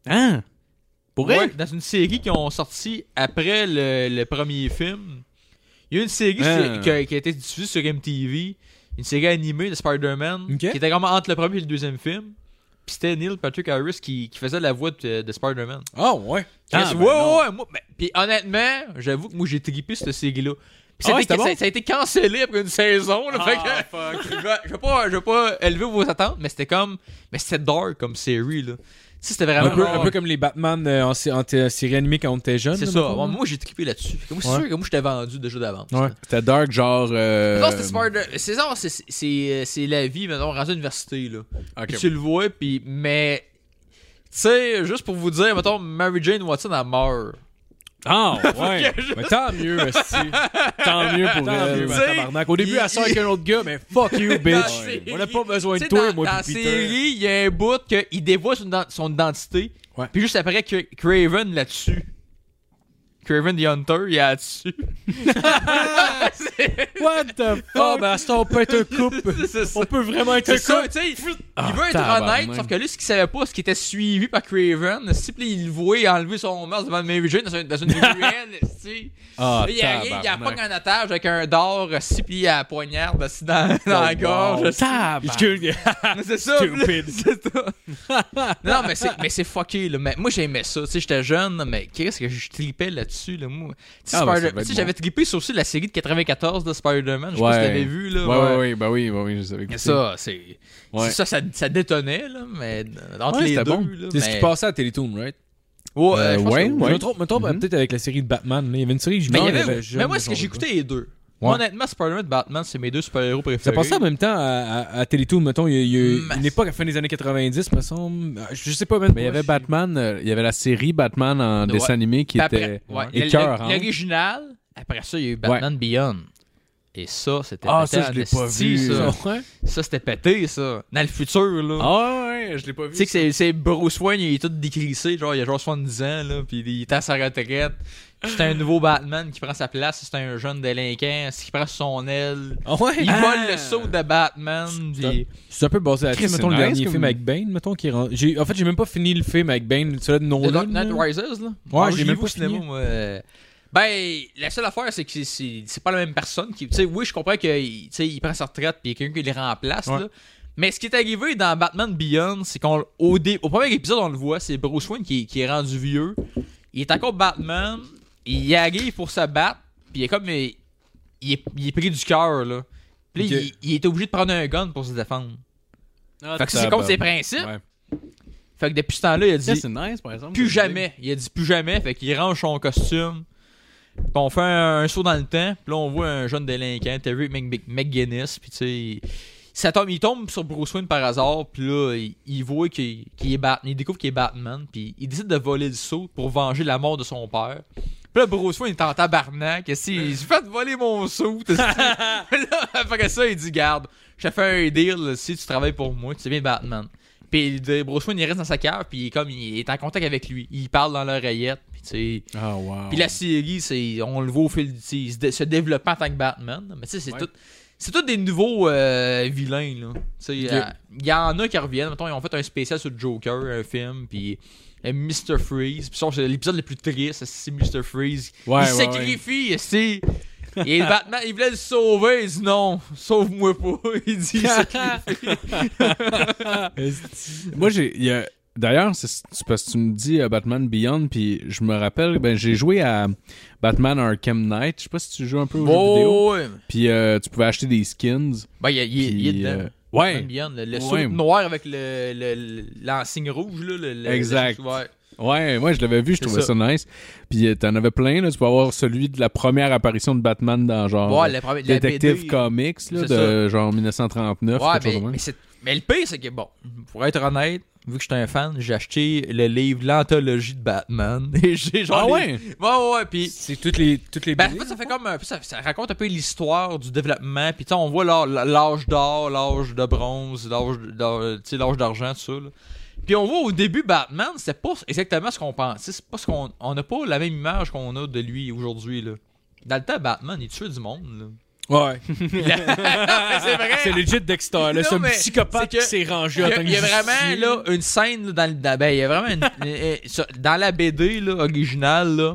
Hein? Pour Ouais, vrai? dans une série qu'ils ont sorti après le, le premier film. Il y a une série Hein. sur- qui, a, qui a été diffusée sur MTV, une série animée de Spider-Man, Ok. qui était vraiment entre le premier et le deuxième film. Puis c'était Neil Patrick Harris qui, qui faisait la voix de, de Spider-man. Ah, ouais. Chris, ben ouais, non. ouais, ouais, moi, ben, puis honnêtement, j'avoue que moi j'ai trippé cette série-là. Puis ça, Ah a ouais, été- c'était ça- bon. ça a été cancellé après une saison. là, fait que- <laughs> je vais- je vais pas, je vais pas élever vos attentes, mais c'était comme, mais c'était dark comme série là. Tu sais, c'était vraiment Un peu, un dark. peu comme les Batman euh, en, sé- en té- série animée quand on était jeune. C'est là, ça. mettons, Bon, là. moi, j'ai trippé là-dessus. Fait que Moi, c'est Ouais. sûr que moi, j'étais vendu déjà d'avance. Ouais. C'était dark, genre. euh, Non, c'était Spider- C'est ça, c'est- c'est- c'est euh, c'est la vie, maintenant, rendu à l'université, là. Ok. Puis tu le vois, puis. Mais. Tu sais, juste pour vous dire, mettons, Mary Jane Watson, elle meurt. <laughs> Ah, ouais. Mais tant mieux, esti. Tant mieux pour Tant mieux, elle. Tu ma sais, tabarnak. Au début, il- elle sort avec un autre gars, mais fuck <laughs> you, Dans la bitch. série- On n'a pas besoin Tu de sais, toi, dans, moi, dans la puis Peter. série, il y a un bout qu'il dévoile son, ident- son identité. Ouais. Puis juste après, Cra- Craven là-dessus. Craven the Hunter, il <laughs> est là-dessus. C'est- What <laughs> the fuck? Ah, ben, à ce temps, on peut être un couple. <laughs> c'est ça. On peut vraiment être un C'est ça, couple. tu sais, il Ah, veut être tabarnak. honnête, sauf que lui, ce qu'il savait pas, ce qui était suivi par Craven, si puis il le voyait enlever son masque devant Mary Jane dans une, <laughs> dans une ruelle, tu sais. Ah, Là, il arrive, il a pas tabarnak. un otage avec un dard, si puis à la poignarde, assis dans, dans la gorge. Oh, Wow. esti. Tabarnak. Excuse- <laughs> Mais C'est ça. Stupid. <laughs> là, C'est ça. non, mais c'est, mais c'est fucké, là. Mais moi, j'aimais ça. Tu sais, j'étais jeune, mais qu'est-ce que je tripais là-dessus, là, moi. Tu sais, Ah, ben, Spider- ça devait tu sais, être j'avais trippé sur aussi la série de 94 de Spider-Man. Je sais pas Ouais. si t'avais vu, là. Ouais, ouais, ouais, ben bah oui, bah oui, je savais Mais que Ça, c'est. Ouais. c'est Ça, ça, ça détonnait, là, mais euh, entre Ouais, les c'était deux. bon. Là, C'est ce qui mais- passait à Télétoon, right? Ouais, Euh, je pense que- ouais, Je me trompe, me trompe Mhm. peut-être avec la série de Batman. là. Il y avait une série que je Mais, il y me avait- rappelle, mais jeune, moi, ce que genre, j'ai quoi. écouté les deux. Ouais. Moi, honnêtement, Spider-Man et Batman, c'est mes deux super-héros Ça préférés. passait en même temps à, à, à Télétoon, mettons, il y a, il y a Mm. une époque à la fin des années 90, me semble. Ah, Je sais pas, même. Mais il y moi, avait je- Batman, euh, il y avait la série Batman en Ouais. dessin animé qui Puis était hein, après- ouais, le- écœurante. le- L'original, après ça, il y a eu Batman Beyond. Et ça, c'était Ah, pété ça, je en l'ai pas esti, vu. Ça, Ouais. Ça, c'était pété, ça. Dans le futur, là. Ah ouais, je l'ai pas vu. Tu sais que c'est- c'est Bruce Wayne, il est tout décrissé, genre il a genre 70 ans, là, pis il est à sa retraite. Puis C'est un nouveau Batman qui prend sa place, c'est un jeune délinquant, qui prend sous son aile. Ah ouais? Il Ah. vole le saut de Batman, puis- C'est un peu basé Chris, là-dessus. c'est Mettons le nice dernier comme- film avec Bane, mettons, qui est rendu- j'ai- En fait, j'ai même pas fini le film avec Bane, celui de The Nolan. Dark Knight là. Rises, là. Ouais, Ah, j'ai j'y même vais pas au cinéma, fini. moi. Euh, Ben, la seule affaire, c'est que c'est- c'est c'est pas la même personne. qui- Tu sais, oui, je comprends qu'il tu sais, il prend sa retraite puis il y a quelqu'un qui le remplace, Ouais. là. Mais ce qui est arrivé dans Batman Beyond, c'est qu'on au, dé- au premier épisode, on le voit, c'est Bruce Wayne qui, est- qui est rendu vieux. Il est encore Batman, il arrive pour se battre, puis il est comme... Il, il est, il est pris du cœur, là. Puis là, Ok. il, il est obligé de prendre un gun pour se défendre. Fait que ça, Ah, c'est ben, contre ses principes. Ouais. Fait que depuis ce temps-là, il a dit... Ça, c'est nice, par exemple. Plus comme jamais. Il a dit plus jamais. Fait qu'il range son costume. Puis on fait un, un saut dans le temps. Puis là, on voit un jeune délinquant, Terry Mc- Mc- McGuinness. Puis tu sais, il, ça tombe, il tombe sur Bruce Wayne par hasard. Puis là, il, il voit qu'il qu'il est Batman. Il découvre qu'il est Batman. Puis il décide de voler le saut pour venger la mort de son père. Puis là, Bruce Wayne est en tabarnak. Qu'est-ce qu'il fait de voler mon saut? <laughs> Puis là, après ça, il dit, garde, je te fais un deal. là, Si tu travailles pour moi, tu bien Batman. Puis il dit- Bruce Wayne, il reste dans sa cave, puis il est comme, il est en contact avec lui. Il parle dans l'oreillette, puis tu sais. des- Ah, wow. Puis la série, c'est, on le voit au fil, du- tu sais, il se, dé- se développant en tant que Batman. Mais tu sais, c'est Ouais. tout. C'est tous des nouveaux euh, vilains, là. Tu sais, euh, Il y en a qui reviennent. Mettons, ils ont fait un spécial sur Joker, un film, puis euh, Mr. Freeze. Puis ça, c'est l'épisode le plus triste, c'est Mr. Freeze. Ouais, il ouais, sacrifie, c'est. Et le Batman, il voulait le sauver, il dit non, sauve-moi pas. <laughs> Il dit, il sacrifie. Moi, j'ai. il y a- D'ailleurs, c'est c'est parce que tu me dis euh, Batman Beyond, puis je me rappelle, ben, j'ai joué à Batman Arkham Knight. Je sais pas si tu joues un peu aux jeux vidéo. Oh, ouais. Puis euh, tu pouvais acheter des skins. Ben, il, y a- il, y a- il y a Puis, dedans. euh, ouais. Batman Beyond, le, le Ouais. saut noir avec le, le- l'enseigne rouge, là. le- le- Exact. le- ouais. Ouais, moi je l'avais vu, je C'est trouvais ça. nice. Puis euh, t'en avais plein, là. Tu peux avoir celui de la première apparition de Batman dans genre Ouais, euh, le premier- la Detective BD. Comics, là, C'est de genre 1939. Ouais, quelque mais, chose de même. mais, c'est- mais le pire, c'est que, bon, pour être honnête, vu que j'étais un fan, j'ai acheté le livre L'anthologie de Batman. <laughs> Et j'ai genre. Ah les- ouais? Ouais, ouais, ouais. Puis. C'est toutes les, toutes les Ben, en BD, fait, ça fait comme un peu- ça, ça raconte un peu l'histoire du développement. Puis, tu sais, on voit l'â- l'âge d'or, l'âge de bronze, l'âge de- d'or- euh, tu sais, l'âge d'argent, tout ça. là. Puis, on voit au début, Batman, c'est pas exactement ce qu'on pensait. C'est pas ce qu'on. On n'a pas la même image qu'on a de lui aujourd'hui, là. Dans le temps, Batman, il tuait du monde. là. Ouais. <laughs> c'est vrai. C'est legit Dexter, là. Non, C'est un mais psychopathe c'est que- qui s'est rangé Il y en a, tant que il y a vraiment justicier. là, une scène là, dans, le- dans- ben, il y a vraiment <laughs> une- euh, sur- dans la BD là, originale, là,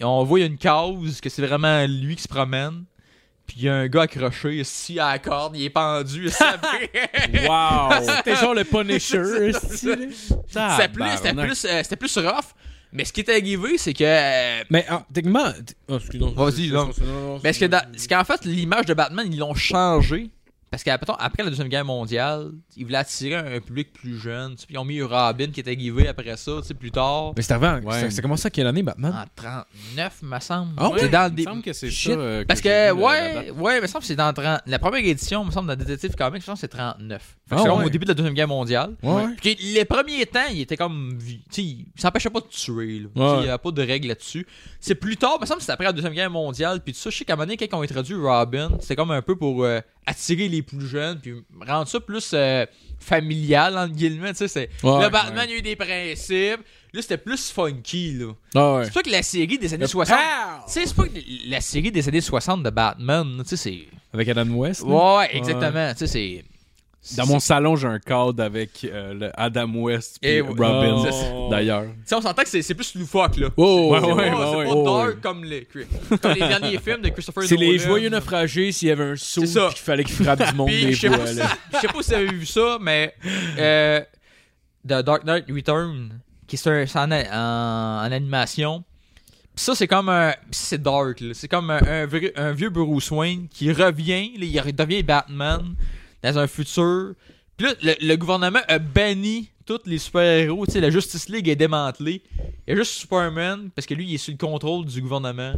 on voit il y a une cause que c'est vraiment lui qui se promène. Puis il y a un gars accroché ici à la corde, il est pendu. ici, <laughs> après. <laughs> Wow! C'était genre le Punisher, <laughs> esti, là. C'était plus, c'était plus, euh, c'était plus rough. Mais ce qui est arrivé, c'est que. euh, Mais ah, techniquement. t- Ah, excuse-moi. Vas-y, non. Mais ce que dans- ce qu'en fait, l'image de Batman, ils l'ont changé. Parce qu'après après la Deuxième Guerre mondiale, ils voulaient attirer un public plus jeune. tu sais, Puis ils ont mis Robin qui était arrivé après ça, tu sais, plus tard. Mais c'était avant. Ouais. ça- Ça commence à quelle année, Batman? En 39, me semble. Ah ouais? Hein? C'est dans le Il me dé- semble que c'est ça. Shit. euh, Parce j'ai que, vu, euh, la ouais, date. ouais, me semble que c'est dans 30. La première édition, me semble, dans Détective Comics, je pense que c'est 39. Fait que Ah c'est comme ouais. au début de la Deuxième Guerre mondiale. Ouais. Puis les premiers temps, il était comme. vi- Tu sais, il s'empêchait pas de tuer, là. Tu sais, Ouais. Il n'y avait pas de règles là-dessus. C'est plus tard, me semble, que c'est après la Deuxième Guerre mondiale. Puis tout ça, je sais qu'à un moment donné, quand ils ont introduit Robin, c'était comme un peu pour euh, attirer les plus jeunes, puis rendre ça plus euh, familial, entre guillemets. Tu sais, c'est. Ouais, là, ouais. Batman, il y a eu des principes. Là, c'était plus funky, là. Ah, ouais. C'est pour ça que la série des années 60. Tu sais, c'est pas que la série des années 60 de Batman, tu sais, c'est. Avec Adam West. là. Ouais, ouais, exactement. Tu sais, c'est. Dans mon salon, j'ai un cadre avec euh, le Adam West et Et Robin, ouais. Oh. d'ailleurs. Tu sais, on s'entend que c'est c'est plus loufoque, là. Oh, Ouais, c'est ouais, pas, c'est ouais, pas ouais. dark comme les, comme les derniers films de Christopher C'est Nolan. les joyeux naufragés s'il y avait un saut C'est ça. qu'il fallait qu'il frappe du monde <laughs> Puis, des je sais pas voix. si- là. <laughs> Je sais pas si vous avez vu ça, mais. Euh, The Dark Knight Return, qui est un- c'est en, en- en animation. Puis ça, c'est comme un. puis C'est dark, là. C'est comme un, un vrai- un vieux Bruce Wayne qui revient, là, il redevient Batman dans un futur. Puis là, le, le gouvernement a banni tous les super-héros. Tu sais, la Justice League est démantelée. Il y a juste Superman, parce que lui, il est sous le contrôle du gouvernement.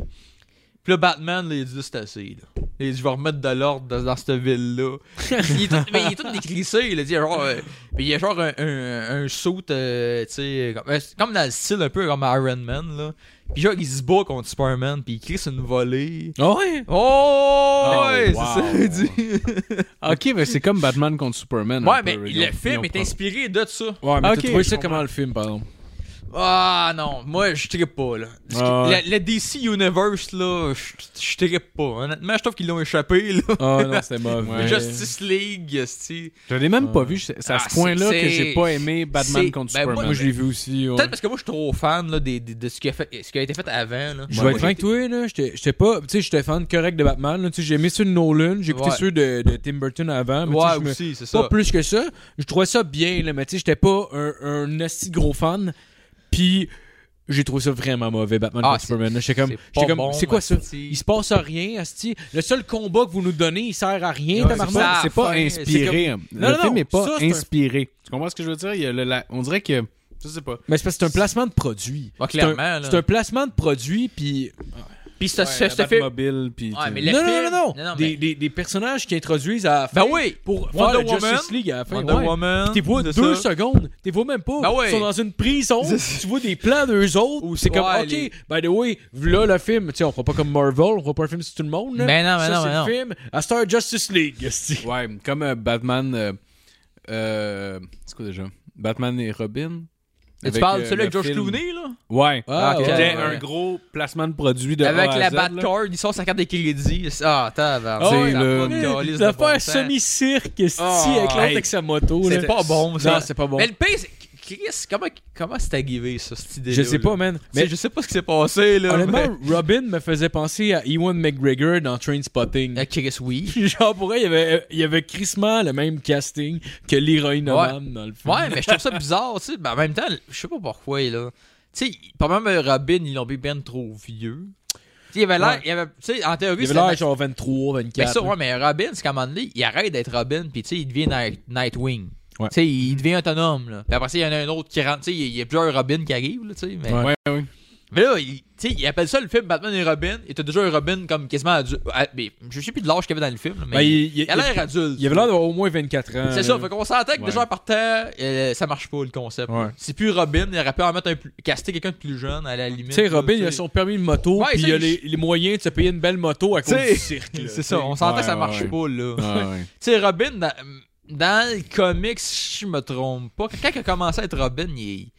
Puis là, Batman, là, il dit, c'est assez, là. Il dit, je vais remettre de l'ordre dans, dans cette <laughs> ville-là. il est tout, mais il est tout décrissé, il a dit, genre, euh, mais il y a genre un, un, un suit, euh, tu sais, comme, euh, c'est comme dans le style un peu comme Iron Man, là. Puis genre, il se bat contre Superman, puis il crie sur une volée. Ah ouais? Oh, Oh, ouais, wow. c'est ça, il dit. Ok, ben c'est comme Batman contre Superman. un Ouais, mais peu, ils ont- le ils ont film est Ah, pris- inspiré de ça. Ouais, mais Ah, Ok, t'as trouvé je ça comprends. comment le film, par exemple? Ah non, moi je trippe pas là. Parce que Ah ouais. la- la DC Universe là, je je trippe pas. Honnêtement, je trouve qu'ils l'ont échappé là. Ah non, c'était mauvais. Ouais. Justice League, c'est Je l'ai même pas Ouais. vu. C'est c'est à Ah, ce point-là c'est- que j'ai pas aimé c'est- Batman contre ben, moi, Superman. Moi, je l'ai vu aussi. ouais. peut-être parce que moi je suis trop fan là, des- des- de ce qui, a fait, ce qui a été fait avant là. Je Ouais, vais être franc avec toi, là. J'étais j'étais pas. Tu sais, j'étais fan correct de Batman. là. Tu sais, j'ai aimé ceux de Nolan, j'ai écouté Ouais. ceux de, de Tim Burton avant. Mais tu sais, Ouais, je me- aussi, c'est ça. pas plus que ça. Je trouvais ça bien, là, mais tu sais, j'étais pas un, un asti gros fan. Puis j'ai trouvé ça vraiment mauvais, Batman Ah, contre c'est- Superman. là. J'étais comme, c'est pas j'étais comme, bon, c'est quoi ça? asti. Il se passe à rien, asti. Le seul combat que vous nous donnez, il sert à rien, Ouais, tabarnak. c'est pas- c'est pas fin, inspiré. Non, Le non, film non, n'est pas ça, c'est un- inspiré. Tu comprends ce que je veux dire? Il y a le- la- On dirait que. Je sais pas. Mais c'est parce que c'est un placement de produit. Ouais, C'est un- clairement, là. C'est un placement de produit, puis Puis ce, ce- Ouais, ce la film. Batmobile, puis. Ouais, tu- mais le non, film- non, non, non, non, non, Des, mais- des- des personnages qui introduisent à la fin Ben oui. pour faire Wonder le Woman. Justice League à la fin. Wonder ouais. Woman. Puis T'es vois de deux ça. secondes, t'es vois même pas. Ben ouais. Ils sont dans une prison, tu vois des plans d'eux autres. Ou- c'est comme, ouais, ok, les- by the way, voilà le film. Tu sais, on fera pas comme Marvel, on fera pas un film sur tout le monde. là. Ben non, ben Ça, non, c'est ben le non. film à Star Justice League. esti. Ouais, comme euh, Batman. euh, euh, C'est quoi déjà? Batman et Robin. Et Tu Avec, parles euh, de celui le avec George film. Clooney là Ouais. Ah, ok. C'était ouais. un gros placement de produit de Avec A à la Z, là. Batcard, il sort sa carte de crédit. Ah, tabarnak. Oh, Ah ouais, ça le- a pas de calice de De bon faire sens. semi-cirque, esti, Ah, avec l'autre hey. avec sa moto. là. C'est pas bon ça. Non, c'est pas bon. Mais le pire, c'est. Chris, comment, comment c'est arrivé ça, cette idée Je sais pas, man. Mais Mais je sais pas ce qui s'est passé là. honnêtement, Robin me faisait penser à Ewan McGregor dans Trainspotting. mais- Euh, Chris, oui. Puis genre, pour elle, il y avait, il y avait crissement le même casting que l'héroïne Ouais. homme dans le film. Ouais, mais je trouve ça bizarre, tu sais. Mais en même temps, je sais pas pourquoi, là. Tu sais, pas même Robin, ils l'ont mis ben trop vieux. Tu sais, il avait l'air. Ouais. il avait- Tu sais, en théorie, Il avait c'était l'air na- genre 23, 24. Mais ça, ouais, mais Robin, c'est qu'à un moment donné, il arrête d'être Robin, puis tu sais, il devient Night- Nightwing. Ouais. Tu sais, il devient autonome, là. Puis après ça, il y en a un autre qui rentre. Tu sais, il y a plusieurs Robin qui arrivent, là, tu sais. Mais... Ouais. Ouais, ouais. Mais là, il, tu sais, il appelle ça le film Batman et Robin. Et t'as déjà un Robin comme quasiment adulte. Ah, mais je sais plus de l'âge qu'il avait dans le film, là, mais Ben, il, il, il- il a l'air adulte. il avait l'air d'avoir au moins 24 ans. C'est ça, fait qu'on s'entend que Ouais. déjà par terre, euh, ça marche pas le concept. Ouais. C'est plus Robin, il aurait pu en mettre un plus... caster quelqu'un de plus jeune à la limite. Tu sais, Robin, là, il a son permis de moto, Ouais, puis ça, il a il- les, les moyens de se payer une belle moto à cause T'sais, du cirque. là, C'est t'sais. ça, on s'entend Ouais, que ça ouais, marche ouais. pas là. Ah, ouais. Tu sais, Robin, dans, dans le comics, si je me trompe pas, quand il a commencé à être Robin, il,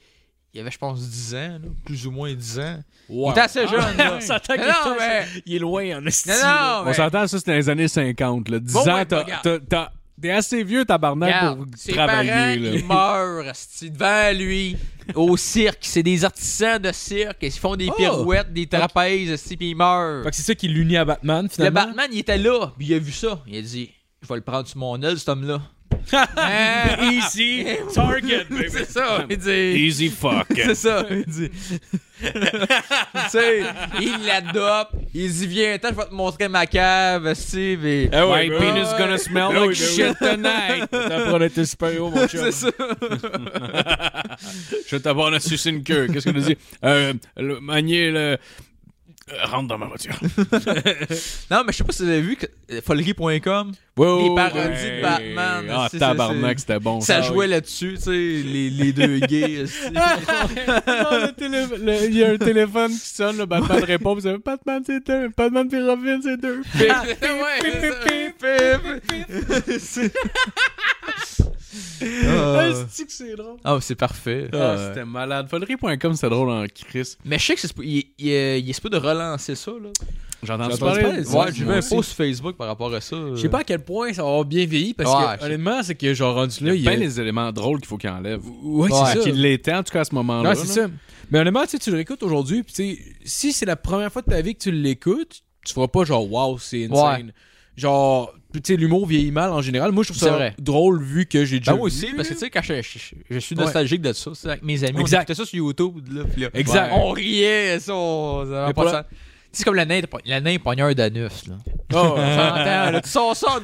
il avait, je pense, 10 ans, là, plus ou moins 10 ans. Wow. Il était assez jeune. là. <laughs> On s'entend qu'il Non, est- mais- Il est loin en esti. Non, là. non, On mais- s'entend, ça, c'était dans les années 50. Là. 10 Bon, ans, ouais, t'as- regarde. t'as- t'as- t'es assez vieux, tabarnak, Regarde, pour ses travailler. parents, là. ils meurent esti, devant lui au cirque. C'est des artisans de cirque. Ils font des Oh! pirouettes, des trapèzes, esti, puis ils meurent. Fait que c'est ça qui l'unit à Batman, Le finalement. Batman, il était là, puis il a vu ça. Il a dit Je vais le prendre sur mon aile, cet homme-là. Hein? <laughs> Easy target, baby. C'est ça, il dit. Easy <laughs> fuck. C'est ça, il dit. tu sais, il l'adopte. Il dit Viens, attends, je vais te montrer ma cave, Steve. Et... Ah ouais, My bro. penis gonna smell Ah oui, like ben shit <laughs> tonight. T'apprends à être super héros, <laughs> mon chum. C'est ça. Je vais t'avoir la sucer une queue. Qu'est-ce que tu dis? Euh, le, manier le... euh, Rentre dans ma voiture. Non, mais je sais pas si vous avez vu que euh, Follerie.com, Wow, Les parodies de Batman, Ah, c'est- tabarnak, c'est- c'était bon. ah ça jouait là-dessus, tu sais, les, <laughs> les deux gays. esti. Ah. le télé- le- Il y a un téléphone qui sonne, le Batman répond, vous savez, Batman c'est deux, Batman puis Robin c'est deux. Ah, ouais, c'est ça. Ah. que c'est drôle. Ah, c'est parfait. Ah, c'était malade. Folerie.com, c'était drôle en Chris. Mais je sais que c'est il, il, euh, il est supposé de relancer ça là. J'en ai entendu J'ai parler. entendu parler, Ouais, Ouais, moi j'ai j'ai vu un même post sur Facebook par rapport à ça. Ben, Je sais pas à quel point ça va avoir bien vieilli parce Ouais, je que sais. honnêtement, c'est que genre rendu là, Il y a bien il les éléments drôles qu'il faut qu'il enlève. Ouais, Ouais, c'est ça. Qu'il l'était, en tout cas, à ce moment-là. Non, c'est ça. Mais honnêtement, tu sais, tu le réécoutes aujourd'hui, puis tu sais, si c'est la première fois de ta vie que tu l'écoutes, tu feras pas genre wow, c'est insane. Genre, tu sais, l'humour vieillit mal en général. Moi, je trouve C'est ça vrai. drôle vu que j'ai déjà. Ben moi aussi, vu, parce que là. tu sais, quand je, je- je suis Ouais. nostalgique de ça, tu sais, avec mes amis, Exact. on écoutait ça sur YouTube. Là, puis là, Exact. On riait, ça, on- ça avait Mais pas de pas- sens. Tu sais, C'est comme la nain, la nain pogneur d'anus. Là. Ah, On <laughs> ouais. s'entend, là, tu sors ça <laughs> en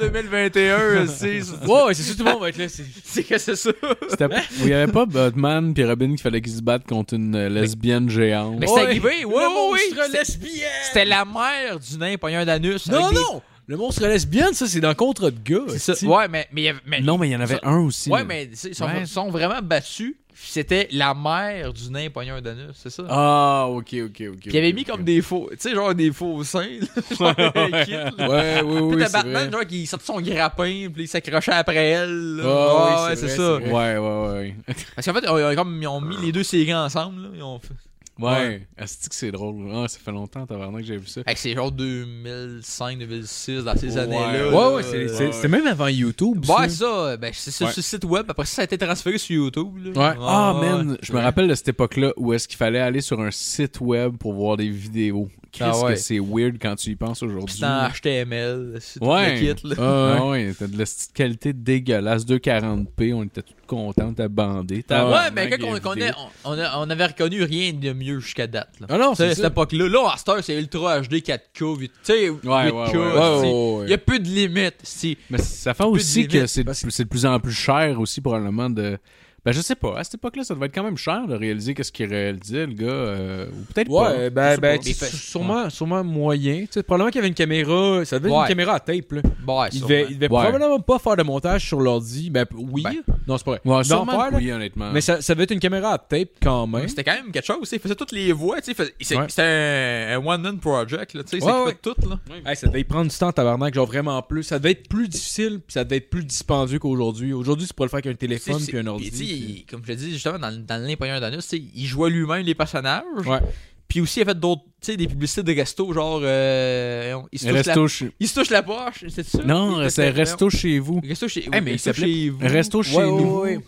2021, c'est, Ah, Ouais, ouais, c'est sûr, tout le monde va être là. c'est- c'est que c'est ça. C'était- Il y avait pas Batman puis Robin qu'il fallait qu'ils se battent contre une euh, lesbienne géante. Mais Ouais. c'était arrivé, oui, oui, oui. Le monstre c'était- lesbienne! C'était la mère du nain pogneur d'anus. Non, avec des- non! Le monstre lesbienne, ça, c'est dans contre de gars. C'est ça. hostie. Ouais, mais, mais, il y avait- mais Non, mais il y en avait un aussi. Ouais, là. mais tu sais, ils sont, Ouais. sont vraiment battus. C'était la mère du nain pogneur d'anus, c'est ça? Ah, ok, ok, ok. Puis il avait mis comme des faux, tu sais, genre des faux seins. <laughs> là, genre, un kit, là. Ouais, oui, Puis oui. t'as c'est Batman, vrai. genre, qui sortait son grappin, puis il s'accrochait après elle. là. Ah, ouais, oui, c'est ça. vrai, c'est vrai. Ah. Ouais, ouais, ouais. Parce qu'en fait, on- on- comme, ils ont mis les deux séries ensemble. Là, ils ont fait- Ouais. Asti que c'est drôle. Ah, ça fait longtemps, tabarnak, que j'ai vu ça. Fait que c'est genre 2005, 2006, dans ces années-là. Ouais, ouais, là. euh, c'est- ouais. c'est- c'était même avant YouTube. Ouais, ça. ça, ben, c'est sur Ouais. sur le site web. Après ça, ça a été transféré sur YouTube. là. Ouais. Ah, ouais. man, je me rappelle de cette époque-là où est-ce qu'il fallait aller sur un site web pour voir des vidéos. Qu'est-ce Ah ouais. que c'est weird quand tu y penses aujourd'hui. C'était en HTML. c'est tout Ouais. le kit, là. <laughs> Ah, ouais, t'as de la petite qualité dégueulasse. 240p, on était tous contents d'abandonner. ah, Ouais, mais quand on, qu'on est- on, on a- on avait reconnu rien de mieux jusqu'à date. Là. Ah non, Tu sais, c'est à cette ça. époque-là, là, à cette heure, c'est ultra HD 4K, huit- tu sais, 8K. ouais, Ouais, ouais, ouais, ouais, Il ouais. n'y a plus de limite. Si. Mais ça fait de aussi que limites, c'est de, parce que- c'est de plus en plus cher aussi probablement de... Ben je sais pas, à cette époque-là, ça devait être quand même cher de réaliser qu'est-ce qu'il réalisait, le gars. euh, ou peut-être pas. Ouais, ben, ben, pas. tu- Des fesses. sûrement, sûrement moyen. Tu sais, probablement qu'il y avait une caméra, ça devait être Ouais. une caméra à tape, là. Bon, ouais, Il sûrement. devait, il devait Ouais. probablement pas faire de montage sur l'ordi. Ben, p- oui. Ben. non, c'est pas vrai. Ouais, D'en sûrement faire, que là. oui, honnêtement. Mais ça, ça devait être une caméra à tape quand même. Mais C'était quand même quelque chose. tu sais, Il faisait toutes les voix. tu sais, il faisait- c'est- Ouais. C'était un, un one-man project. Là, tu sais, il Ouais, s'occupait de tout. Là. Hey, ça devait y prendre du temps, tabarnak, genre vraiment plus. Ça devait être plus difficile, puis ça devait être plus dispendieux qu'aujourd'hui. Aujourd'hui, tu pourrais le faire avec un Tu téléphone sais, puis un c'est- ordi. puis, tu sais, puis- il- Comme je te dis, justement, dans, le- dans l'Impérial d'Anus, tu sais, il jouait lui-même les personnages. Ouais. Puis aussi, il a fait d'autres, tu sais, des publicités de resto, genre, euh, il, se touche Resto chez... la, il se touche la poche, c'est ça? Non, Il c'est était- Resto chez vous. Resto chez, Eh, mais il resto s'appelait- chez vous. <laughs> Resto chez ouais, nous. ouais, ouais.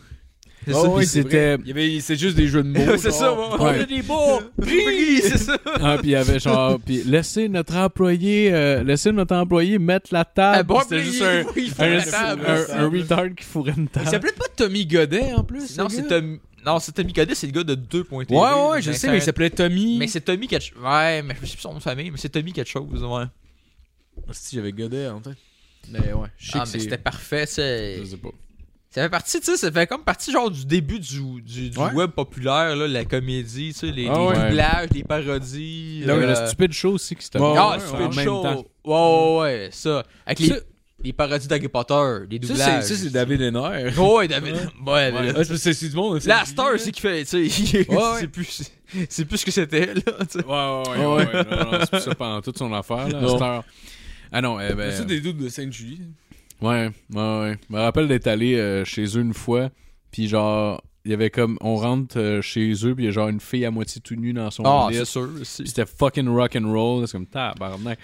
C'est Ah ça. ouais, puis c'est c'était- vrai. Il y avait- C'est juste des jeux de mots. <laughs> c'est genre. ça, moi. Ouais. On a des beaux prix, c'est ça. Ah, puis il y avait genre, puis laissez notre employé, euh, laissez notre employé mettre la Ah, table. bon, C'était puis juste il- un, <laughs> il fout un, la table. un- un retard qui fourrait une Il table. s'appelait pas Tommy Godet en plus. Non, le c'est gars? Tommy. Non, c'est Tommy Godet, c'est le gars de 2.0. Ouais, ouais, ouais, je sais, mais il c'est. s'appelait Tommy. Mais c'est Tommy quelque chose. Ouais, mais je sais plus son nom de famille, mais c'est Tommy quelque chose, ouais. Ah, Si j'avais Godet en tête. Mais ouais, je sais Ah, que mais c'est- c'était parfait, c'est. Je sais pas. Ça fait partie, tu sais, ça fait comme partie genre du début du, du, du Ouais. web populaire, là, la comédie, tu sais, les, Ah les ouais. doublages, les parodies. Il y avait euh, le stupide show aussi qui s'était Ouais, Ah, ouais, le ouais, en Stupid même Show. temps. Ouais, ouais, ouais, ça. Avec les, Ça- les parodies d'Harry Potter, les Ça, doublages. c'est- ça, c'est David Henner. Ouais, David. Ouais, mais là, Ouais, c'est- c'est c'est du monde. c'est- La star, c'est qui fait, tu sais, <laughs> Ouais, ouais. c'est plus, <laughs> c'est plus ce que c'était, là, tu sais. Ouais, ouais, ouais. ouais, non, non, c'est plus ça pendant toute son affaire, là, à Non. cette heure. Ah non, eh ben, C'est des doutes de Sainte-Julie. Ouais, ouais, ouais. Je me rappelle d'être allé euh, chez eux une fois, puis genre, il y avait comme, on rentre euh, chez eux, puis il y a genre une fille à moitié tout nue dans son Ah, lit. c'est sûr. Puis c'était fucking rock and roll. C'est comme tabarnak.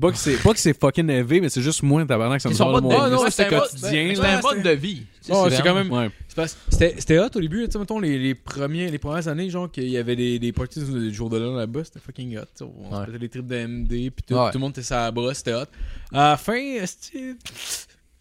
Pas que c'est pas que c'est fucking élevé, mais c'est juste moi tabarnak ça me Ils sont sort de mode mon de- Ça, non, c'est un mode- quotidien. C'est là. un mode de vie. Ouais, Oh, c'est quand même- Ouais. C'est parce- C'était c'était hot au début, tu sais, mettons, les, les, premiers, les premières années, genre, qu'il y avait des, des parties du jour de l'an là-bas, c'était fucking hot, tu sais, on Ouais. se faisait les tripes de MD, puis tout, Ouais. tout le monde était sur la brosse, c'était hot. À la fin, esti,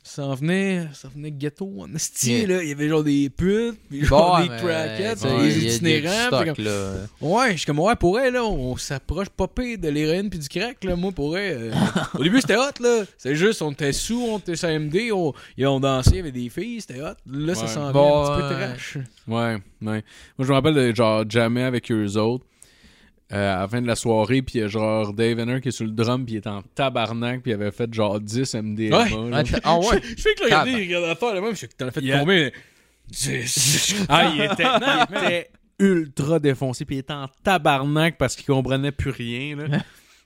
ça en venait, ça en venait ghetto, en esti, Yeah. là, il y avait genre des putes, puis genre des crackheads, des itinérants, puis comme- ouais, je suis comme, ouais, pour elle, là, on s'approche pas pire de l'héroïne puis du crack, là, moi, pour <laughs> elle, euh, au début, c'était hot, là, c'est juste, on était sous, on était sur MD, on, et on dansait avec des filles, c'était hot, là, ça Ouais. s'en Bon, vient un petit peu ouais. trash. Ouais, ouais. Moi, je me rappelle de genre jamais avec eux autres. euh, à la fin de la soirée, puis il y a genre Dave Henner qui est sur le drum, puis il est en tabarnak, puis il avait fait genre 10 euh, MDMA. là. Ah ouais. <laughs> Je fais que le regarder, il regarde à terre, là, même, je sais que t'en as fait Yeah. combien? <laughs> Ah, il était, non, <laughs> il était ultra défoncé, puis il était en tabarnak parce qu'il comprenait plus rien. Là.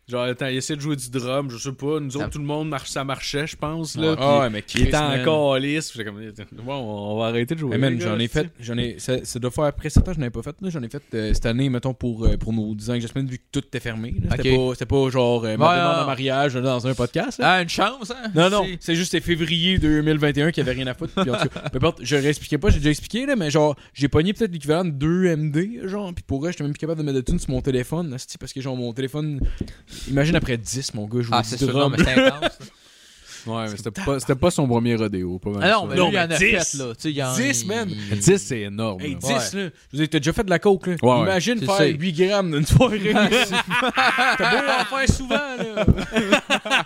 Genre, attends, il essayait de jouer du drum, je sais pas. Nous autres, tout le monde, marche, ça marchait, je pense. Là, puis Ah mais qui il était en calice. puis j'étais comme, bon, on va arrêter de jouer. Hey man, les gars, j'en ai là, fait, j'en ai, ça, ça doit faire après 7 ans, je n'en ai pas fait, là, j'en ai fait euh, cette année, mettons, pour, euh, pour nos 10 ans que semaine, vu que tout était fermé. là. C'était Ok. pas, c'était pas genre, euh, ma Ouais, demande ouais. en mariage dans un podcast. là. Ah, une chance, hein? Non, non, C'est- c'est juste c'est février 2021 qu'il y avait rien à foutre. Puis en tout cas, peu importe, je réexpliquais pas, j'ai déjà expliqué, là, mais genre, j'ai pogné peut-être l'équivalent de 2 MD, genre, puis pour vrai, j'étais même plus capable de mettre de tunes sur mon téléphone, asti, parce que genre, mon téléphone, imagine après 10, mon gars, je Ah, c'est sûr, non, mais c'est intense. là. Ouais, mais c'était pas, c'était pas son premier rodéo. Pas mal Ah non, ça. mais Non, lui, il en mais a 10. fait, là. Tu sais, il en- Ah, 10, man. il- 10, c'est énorme. Hey, là. 10, là. Je veux dire, t'as déjà fait de la coke, là. Ouais, ouais. Imagine C'est faire ça. 8 grammes d'une soirée. t'as beau en faire souvent, là.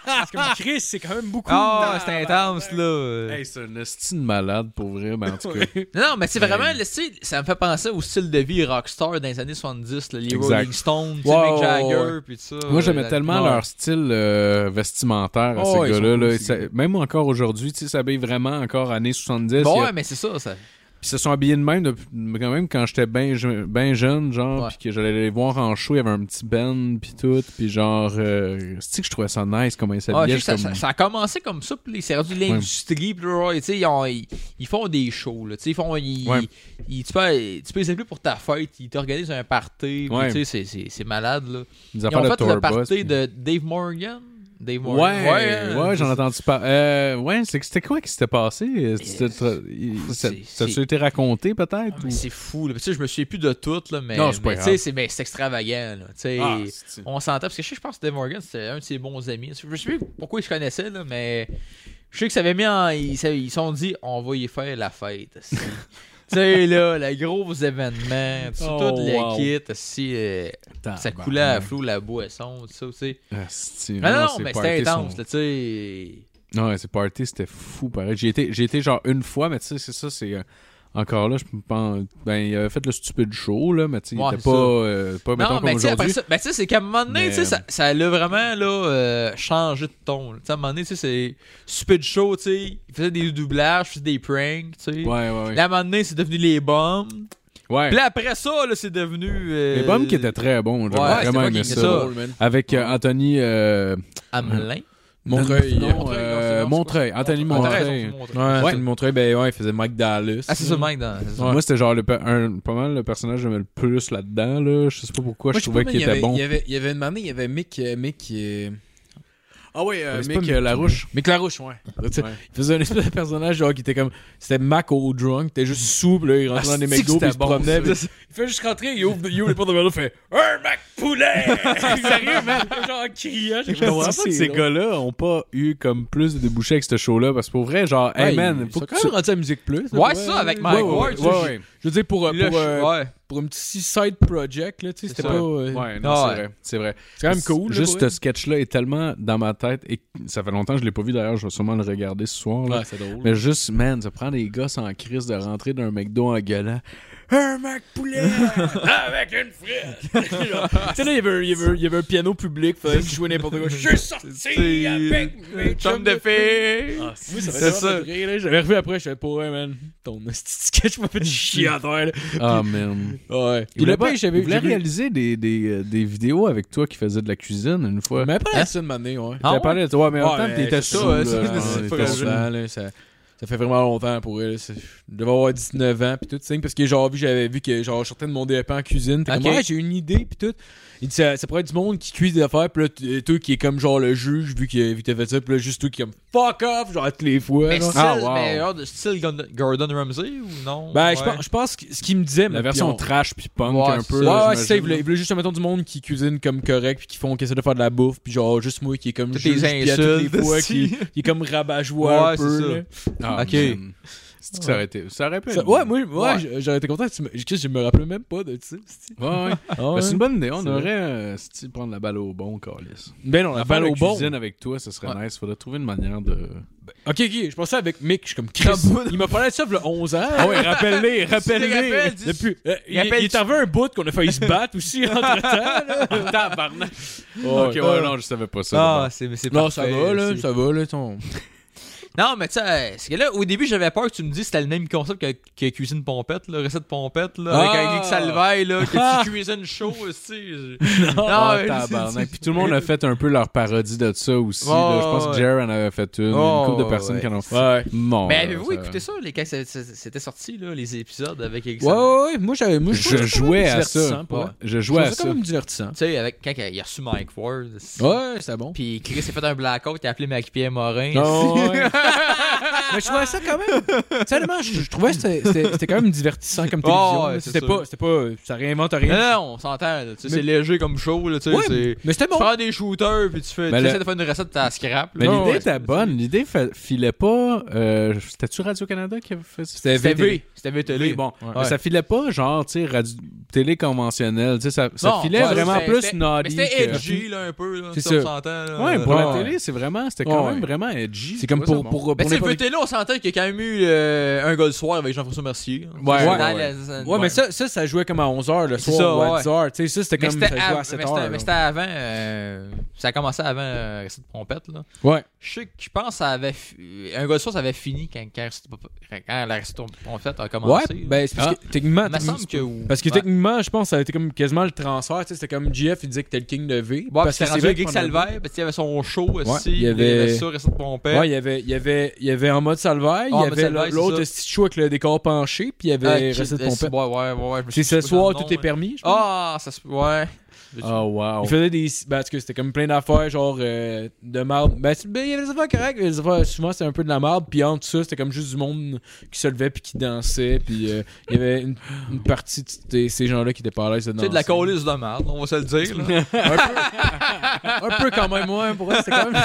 Parce que Chris, c'est quand même beaucoup. Ah, c'est intense, là. Hey, c'est un esti de malade pour vrai, mais en <laughs> tout cas. Non, non, mais c'est vraiment, le style, ça me fait penser au style de vie rockstar dans les années 70, là, les Exact. Rolling Stones, tu sais, Ouais, Mick ouais, Jagger, ouais. puis tout ça. Euh, Moi, j'aimais là, tellement ouais. leur style euh, vestimentaire à Oh, ces ils sont gars-là. cool, là. ces Ça- gars. Même encore aujourd'hui, tu sais, s'habillent vraiment encore années 70. Bon, Il y a- ouais, mais c'est ça, ça. Puis ils se sont habillés de même depuis- quand même quand j'étais bien je- ben jeune, genre, Ouais. puis que j'allais les voir en show, il y avait un petit band, puis tout, puis genre, euh, c'est que je trouvais ça nice comment ils Ah, s'habillaient. je sais que ça, comme- ça- ça a commencé comme ça, puis c'est rendu de l'industrie, puis là, ouais, tu sais, ils, ont- ils- ils font des shows, là, tu sais, ils font, ils- Ouais. ils- tu, peux, tu peux les appeler pour ta fête, ils t'organisent un party, puis Ouais. tu sais, c'est- c'est- c'est malade, là. des Ils affaires ont fait tour le bus, party puis- de Dave Morgan. Dave Ouais, Morgan. ouais, hein, j'en ai c'est- entendu parler. Euh, ouais, c'est que c'était quoi qui s'était passé? C'était- il- Ça Ah, c'est- ça a-tu c'est- été raconté peut-être? Ah, Mais ou- C'est fou, là. Tu sais, je me souviens plus de tout, là, mais. Non, c'est pas mais, tu grave. sais, c'est mais c'est extravagant, là. Tu sais, Ah, c'est- on s'entend. Parce que je sais, je pense que Dave Morgan, c'était un de ses bons amis. Je me souviens plus pourquoi ils se connaissaient, là, mais. Je sais que ça avait mis en. Ils se ils se sont dit, on va y faire la fête. <laughs> esti. tu sais, là, le gros événement, tu sais, Oh, tout le wow. Ah, ben, kit, esti, euh, ça coulait à flot la boisson, tout ça, tu sais. Asti, Mais non, non, ces mais parties c'était intense, sont- là, tu sais. Non, ouais, ces parties, c'était fou, pareil. J'ai été, j'ai été genre une fois, mais tu sais, c'est ça, c'est. euh, encore là, je me pense. Ben, il avait fait le stupide show, là, mais tu sais, il Ouais, était c'est pas. ça. euh, pas, mettons, Non, mais comme tu sais, après aujourd'hui. ça, ben, tu sais, c'est qu'à un moment donné, Mais- tu sais, euh, ça, ça l'a vraiment, là, euh, changé de ton. là. Tu sais, à un moment donné, tu sais, c'est stupid show, tu sais. Il faisait des doublages, il faisait des pranks, tu sais. Ouais, ouais, ouais. Là, à un moment donné, c'est devenu les bombes. Ouais. Puis là, après ça, là, c'est devenu. euh, Les bombes qui étaient très bons, j'avais Ouais, c'était vraiment pas aimé qui- ça. c'est ça. drôle, man. Avec euh, Anthony. Euh, Hamelin. Montreuil. non, euh, Montreuil, non, euh, c'est- non, c'est Montreuil. Anthony Ah, t'as Montreuil. raison, c'est Montreuil. Ouais, Ouais. ouais. Montreuil, ben ouais, il faisait Mike Dallas. Ah, c'est ça, Mike. Dans... c'est ça. Moi, c'était genre le, pe- un- pas mal le personnage que j'aimais le plus là-dedans. Là. Je sais pas pourquoi, je Moi, trouvais sais pas, qu'il mais il y était avait- bon. Il y, avait, il y avait une année, il y avait Mick. euh, Mick euh, Ah ouais, euh, Mais c'est Mick, pas euh, Mick, Larouche. Mick Larouche, ouais. Tu sais, <laughs> Ouais. Il faisait un espèce de personnage genre qui était comme. C'était Mac au drunk, t'es juste souple, il rentrait dans des McDo, Ah, c'est que puis il c'était se bon, promenait. ça. puis Il fait juste rentrer, il ouvre, il ouvre les portes de McDo, il fait Un Mac poulet <laughs> Sérieux, man Genre en criant, j'ai Je comprends pas que ces gars-là ont pas eu comme plus de débouchés avec ce show-là parce que pour vrai, genre, hey man, faut faut que quand tu- même rendu à Musique Plus. là, Ouais, pour c'est vrai. ça, avec Mike ouais, Ward. ouais, ouais, ouais. Je veux dire, pour, euh, Là, pour, je- euh, ouais. pour un petit side project, là, tu sais, c'était ça. pas. euh, Ouais, non, Ouais. c'est vrai, c'est vrai. C'est quand même cool. là, Juste pour ce vrai. sketch-là est tellement dans ma tête et ça fait longtemps que je l'ai pas vu d'ailleurs, je vais sûrement le regarder ce soir. là. Ouais, c'est drôle. Mais juste, man, ça prend des gosses en crise de rentrer d'un McDo en gueulant. un Mac poulet avec une frite. tu sais là, il y avait, il y avait- il y avait un piano public, fallait qu'il joue n'importe quoi. Je suis sorti C'est- avec <laughs> mes Chum chums de filles. Ah, oui, ça C'est fait ça. ça. J'avais revu après, je fais pour ouais, man. Ton petit sketch m'a fait chier à terre. là. Ah, man. Ouais. Il Il voulait, l'a pas, pas, il j'avais voulait réaliser des, des, euh, des vidéos avec toi qui faisais de la cuisine une fois. Mais pas Hein? la semaine, ouais. Ah, T'as ouais? parlé de toi, mais en Ouais, même temps, mais t'étais c'est <laughs> sous, ça, là, c'est- genre, c'est t'étais pas sous. grave, là, ça- Ça fait vraiment longtemps pour elle. c'est- Je devais avoir 19 ans, puis tout, signe, parce que genre, vu- j'avais vu que genre, je sortais de mon DEP en cuisine, puis Ok. comme, Ah, j'ai une idée, puis tout. Il dit, ça, ça pourrait être du monde qui cuise des affaires, puis là, t- euh, toi qui est comme genre le juge, vu que vu que t'as fait ça, puis là, juste toi qui est comme fuck off, genre, toutes les fois. Mais genre. style, Ah, wow. mais genre de style Gordon- Gordon Ramsay ou non? Ben, Ouais. je, pense, je pense que ce qu'il me disait, La mais- version puis on- trash puis punk Ouais, un c'est peu. Ouais, là, ouais, c'est ça, il j'imagine. voulait, il voulait juste, mettons, du monde qui cuisine comme correct, puis qui font, qui essaie de faire de la bouffe, puis genre, juste moi qui est comme Toutes les juge, puis à toutes les insultes, fois, si. qui, qui est comme rabat-joie un Ouais, c'est peu, ça. là. Ah, Ok. man. C'est que ça aurait été. Ça aurait pu Ça- être ouais, bon. moi, moi, Ouais. j- j'aurais été content. Tu me- Chris, je me rappelais même pas de ça. c'ti. Ouais, <laughs> ouais. Ah Ben, c'est ouais. une bonne idée. On C'est aurait euh, c'est-tu, prendre la balle au bon, Carlis. Ben non, la balle au bon. cuisine avec toi, ça serait Ouais. nice. Faudrait trouver une manière de. Ok, ok, je pensais avec Mick, je suis comme Chris. Caboune. Il m'a parlé de ça il y a 11 ans. Ah ouais, <laughs> rappelle-les, Tu te rappelles, dis- Depuis, euh, il, il Rappelle- est arrivé un bout qu'on a failli se battre aussi <laughs> entre-temps. là. Tabarnak! Ouais. ok, ouais, non, je savais pas ça. Ah, c'est c'est Non, ça parfait, va, là, c'est- ça va, là, ton... Non, mais tu sais, c'est que là, au début, j'avais peur que tu me dises que c'était le même concept que, que cuisine pompette, là, recette pompette, là, avec Ah. Alex Salvaille, là, Ah. que tu cuisines chaud, tu sais. <laughs> Ah, mais- tabarnak. Puis tout le monde a fait un peu leur parodie de ça aussi. Ouais, là. Je pense ouais. que Jer en avait fait une. Ouais, une couple de ouais, personnes ouais. qui en ont fait. Ouais. Bon, Mais euh, avez-vous ça- écouté ça, les, quand c'est- c'est- c'était sorti, là, les épisodes avec Eric Ouais, Salvaille? ouais, ouais, moi, j'avais... moi, je trouvais Je quand même jouais à ça. divertissant, pour Ouais. vrai. Je Je trouvais jouais à ça ça. quand même divertissant. Tu sais, avec, quand il a reçu Mike Ward. c'est- Ouais, c'est bon. Puis Chris s'est fait un blackout, il a appelé Mac-Pierre Morin. <laughs> Non, ouais. mais je trouvais ça quand même. Sérieusement, je, je trouvais que c'était- c'était c'était quand même divertissant comme télévision. Oh, ouais, là. c'est c'était sûr. pas, c'était pas, ça réinvente Non, rien. non, on s'entend, là, tu sais, Mais- c'est léger comme show, là, tu sais, Ouais, c'est... mais c'était Tu bon. prends des shooters, puis tu fais, tu Mais le- essaies de faire une recette, t'as scrap. Mais là. l'idée Ouais, était bonne. L'idée fa- filait pas. euh, C'était-tu Radio-Canada qui avait fait ça? C'était V, c'était V Oui, télé. bon. Ouais. Mais ça filait pas, genre, tu sais, radio- télé conventionnelle. Tu sais, ça, ça Non, filait ouais, vraiment c'était- plus c'était- naughty. Mais c'était que- edgy, euh, là, un peu, là, C'est tu sais, on ça. s'entend, là. Ouais, pour la Ouais. télé, c'est vraiment, c'était quand Ouais. même vraiment edgy. C'est comme Tu vois, pour, ça, pour, pour Mais tu sais, n'importe- VTL, on s'entend qu'il y a quand même eu euh, un goal soir avec Jean-François Mercier. Ouais, Dans ouais, la- ouais. la- Ouais, mais ça, ça, ça jouait comme à 11h le C'est soir ça, ou à ouais. 10h. Tu sais, ça, c'était Mais comme ça c'était jouait av- à mais 7h. c'était- mais c'était avant. euh, ça a commencé avant euh, Recette Pompette, là. Ouais. Je sais que je pense que ça avait. fi- Un goal soir, ça avait fini quand, quand, Recette Pop- quand la Recette Pompette a Ouais, commencé. là. ben, c'est parce que techniquement. il me semble que. Parce que ouais. techniquement, je pense que ça a été comme quasiment le transfert. tu sais, C'était comme GF, il disait que t'es le king de V. Ouais, parce que c'est c'est rendu vrai avec Rick qu'on avait- Salvaire, parce qu'il y avait son show aussi. Ouais, il il y y avait- avait ça, Recette Pompette. Ouais, il y avait, il y avait, il y avait en mode salvaire, Ah, en il y mode avait Salvaire, c'est l'autre ça. petit show avec le décor penché, puis il y avait Ah, Chris, Recette euh, Pompette. Ouais, ouais, ouais. ouais, je me C'est suis- ce je sais pas dans soir, le nom, tout est mais- permis. je pense. Ah, ça se. Ouais. Oh, wow. Il faisait des. Ben, parce que c'était comme plein d'affaires, genre euh, de marde. Ben, c'est- ben, il y avait des affaires correctes, mais les affaires, souvent c'était un peu de la marde. Puis en dessous, c'était comme juste du monde qui se levait puis qui dansait. Puis euh, il y avait une, une partie de ces- ces gens-là qui étaient pas à l'aise de Tu danser. sais, de la colisse de merde, on va se le dire. Là. Un peu quand même, ouais, pour eux, c'était <laughs> quand même.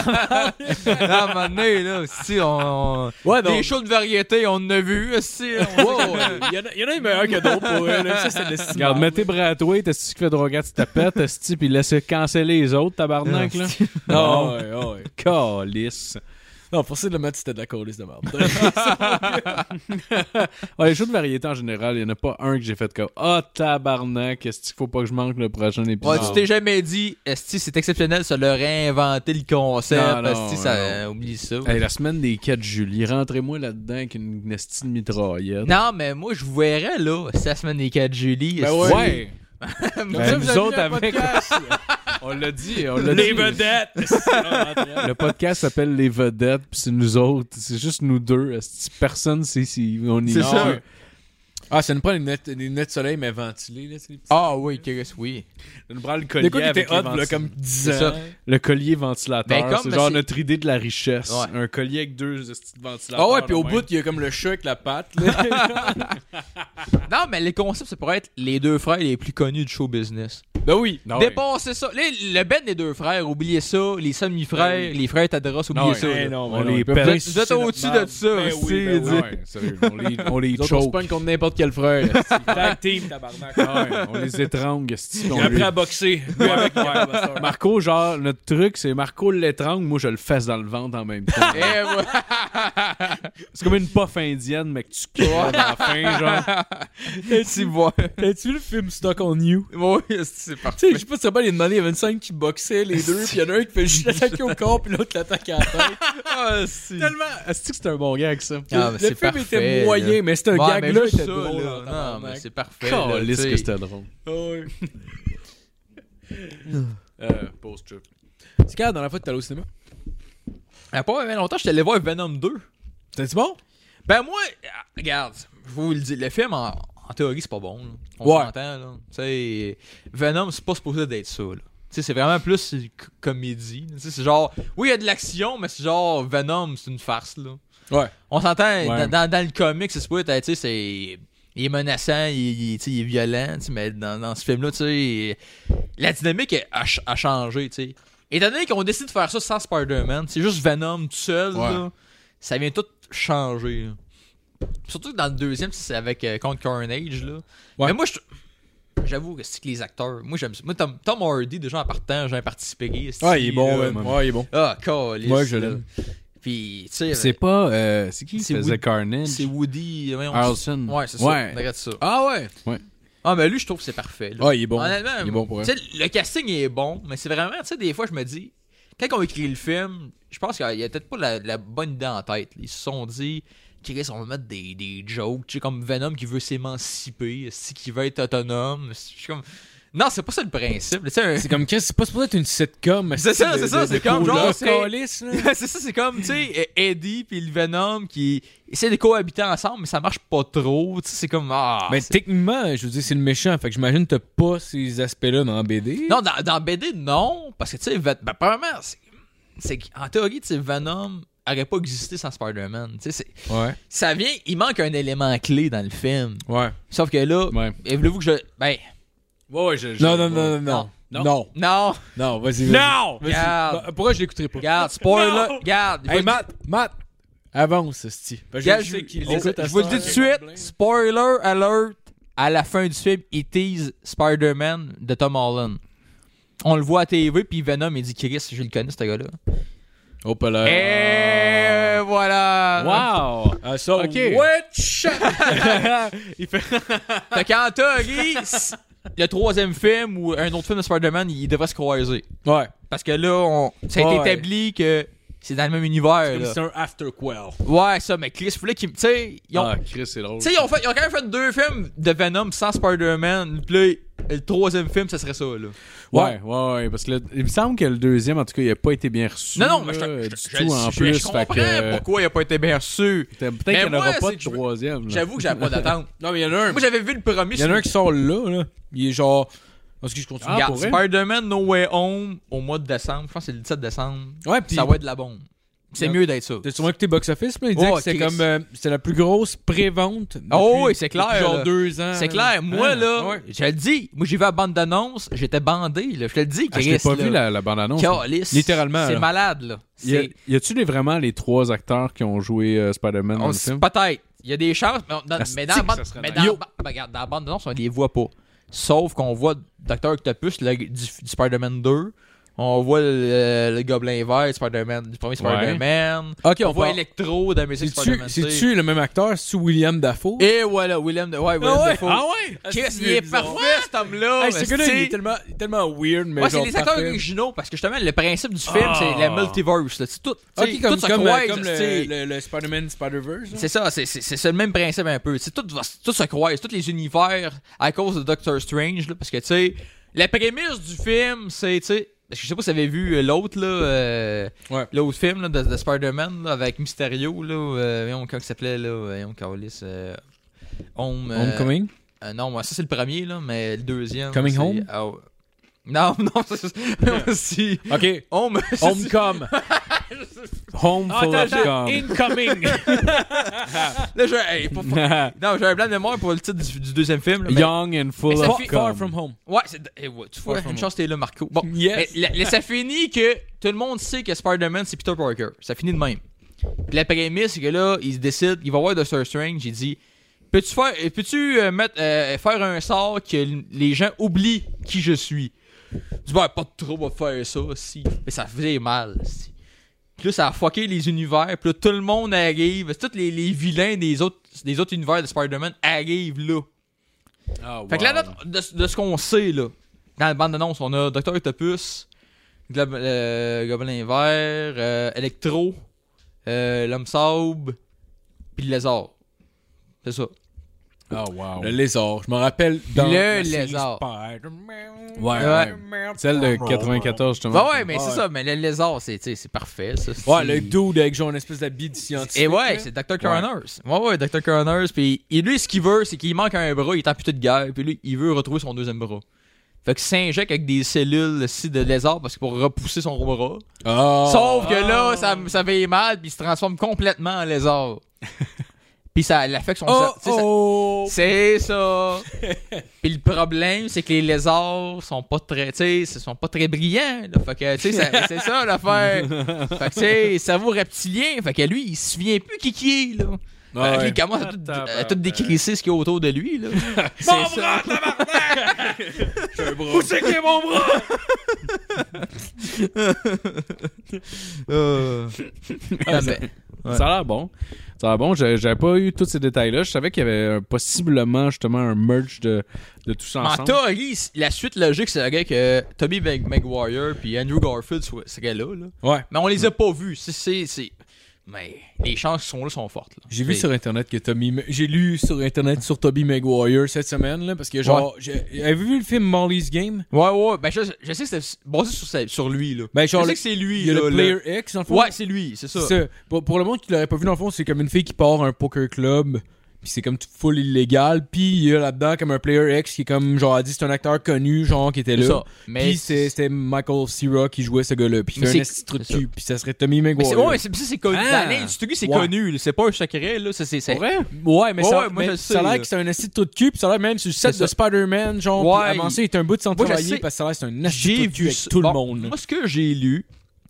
à un moment donné, là, si on. Ouais, non. Des shows de variété, on en a vu, si. on- Wow, euh, il y en a- il y en a un meilleur que d'autres pour eux. là. Ça, c'est le Regarde, mettez bras à toi, t'as ce qui fait de regarder ta pète, t'as ce puis laissez canceller les autres, tabarnak, <laughs> là. Non, ouais, ouais. Calice. Non, pour ça, le match, c'était de la colisse de marde. Ouais, les shows de variété en général, il n'y en a pas un que j'ai fait comme Ah, tabarnak, est-ce qu'il faut pas que je manque le <laughs> prochain Ouais, épisode? tu t'es jamais dit, Esti, c'est exceptionnel, ça leur a inventé le Non, concept, non, Esti, ça. euh, non. Oublie ça. Hey, la semaine des 4 juillet, rentrez-moi là-dedans avec une nestie de mitraillette. Non, mais moi, je vous verrais, là, c'est la semaine des 4 juillet. Ben esti. Ouais! Comme ça, Ben, nous vous avez autres un avec- <laughs> podcast. On l'a dit, on l'a dit. Les vedettes. Le podcast s'appelle Les Vedettes, puis c'est nous autres, c'est juste nous deux. esti. Personne sait si on y C'est ça. Ouais. Ah, ça nous prend des lunettes, des lunettes de soleil, mais ventilées, là, c'est les petits. Ah oui, Chris, oui. On prend le Des collier. quoi qui avec était les hot, là, ventilateurs. comme 10 C'est ans. ça. Le collier ventilateur. Ben, comme- c'est mais genre c'est- notre idée de la richesse. Ouais. Un collier avec deux esti de ventilateurs. Ah ouais, puis au là, ben. bout, il y a comme le chat avec la patte. Là. Non, mais le concept, ça pourrait être les deux frères les plus connus du show business. ben oui. même. Ah ouais. Dépensez ça. Là, le Ben des deux frères, oubliez ça. Les Ben semi-frères, les frères Tadaros, oubliez ouais. ça. Ben là. non, ben non, ils peuvent Vous êtes- vous êtes au-dessus de ça Ben aussi. oui, ben dis- oui. Ouais, sérieux, on les, <laughs> on les Les autres, on se choke. pogne contre n'importe quel frère. Tag team, tabarnak. Ah ouais, on <laughs> les étrangle. esti, on J'ai appris les- à boxer. Lui avec moi, <laughs> Buster. Marco, genre, notre truc, c'est Marco l'étrangle, moi je le fesse dans le ventre en même temps. Eh, ouais. <laughs> C'est comme une puff indienne, mais que tu quittes à la fin, genre. Si, ouais. T'as-tu vu le film Stock on You? Oui, c'est parti. Tu sais, je sais pas si ça va les demander, il y avait une scène qui boxait les deux, puis il y en a un qui fait juste l'attaquer au corps, puis l'autre l'attaque à la tête. Ah, si. Tellement. <laughs> Est-ce que c'est un bon gars avec ça? Ah, mais le c'est film parfait, était là. moyen, mais c'était un Ouais, mais gag-là. juste était ça, drôle, là. en Non, tabarnak. mais c'est parfait. là, Calisse tu sais. que c'était drôle. Euh, pause trip. C'est quand la dernière fois que t'es allé au cinéma? Ah, pas bien longtemps, je suis allé voir Venom 2. T'as dit bon? Ben moi, euh, regarde, je vous le dis, le film en, en théorie c'est pas bon. là. On Ouais. s'entend là. Tu sais, Venom c'est pas supposé d'être ça. là. Tu sais, c'est vraiment plus une c- comédie. Tu sais, c'est genre, oui il y a de l'action, mais c'est genre Venom c'est une farce là. Ouais. On s'entend Ouais. dans, dans- dans le comic c'est supposé être, tu sais, c'est il est menaçant, il, il- tu sais, il est violent, tu sais, mais dans, dans ce film là, tu sais, la dynamique elle, a, ch- a changé, tu sais. Étant donné qu'on décide de faire ça sans Spider-Man, c'est juste Venom tout seul, Ouais. là, ça vient tout changer. là. Surtout que dans le deuxième, c'est avec euh, contre Carnage. Là. Ouais. Mais moi, je- j'avoue que c'est que les acteurs. Moi, j'aime ça. Moi, Tom, Tom Hardy, déjà en partant, j'ai participé. c'est- Ouais, Ah, il est bon, là. man. euh, Ouais, il est bon. Ah, calice, Ouais, je là. l'aime. Puis, tu sais, C'est c'est pas. euh, c'est qui qui C'est faisait Wood- Carnage Woody. voyons, Harrelson. Ouais, c'est ça. Regarde ça. Ah ouais. Ah, mais lui, je trouve que c'est parfait. là. Ouais, il est bon. Honnêtement, Il est bon pour elle. tu sais, le casting est bon, mais c'est vraiment, tu sais, des fois, je me dis, quand on écrit le film, je pense qu'il y a peut-être pas la, la bonne idée en tête. Ils se sont dit, Chris, on va mettre des, des jokes, tu sais, comme Venom qui veut s'émanciper, si qui veut être autonome. Je suis comme, non, c'est pas ça le principe. tu sais, un- <laughs> C'est comme Chris, c'est pas supposé être une sitcom. C'est ça, de- c'est ça, de- c'est de comme couleur, genre, c'est- calice, là. c'est ça, c'est comme, tu sais, Eddie puis le Venom qui essaient de cohabiter ensemble, mais ça marche pas trop. Tu sais, c'est comme, ah. Mais c'est- techniquement, je veux dire, c'est le méchant. Fait que j'imagine que t'as pas ces aspects-là dans BD. Non, dans, dans BD, non. Parce que, tu sais, Ven- ben, premièrement, c'est- c'est qu'en théorie, tu sais, Venom aurait pas existé sans Spider-Man. Tu sais, c'est- Ouais. ça vient, il manque un élément clé dans le film. Ouais. Sauf que là, Ouais. et voulez-vous que je. Ben, Ouais, ouais, je- je- Non, non, non, non, non. Non. Non. non! Non, vas-y. Non! Vas-y. Regarde. Bah, Pourquoi je l'écouterai pas? Regarde, spoiler! Non! Regarde! Hey, je- Matt, Matt, avance, Sti. regarde, je, je- je vous le dis tout de suite, spoiler alert! À la fin du film, il tease Spider-Man de Tom Holland. On le voit à TV, puis Venom, il dit Chris, je le connais, ce gars-là. Ah. Oh, pas là. Eh, Et voilà! Wow! Ah, ça, <laughs> Ok. Witch! <laughs> fait qu'en théorie, s- le troisième film ou un autre film de Spider-Man, il devrait se croiser. Ouais. Parce que là, on, ça a été Ouais. établi que c'est dans le même univers. Comme là. c'est un afterquel. Ouais, ça, mais Chris, voulait qu'il. Tu sais, ils ont. Ah, Chris, c'est drôle. Tu sais, ils ont, fait- ils ont quand même fait deux films de Venom sans Spider-Man. Puis là, le troisième film, ça serait ça, là. Ouais, ouais, ouais, parce que le- il me semble que le deuxième, en tout cas, il a pas été bien reçu. Non, non, mais je, là, te- je, du te- je, tout en je- je plus. comprends fait que- pourquoi il a pas été bien reçu. Peut- Peut-être qu'il n'y en aura moi, pas c'est de que je veux- troisième. là. J'avoue que j'avais pas d'attente. Non, mais il y en a un. Moi, j'avais vu le premier. Il y en a sur- un qui sort là, là. Il est genre. Parce que je continue. Ah, Regarde, pour vrai? Spider-Man No Way Home au mois de décembre, je pense que c'est le 17 décembre, ouais, pis. Ah. ça va être de la bombe. C'est Ouais. mieux d'être ça. T'as sûrement écouté Box Office, là? Il disait Oh, que c'était Chris. comme. euh, c'était la plus grosse pré-vente. Oh, depuis- oui, c'est clair, depuis Genre là. deux ans. C'est clair, moi Ah, là, ouais. je te le dis, moi j'ai vu la bande d'annonce, j'étais bandé, là. je te le dis, Ah, Chris. je t'ai pas là. vu la, la bande-annonce. Calice. Littéralement, C'est là. malade, là. Y a- C'est- y a-tu les- vraiment les trois acteurs qui ont joué euh, Spider-Man dans on le s- <laughs> film? Peut-être. Il y a des chances, mais, on- dans, Asti mais dans la que bande, ça serait mais nice. dans la Yo. ba- ben, regarde, dans la bande d'annonce, on les voit pas. Sauf qu'on voit Dr. Octopus le- du, du Spider-Man 2. On voit le, le Gobelin Vert du Spider-Man, du premier Ouais. Spider-Man. Ok, on, on voit voit. Electro dans Amazing Spider-Man. tu sais. C'est-tu le même acteur? C'est-tu William Dafoe? Et voilà, William de... Ouais, William Dafoe. Ah Ah, ouais! Chris, il est parfait, cet homme-là. Hey, ce mais gars-là, il c'est- est tellement, il est tellement weird, mais Ah, Ouais, c'est genre les acteurs parfait. Ah. originaux, parce que justement, le principe du film, c'est le multiverse. là. C'est tout. Ok, tu sais, comme, tout se comme, euh, croise, comme tu le, sais. le, le Spider-Man Spider-Verse. là. C'est ça, c'est- c'est c'est ça le même principe un peu. C'est Tout, va- tout se croise, tous les univers à cause de Doctor Strange, là, parce que tu sais, la prémisse du film, c'est, tu sais, parce que je sais pas si vous avez vu euh, l'autre, là, euh, Ouais. l'autre film là, de, de Spider-Man là, avec Mysterio, là, euh, voyons, comment il s'appelait, là, voyons, Carlis, euh, Home, euh, Homecoming? euh, non, moi, ça c'est le premier, là, mais le deuxième. Coming c'est- Home? ah, ouais. non, <laughs> non, ça, c'est- si. Ok. Home. <laughs> Homecom. <laughs> Home Ah, full attends, of attends. cum. <laughs> Incoming. Là, j'ai. hey, pas- non, j'ai un blanc de mémoire pour le titre du, du deuxième film. là, mais- Young and full Mais ça of fait- cum. Far from home. Ouais, c'est. eh, ouais, tu vois, Ouais, une chance que t'es là, Marco. Bon, Yes. mais, la- la- ça finit que tout le monde sait que Spider-Man, c'est Peter Parker. Ça finit de même. Puis la prémisse, c'est que là, il se décide, il va voir Doctor Strange, il dit Peux-tu faire, euh, peux-tu, euh, mettre, euh, faire un sort que l- les gens oublient qui je suis Tu vois, pas de trouble à faire ça, si. Mais ça faisait mal, si. Puis là, ça a fucké les univers. Puis là, tout le monde arrive. Tous les, les vilains des autres, des autres univers de Spider-Man arrivent là. Fait que là, notre- de, de ce qu'on sait, là, dans la bande-annonce, on a Docteur Octopus, Glob- euh, Gobelin Vert, euh, Electro, euh, L'Homme Sable, puis le Lézard. C'est ça. Ah, wow. Le lézard. Je me rappelle dans Le la série lézard. Spider-Man. Ouais, Ouais. Celle de 94, justement. Bah ouais, mais Ouais. c'est ça, mais le lézard, c'est tu sais, c'est parfait. Ça, c'est- Ouais, le dude avec genre une espèce d'habit de scientifique. Et ouais, là. c'est Dr. Coroners. Ouais, ouais, Dr. Coroners. Puis il- lui, ce qu'il veut, c'est qu'il manque un bras, il est amputé de guerre. Puis lui, il veut retrouver son deuxième bras. Fait que s'injecte avec des cellules aussi de lézard parce que pour repousser son bras. Ah. Sauf que là, ça, ça fait mal, puis il se transforme complètement en <laughs> lézard. puis ça l'affecte son Oh, cer- tu sais, ça- oh. C'est ça. Puis le problème, c'est que les lézards sont pas très, tu sais, ce sont pas très brillants. là. Fait que, tu sais, ça- c'est ça l'affaire. Fait que, tu sais, cerveau reptilien. Fait que lui, il se souvient plus qui qui est, là. Fait que Ouais. lui, il commence Ah, à tout, à euh, tout décrisser ce qu'il y a autour de lui, là. C'est ça. Où c'est qu'il est mon <laughs> bras? Ah, mais- Ça a l'air bon. Ça a l'air bon. J'ai- J'avais pas eu tous ces détails-là. Je savais qu'il y avait euh, possiblement, justement, un merge de, de tous En ensemble. théorie, la suite logique serait que Tommy Mag- Maguire puis Andrew Garfield soient- seraient là, là. Ouais. Mais on les a pas vus. C'est, c'est, c'est- Mais les chances qui sont là sont fortes. là. J'ai vu C'est- sur internet que Tommy. Ma- J'ai lu sur internet sur Toby Maguire cette semaine, là, parce que genre. j'ai- Avez-vous vu le film Molly's Game? Ouais, ouais, ben je, je sais que c'est basé sur, sa- sur lui, là. Ben, genre, je sais le- que c'est lui, Il y a là, le là. Player X, dans le fond. Ouais, c'est lui, c'est ça. C'est ça. Pour, pour le monde qui l'aurait pas vu, dans le fond, c'est comme une fille qui part à un poker club, puis c'est comme tout full illégal, puis il y a là-dedans comme un player ex qui est comme, genre, a dit, c'est un acteur connu, genre, qui était là. C'est ça. Mais Puis c'est- c'était Michael Cera qui jouait ce gars-là, puis Mais c'est un c'est- esti de trou de c'est ça. cul, puis ça serait Tommy Maguire. mais c'est, ouais, mais c'est, ça, c'est connu. Ah. Dans l'industrie, c'est Ouais. connu, là. C'est pas un secret, là. C'est, c'est, c'est... vrai? Ouais, mais Ouais, ça, ouais, moi, mais je le ça a sais, l'air là. que c'est un esti de trou de cul, puis ça a l'air même sur le set C'est de ça. Spider-Man, genre, Ouais, avancé, il est un bout de sans Moi, je travailler, sais- parce que ça a l'air que c'est un esti de trou J'ai de cul vu avec ça. tout le Bon, monde. Moi, ce que j'ai lu,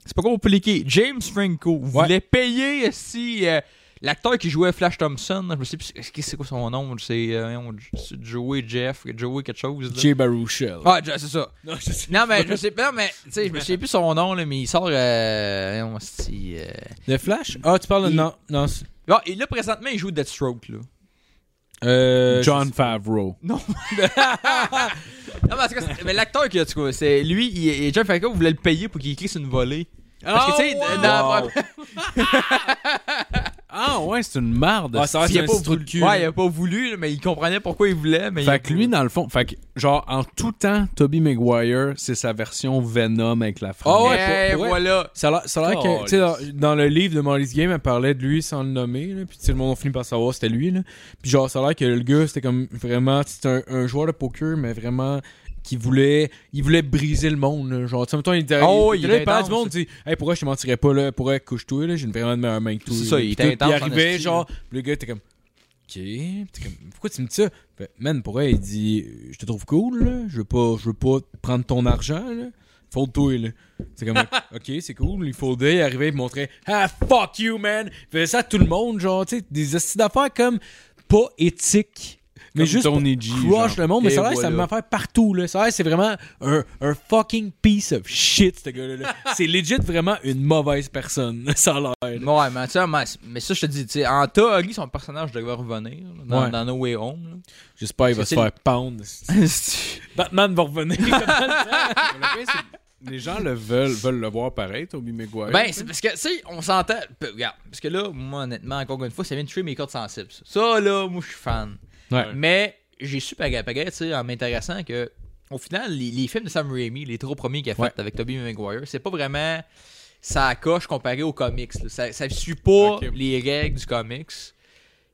c'est pas compliqué. James Franco voulait payer si euh, l'acteur qui jouait Flash Thompson, je sais plus c'est- c'est c'est quoi son nom, c'est euh, on- c'est Joey Jeff, Joey quelque chose. Là. Jay Baruchel. Ah, je- c'est ça. Non, je sais. Non, mais je sais pas, mais tu sais, je me souviens plus son nom, là, mais il sort. Euh, on se dit, euh, Le Flash? Ah, tu parles de... Il- Non, non. c'est- Bon, et là, présentement, il joue Deathstroke, là. Euh, John Favreau. Non, mais en tout cas, c'est- mais l'acteur qui a, tu vois, c'est lui, il, et Jeff Franco voulait le payer pour qu'il écrive une volée. Parce que, tu sais, dans- Ah, Wow. Ah ouais, c'est une marde. Ah, ça a l'air que c'est il a un pas esti de trou de voulu, cul. ouais, il a pas voulu, là, mais il comprenait pourquoi il voulait. Mais Fait il- que lui, dans le fond, fait que, genre, en tout temps, Toby Maguire, c'est sa version Venom avec la Ah France. ouais, Eh, pour- pour- voilà. Ça a l'air- ça a l'air Oh, que, tu sais, dans, Calisse. dans le livre de Molly's Game, elle parlait de lui sans le nommer, là, puis tu sais, le monde a fini par savoir c'était lui, là. Puis genre, ça a l'air que le gars, c'était comme vraiment, c'était un, un joueur de poker, mais vraiment, qui voulait, il voulait briser le monde, là. genre, tu sais, en même temps, il était, Oh, il, il était là, est il parlait intense. du monde, il dit, hey, pourquoi je te mentirais pas, là, pourquoi couche-toi, là, j'ai une vraiment de meilleure main que toi. C'est ça, là. il Puis était tout, puis intense il en arrivait, esti, genre, puis le gars était comme, ok, Puis t'es comme, pourquoi tu me dis ça? Fait, man, pourquoi il dit, je te trouve cool, là, je veux pas, je veux pas prendre ton argent, là. Fold-toi, là. C'est comme, <laughs> ok, c'est cool. Il foldait, il arrivait, il montrait, ah, fuck you, man. Il faisait ça à tout le monde, genre, tu sais, des astuces d'affaires comme pas éthiques. Mais Comme juste Tony pour G, crush genre. le monde, mais Et ça a l'air que ça voilà. m'a fait partout, là. Ça a l'air que c'est vraiment un, un fucking piece of shit, ce gars-là. là. c'est legit vraiment une mauvaise personne, <laughs> ça a l'air. là. Ouais, mais, tu sais, mais, mais ça, je te dis, tu sais, en théorie, son personnage devait revenir là, dans, Ouais. dans No Way <laughs> Home. J'espère qu'il va se C'est- faire pound. là. Batman va revenir. Les gens le veulent, veulent le voir pareil, Toby Maguire. ben, c'est parce que, tu sais, on s'entend. Peu- Regarde, parce que là, moi, honnêtement, encore une fois, ça vient de tuer mes cordes sensibles. Ça, Ça, là, moi, je suis fan. Ouais. Mais j'ai su, pagaille, pagaille, tu sais, en m'intéressant que, au final, les, les films de Sam Raimi, les trois premiers qu'il a fait Ouais. avec Tobey Maguire, c'est pas vraiment ça coche comparé aux comics. là. Ça, ça suit pas Ok. les règles du comics.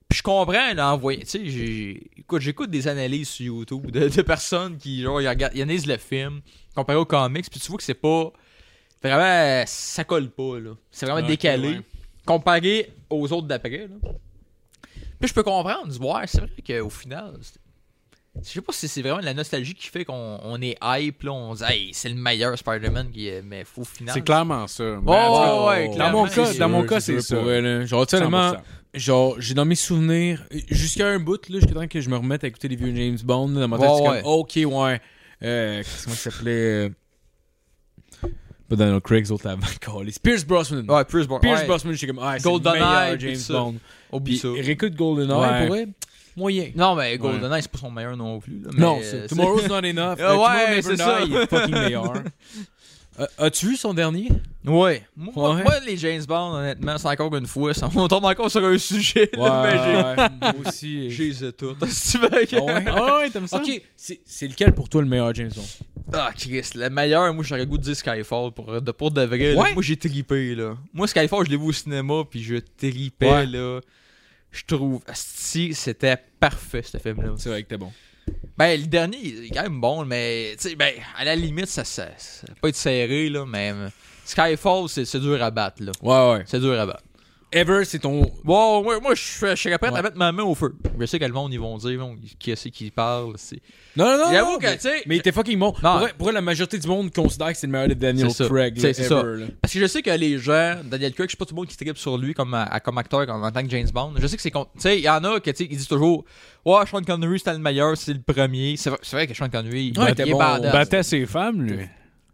Puis je comprends, là, en voyant- tu sais, j'ai- écoute, j'écoute des analyses sur YouTube de, de personnes qui, genre, ils regardent- ils analysent le film comparé aux comics, puis tu vois que c'est pas vraiment, euh, ça colle pas, là. C'est vraiment Ok, décalé ouais. comparé aux autres d'après, là. Puis je peux comprendre, du voir, c'est vrai qu'au final, c'est- je sais pas si c'est vraiment de la nostalgie qui fait qu'on on est hype, là, on se dit, hey, c'est le meilleur Spider-Man, qui est- mais faux final. C'est clairement ça. Mais en tout Ouais, cas, ouais, ouais, dans clairement, mon c'est cas, sûr, dans mon cas, c'est ça. pour elle, hein. Genre, tu sais, honnêtement, 100%. genre, j'ai dans mes souvenirs, jusqu'à un bout, là, jusqu'à temps que je me remette à écouter les vieux James Bond, là, dans ma tête, Ouais, c'est ouais. comme, ok, ouais. Euh, comment il s'appelait euh, Pas Daniel Craig, les autres avant, <laughs> Callis. Pierce Brosnan. Ouais, Pierce Bor- Pierce ouais, Brosnan, j'étais comme, ah, c'est le GoldenEye, meilleur puis James tout ça. Bond. oublie Puis ça. réécoute GoldenEye, Ouais. pour vrai, moyen. Non, mais GoldenEye, c'est pas son meilleur non plus. là, mais, Non, euh, c'est- <laughs> c'est- Tomorrow's Not Enough. Ah Euh, ouais, Tomorrow Never c'est ça. <laughs> Die, il est fucking meilleur. Euh, As-tu vu son dernier Ouais. Moi- Ouais. les James Bond, honnêtement, c'est encore une fois, on tombe encore sur un sujet. moi aussi. J'ai les ai <laughs> toutes. Si tu Ah ouais? Ah ouais, t'aimes ça? Ok, c'est c'est lequel pour toi le meilleur James Bond Ah, Chris, le meilleur, moi j'aurais le goût de dire Skyfall pour de, pour de vrai. là. Ouais. Moi j'ai trippé là. Moi Skyfall, je l'ai vu au cinéma puis je trippais Ouais. là. Je trouve, si c'était parfait ce film là. C'est vrai que t'es bon. Ben le dernier, il est quand même bon, mais tu sais, ben à la limite ça, ça, ça peut être serré là, mais euh, Skyfall c'est c'est dur à battre là. Ouais, ouais. C'est dur à battre. Ever, c'est ton. Bon, moi, moi je suis- je serais prêt Ouais. à mettre ma main au feu. Je sais que le monde ils vont dire, bon, qui c'est qui parle. c'est- Non, non, non. J'avoue non, que mais- tu sais. Mais il était fucking bon. Pour vrai- Pour vrai, la majorité du monde considère que c'est le meilleur de Daniel C'est ça. Craig. là, C'est- c'est ça. ever, là. Parce que je sais que les gens, Daniel Craig, je sais pas tout le monde qui tripe sur lui comme, euh, à- à- comme acteur comme- en tant que James Bond. Je sais que c'est. con- Tu sais, il y en a qui tu sais, ils disent toujours Ouais, Sean Connery c'était le meilleur, c'est le premier. C'est vrai, c'est vrai que Sean Connery, il, Ouais, il était est bon. badass. Battait ses femmes, lui.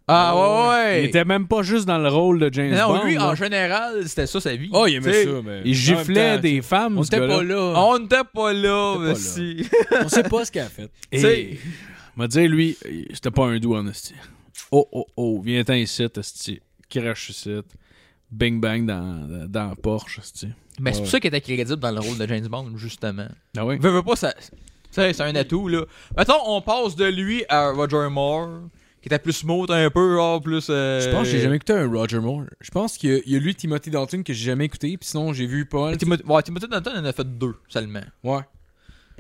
Ah ouais, ouais. Il était même pas juste dans le rôle de James non, Bond. lui, là. en général, c'était ça sa vie. Oh, il aimait T'sais, ça, mais. Il En giflait même temps, des femmes, On ce était gars-là. pas là. On n'était pas là, On était pas monsieur. On sait pas ce qu'elle a <laughs> fait. Euh, Et- T'sais- <laughs> m'a dit, lui, euh, c'était pas un doux en esti. Oh, oh, oh, viens-t'en ici, esti. Crash ici. Bing bang dans, dans, dans la Porsche, esti. <laughs> Mais c'est Ouais. pour ça qu'il était crédible dans le rôle de James Bond, justement. Ah oui? Veux, veux pas, ça. tu sais, c'est un atout, là. Mettons, on passe de lui à Roger Moore, qui était plus smooth un peu, genre, plus. euh, Je pense que j'ai jamais écouté un Roger Moore. Je pense qu'il y a- il y a lui, Timothy Dalton, que j'ai jamais écouté. Puis sinon, j'ai vu pas mal. Timothy, ouais, Timothy Dalton en a fait deux seulement. Ouais.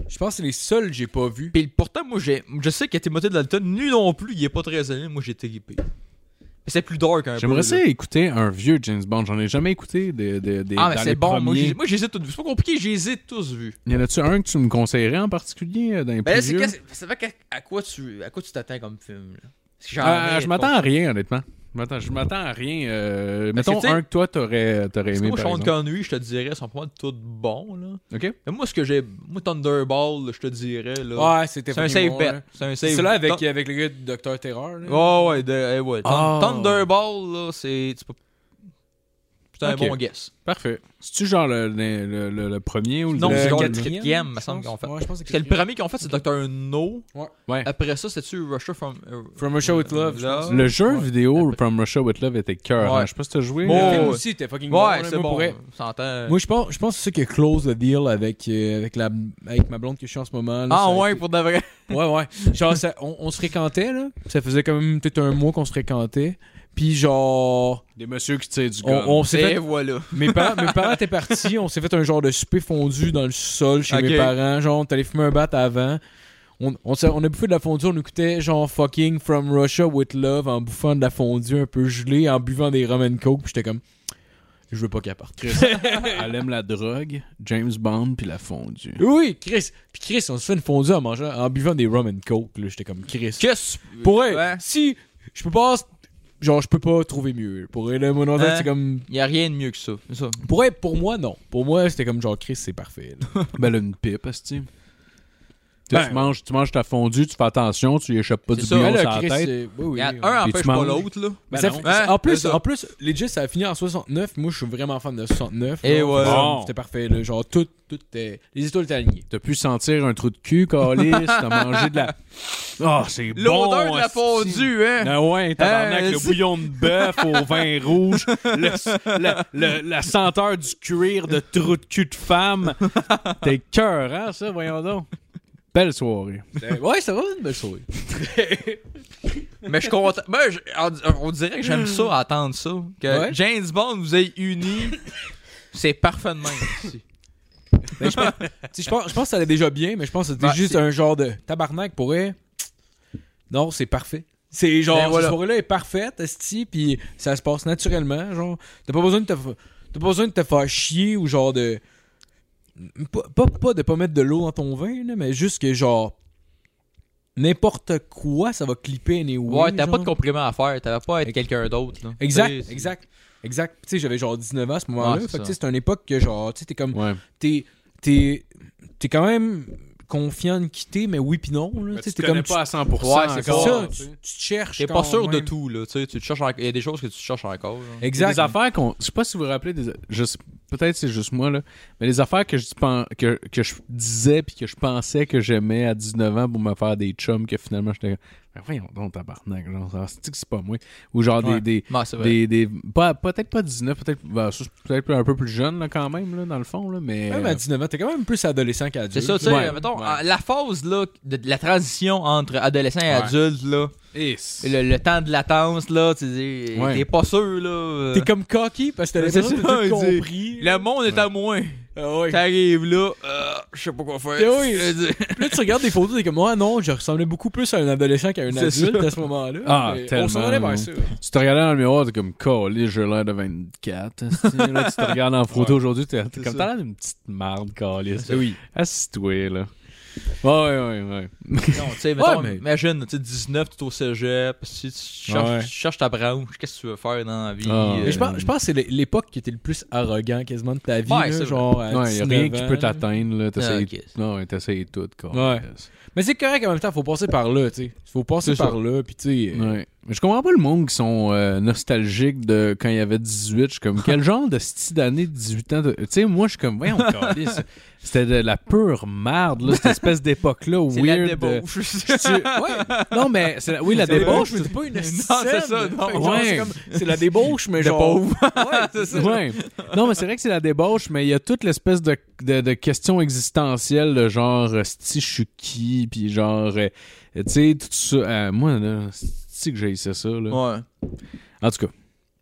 Je pense que c'est les seuls que j'ai pas vu. Puis pourtant, moi, j'ai, je sais que Timothy Dalton, lui non plus, il est pas très aimé. Moi, j'ai trippé. Mais c'est plus dark un peu. J'aimerais là. ça écouter un vieux James Bond. J'en ai jamais écouté des, des, des- Ah, mais dans c'est les bon. Moi, premiers. j'ai- moi, j'hésite tous vus. C'est pas compliqué, j'hésite tous vus. Y en a-tu un que tu me conseillerais en particulier euh, dans les Mais plus Ben là, c'est vieux? que- c'est- ça fait qu'à- à, quoi tu à quoi tu t'attends comme film, là? Parce que j'en Ah, ai, je m'attends à rien, honnêtement. Je m'attends- Je m'attends à rien. euh, Parce que, mettons tu sais, un que toi, t'aurais t'aurais Parce que aimé. moi, par Sean exemple. Connery, je te dirais, sont pas mal tous bons, là. Ok? Mais moi, ce que j'ai. Moi, Thunderball, là, je te dirais, là. Ouais, c'était c'est un fucking save bon, bet. hein. C'est un save C'est celui-là Thun- avec, avec le gars de Docteur Terror. là. Ouais, ouais, de, eh, ouais. Thun- Ah. Thunderball, là, c'est. tu peux- C'est un Ok. bon guess. Parfait. C'est-tu genre le, le, le- le- le premier ou le Non, Le c'est genre le quatrième, quatrième, je me semble, pense. qu'on fait. Ouais, je pense que Parce que le premier qu'ils ont fait, c'est Doctor No. Ouais. Après ça, c'était-tu Russia from. euh, From Russia with Love. je Là. pense. Le jeu Ouais. vidéo From Russia with Love était cœur. hein. Ouais. Je sais pas si t'as joué. Le Bon. euh, film ouais. aussi était fucking bon. Ouais, là, c'est moi, pour bon. vrai. on s'entend. Moi, je pense, je pense que c'est ça qui a close le deal avec, euh, avec, la, avec ma blonde que je suis en ce moment. là. Ça Ah, a ouais, été- pour de vrai. Ouais, ouais. Genre, ça- on, on se fréquentait, là. Ça faisait quand même peut-être un mois qu'on se fréquentait. Puis, genre, Des messieurs qui tirent du on, gun. on s'est Et fait. voilà. Mes parents, mes parents étaient partis, on s'est fait un genre de souper fondu dans le sol chez Ok. mes parents. Genre, on est allé fumer un bat avant. On, on, s'est- on a bouffé de la fondue, on écoutait genre fucking From Russia with Love en bouffant de la fondue un peu gelée, en buvant des rum and coke. Puis j'étais comme, je veux pas qu'elle parte. Elle aime la drogue, James Bond puis la fondue. Oui, Oui, Chris. Puis Chris, on se fait une fondue en mangeant, en buvant des rum and coke. Là, j'étais comme Chris. Qu'est-ce Pour elle, Ouais. si je peux pas, genre je peux pas trouver mieux. Pour elle, là, mon enfant, Hein? c'est comme, Il n'y a rien de mieux que ça. C'est ça. pour elle, pour moi non. Pour moi, c'était comme genre Chris, c'est parfait. là. Ben, elle a une pipe, esti. Ben, tu, manges, tu manges ta fondue, tu fais attention, tu y échappes pas C'est du ça, bouillon Mais là, sur la tête. euh, oui, oui, Il y a- oui. un Puis empêche tu pas manges. l'autre, là. Mais ça non. fait- Hein? en plus, C'est ça. en plus, legit, ça a fini en 69. Moi, je suis vraiment fan de 69. Eh là. ouais. Bon. C'était parfait. là. Genre, tout, tout était- les étoiles étaient <laughs> alignées. T'as pu sentir un trou de cul, Calis, t'as mangé de la. Oh, c'est bon! L'odeur de la esti. fondue, hein. Ah ouais, tabarnak, Hey, le c'est- bouillon de bœuf au vin rouge, le- la, le- la senteur du cuir de trou de cul de femme. T'es cœur, hein, ça, voyons donc. Belle soirée. Ben, ouais, c'était vraiment une belle souris. Mais je suis content. Ben, je- on- on dirait que <laughs> j'aime ça, attendre ça. Que Ouais. James Bond vous ait <laughs> unis. C'est parfait de même. ici. <laughs> Tu sais, Ben, je pense, je pense que ça allait déjà bien, mais je pense que c'était Ouais, juste c'est- un genre de tabarnak pour elle. Non, c'est parfait. C'est genre, Ben cette voilà. soirée-là est parfaite, esti, puis ça se passe naturellement. Genre, t'as pas besoin de te, fa- t'as pas besoin de te faire chier ou genre de. Pas, pas, pas de pas mettre de l'eau dans ton vin, là, mais juste que genre. N'importe quoi, ça va clipper anyway. Ouais, t'as pas genre. de compliments à faire. T'avais pas à être quelqu'un d'autre, là. Tu Exact, sais, exact, exact. Tu sais, j'avais genre 19 ans à ce moment-là. Ouais, c'est fait que tu ça. sais, c'est une époque que genre, tu sais, t'es comme Ouais. t'es t'es t'es quand même confiant de quitter mais oui puis non là Mais tu sais, Ben, tu t'es te comme connais pas à 100%. Ouais, c'est tu- encore, ça, tu tu, sais. tu te cherches T'es pas quand sûr de même. tout, là. Tu sais, tu te cherches en- Il y a des choses que tu te cherches encore. là. Il y a exact Des affaires qu'on. Je sais pas si vous vous rappelez des. Je sais- peut-être c'est juste moi là, mais les affaires que je dis pen- que, que je disais puis que je pensais que j'aimais à 19 ans pour me faire des chums que finalement j'étais ben voyons donc tabarnak, genre ça, c'est-tu que c'est pas moi ou genre des- Ouais. des Bon, c'est vrai. des, des- pas- peut-être pas 19, peut-être ben, ça, c'est peut-être un peu plus jeune là, quand même, là, dans le fond, là, mais... Même à 19 ans, t'es quand même plus adolescent C'est qu'adulte. ça, tu sais, Ouais, mettons, ouais. euh, la phase là, de, de la transition entre adolescent et Ouais. adulte, là, Eh, c'est- le, le temps de latence, là, tu sais, Ouais. t'es pas sûr, là. T'es comme cocky parce que t'as C'est l'impression ça, de tout il dit. compris. euh, Le monde est à moins. Ah ouais. T'arrives là, euh, je sais pas quoi faire. <laughs> Eh oui. Je veux dire, Puis là, tu regardes des photos, t'es comme, ah non, je ressemblais beaucoup plus à un adolescent qu'à un C'est adulte ça. à ce moment-là. Ah, Mais tellement. On s'en allait vers ça. Tu te regardais dans le miroir, t'es comme, calé, j'ai l'air de 24. esti. Là, tu te regardes en photo aujourd'hui, t'es t'es comme, ça. t'as l'air d'une petite marde, calé. Oui. Assis-toi, là. Ouais, ouais, ouais. ouais. Non, tu sais, mettons, mais- imagine, tu sais, 19, tu es au cégep, si tu cherches, Ouais. tu cherches ta branche, qu'est-ce que tu veux faire dans la vie? Ah. euh, Mais je pense, je pense que c'est l'é- l'époque qui était le plus arrogant quasiment de ta vie. Ouais, là, c'est vrai. genre, à Ouais, y a 19 rien qui ans, peut là. t'atteindre, là. Ah, T'essayes ok. non, ouais, t'essayes tout, calé. Ouais. Mais c'est correct en même temps, faut passer par là, tu sais. Faut passer C'est par là, puis tu sais. euh, Ouais. Mais je comprends pas le monde qui sont euh, nostalgiques de quand il y avait 18. Je suis comme, quel genre de style d'année de 18 ans? de- Tu sais, moi, je suis comme, voyons, câlisse. C'était de la pure merde, là, cette espèce d'époque-là c'est weird. la de- débauche. <laughs> Tu- ouais. Non, mais c'est la- oui, la C'est débauche. c'est pas une Non, scène. c'est ça, non. Fait que <laughs> genre, Ouais. c'est comme- C'est la débauche, mais genre. Ouais, c'est ça. Ouais. Non, mais c'est vrai que c'est la débauche, mais il y a toute l'espèce de, de, de question existentielle, de genre, euh, sti, je suis qui, puis genre, euh, tu sais, tout ça. Euh, moi, là, sti que j'ai ça, là. Ouais. En tout cas,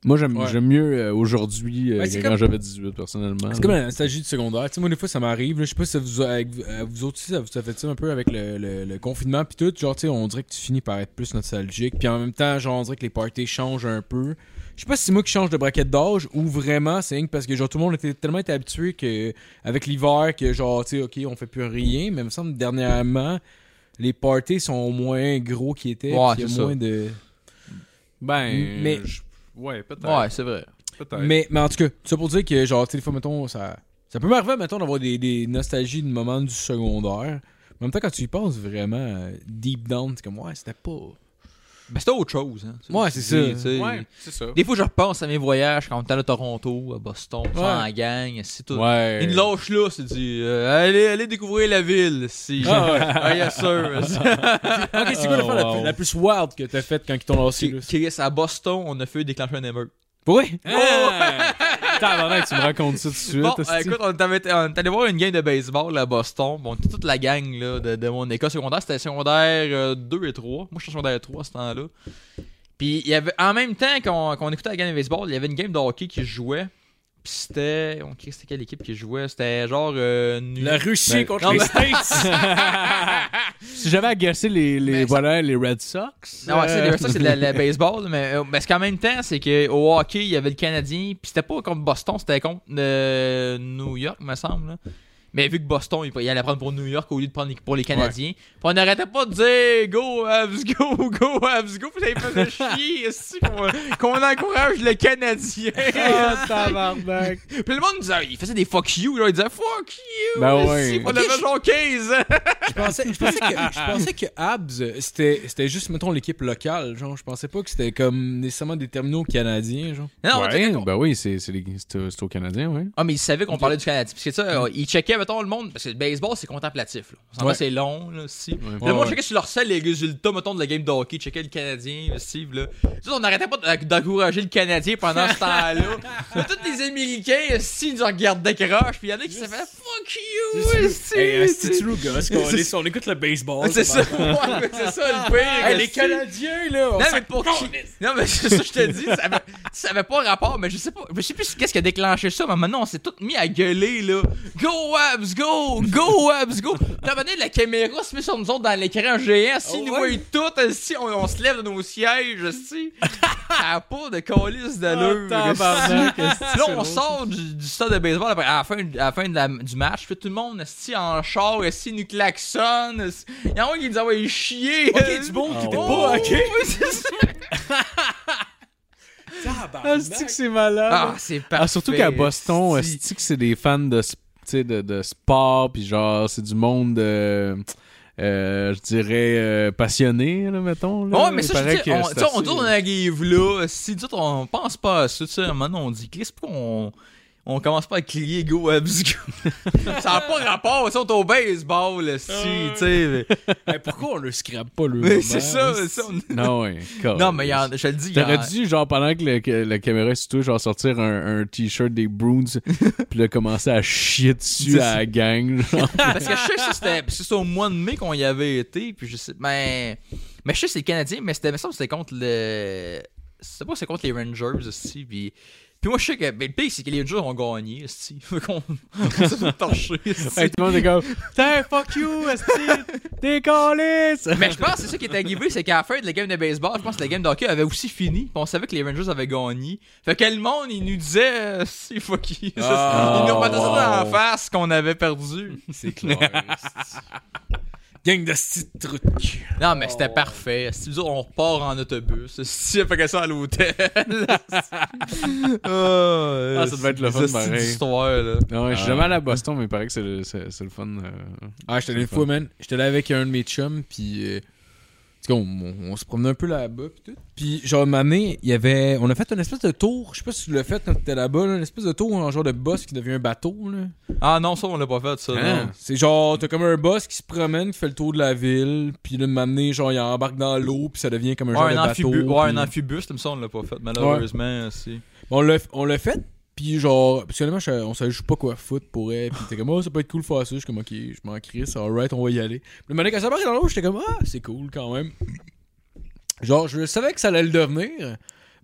moi j'aime Ouais. j'aime mieux euh, aujourd'hui euh, Ouais, que c'est quand comme- j'avais 18 personnellement. C'est comme la nostalgie du secondaire. Tu sais, moi, des fois, ça m'arrive. là, Je sais pas si ça vous, a- avec, à vous autres aussi, ça vous ça fait ça un peu avec le, le- le confinement puis tout. Genre, tu sais, on dirait que tu finis par être plus nostalgique. Puis en même temps, genre, on dirait que les parties changent un peu. Je sais pas si c'est moi qui change de braquette d'âge ou vraiment c'est rien que parce que genre tout le monde était tellement été habitué que avec l'hiver que genre tu sais ok on fait plus rien mais il me semble dernièrement les parties sont moins gros qu'ils étaient Ouais, puis il y a c'est ça. moins de Ben, Mais- je- ouais, peut-être. Ouais, c'est vrai. peut-être. mais, mais en tout cas, ça pour dire que, genre, tu sais, des fois, mettons, ça, ça peut m'arriver, mettons, d'avoir des, des nostalgies de moments du secondaire. Mais en même temps, quand tu y penses vraiment euh, deep down, c'est comme, ouais, c'était pas. Ben, c'était autre chose. Hein. Ouais, ce que c'est tu ça. dis, tu sais. Ouais, c'est ça. Des fois, je repense à mes voyages quand on était allé à Toronto, à Boston, ça, Ouais. en gang, c'est tout. Ouais. Une lâche là, c'est dit, euh, allez, allez découvrir la ville, si. <laughs> Ah, <laughs> yes, sir. Ok, c'est quoi Oh, la fois la wow. plus- la plus wild que t'as faite quand ils t'ont lancé? là? Chris, à Boston, on a fait déclencher un émeute. Oui. Tabarnak, Eh, tu me racontes ça tout de suite. Bon, hostie. euh, écoute, on est allé voir une game de baseball là, à Boston. Bon, on était toute la gang là, de, de mon école secondaire. C'était secondaire euh, 2 et 3. Moi, je suis en secondaire 3 à ce temps-là. Puis, il y avait, en même temps qu'on qu'on écoutait la game de baseball, il y avait une game de hockey qui se jouait. Puis, c'était. on- C'était quelle équipe qui jouait C'était genre. euh, New- La Russie Ben, contre non, les mais- <laughs> States! si j'avais agacé les, les, Mais- voilà, les Red Sox. Non, ouais, c'est- euh, ça, c'est de la- le <laughs> baseball, mais euh, parce qu'en même temps, c'est qu'au hockey, il y avait le Canadien, puis c'était pas contre Boston, c'était contre euh, New York, me semble. là. Mais vu que Boston, il, il allait prendre pour New York au lieu de prendre pour les Canadiens, puis on n'arrêtait pas de dire Go, Habs, go, go, Habs, go, puis ça <laughs> me faisait chier, esti, qu'on- qu'on encourage le Canadien. <laughs> Ah, tabarnak. puis le monde disait, il faisait des fuck you, là, il disait fuck you, Ben esti, ouais. on avait genre 15 ans. je, pensais, je, pensais que, je pensais que Habs, euh, c'était c'était juste, mettons, l'équipe locale. Genre, je pensais pas que c'était comme nécessairement des terminaux canadiens, genre. Non, on était ouais, ben oui, c'est c'est les- c'est- c'est au Canadien, ouais. Ah, mais ils savaient qu'on parlait du Canadien. Parce que ça, Mm. euh, ils checkaient, mettons, le monde. Parce que le baseball, c'est contemplatif. Là. On s'en va, Ouais. c'est long, là, si. Le Ouais, monde ouais. checkait sur leur selle les résultats, mettons, de la game de hockey. Checkait le Canadien, Steve, là. Ça, on n'arrêtait pas d'en- d'encourager le Canadien pendant ce <laughs> temps-là. Là, Tous les Américains, si, ils nous regardaient croche. Puis il y en a qui se faisaient fuck you, si. true, gars. On, écoute le baseball. C'est ça, ouais, mais c'est ça le pire. Hey, les esti. Canadiens, là! on Non, s'en mais pour qui? Non, mais <laughs> c'est ça, que je te dis, ça avait, ça avait pas rapport, mais je sais pas, je sais plus qu'est-ce qui a déclenché ça, mais maintenant on s'est tous mis à gueuler, là. Go, Abs, go! Go, Abs, go! T'as donné, la caméra se met sur nous autres dans l'écran géant, si nous voyons tout, euh, si on, on se lève de nos sièges, si. Ça a pas de calice d'allure. Ah, tabarnak, <laughs> si. là, on sort du, du stade de baseball après, à la fin, à la fin de la- du match, puis tout le monde, si en char, si nous klaxonne, si. Il y en a un qui nous a envoyé chier. Oh, Ok, du bon qui était pas ok. Oui, c'est ça. Ah, c'est que c'est malade. Ah, c'est parfait. Ah, surtout qu'à Boston, si. est-ce que c'est des fans de, s- tu sais, de, de sport, puis genre, c'est du monde, euh, euh, je dirais, euh, passionné, là, mettons. là. Ouais, mais Il ça, je paraît dis, que on, c'est tu sais, on hein. assez- tourne la game là. Si, tu sais, on pense pas à ça, tu sais, maintenant on dit, Chris, pourquoi on. On commence pas à crier go absco. <laughs> ça n'a pas rapport, ça, on est au baseball, si, tu sais. mais- Hey, pourquoi on le scrape pas, le Mais moment, c'est ça, hein? c'est ça. on- <laughs> Non, ouais. Non, mais il y en- je te le dis, il y en- T'aurais dû, genre, pendant que, le- que la caméra est sur toi, genre, sortir un, un t-shirt des Bruins, <laughs> puis là, commencer à chier dessus C'est à la gang. genre. Parce que je sais que ça, c'était parce que c'est au mois de mai qu'on y avait été, puis je sais, mais, mais je sais que c'est le Canadien, mais c'était, mais ça, c'était contre le, c'était pas, c'est contre les Rangers aussi, puis, puis moi je sais que, mais le pire c'est que les Rangers ont gagné, aussi, <laughs> fait qu'on, on s'est fait torcher, esti. Hey, tout le monde est comme, <laughs> Tiens, fuck you, esti, t'es calice! Mais je pense que c'est ça qui est arrivé, c'est qu'à la fin de la game de baseball, je pense que la game de hockey avait aussi fini, puis on savait que les Rangers avaient gagné. Fait que le monde, il nous disait, euh, si fuck you. Ça, <laughs> Oh, ils nous remettaient ça dans wow. la face qu'on avait perdu. C'est clair. esti. Gang de petits trucs. Non, mais Oh. c'était parfait. Si nous autres, on repart en autobus, <laughs> si on fait que ça <laughs> à l'hôtel. ah, ça devait être le fun, pareil. histoire, là. Non, je suis Ah. jamais allé à Boston, mais il paraît que c'est le, c'est- c'est le fun. euh, Ah, j'étais allé une fois, man. J'étais allé avec un de mes chums, puis. euh, en tout cas, on, on- on se promenait un peu là-bas, puis tout. Puis, genre, m'amener, il y avait. On a fait une espèce de tour. Je sais pas si tu l'as fait quand t'étais là-bas, là, une espèce de tour en genre de boss qui devient un bateau, là. Ah non, ça, on l'a pas fait, ça. Non, non. C'est Hein? genre, t'as comme un boss qui se promène, qui fait le tour de la ville, puis là, m'amener, genre, il embarque dans l'eau, puis ça devient comme un genre Ouais, de un, bateau. amphibus, ouais, puis- un amphibus, comme ça, on l'a pas fait, malheureusement. Si. On l'a, on l'a fait, puis genre, parce que honnêtement, je- on savait juste pas quoi foutre pour elle, puis t'es comme, oh, ça peut être cool de faire ça. Je suis comme, ok, je m'en crisse, alright, on va y aller. Puis le moment quand ça part dans l'eau, j'étais comme, ah, c'est cool quand même. Genre, je savais que ça allait le devenir,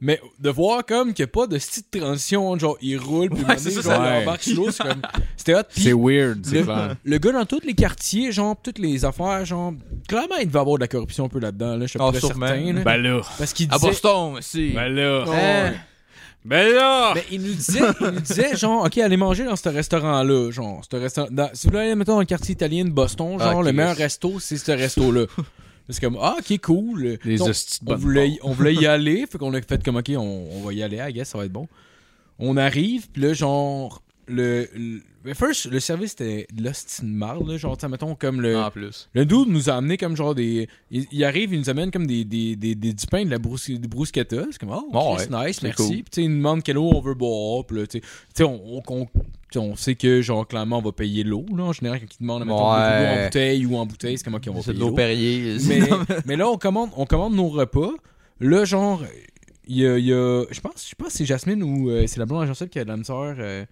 mais de voir comme qu'il n'y a pas de style de transition, entre genre, il roule, puis Ouais, le moment c'est donné, ça, genre, ça- il embarque sur l'eau, c'est <laughs> comme, c'était hot. Puis C'est weird, c'est le, clair. le gars dans tous les quartiers, genre, toutes les affaires, genre, clairement, il devait avoir de la corruption un peu là-dedans, là, je suis Ah, pas sûrement. certain, là. Ben là, parce qu'il À disait... Boston, si. ben là, Ouais. ben là! Mais il nous disait, il nous disait genre, OK, allez manger dans ce restaurant-là. Genre, ce restaurant. dans- si vous voulez aller, mettons, dans le quartier italien de Boston, genre, Ok. le meilleur resto, c'est ce resto-là. C'est comme, ah, OK, cool. Les Donc, hosties de on bonne voulait, on voulait <laughs> y aller. Fait qu'on a fait comme, OK, on, on va y aller, I guess, ça va être bon. On arrive, puis là, genre, le. le mais first, le service était de l'hostie de marde, là. Genre, tu sais, mettons, comme le. Ah, En plus. Le dude nous a amené comme genre des. Il, il arrive, il nous amène comme des, des, des, des, du pain de la brous- des bruschetta. C'est comme, oh, Bon, Chris, nice, c'est merci. cool. Puis, tu sais, il nous demande quelle eau on veut boire. Puis, là, tu sais- tu sais, on, on, qu'on- tu sais, on sait que, genre, clairement, on va payer l'eau. là, En général, quand il demande, mettons, Ouais. de l'eau en bouteille ou en bouteille, c'est comme, ok, on va C'est de payer l'eau l'eau. Perrier. si. <laughs> Mais, mais là, on commande, on commande nos repas. Là, genre, il y a. il y a- je, pense, je pense que c'est Jasmine ou euh, c'est la blonde agencelle qui a de la misère. euh,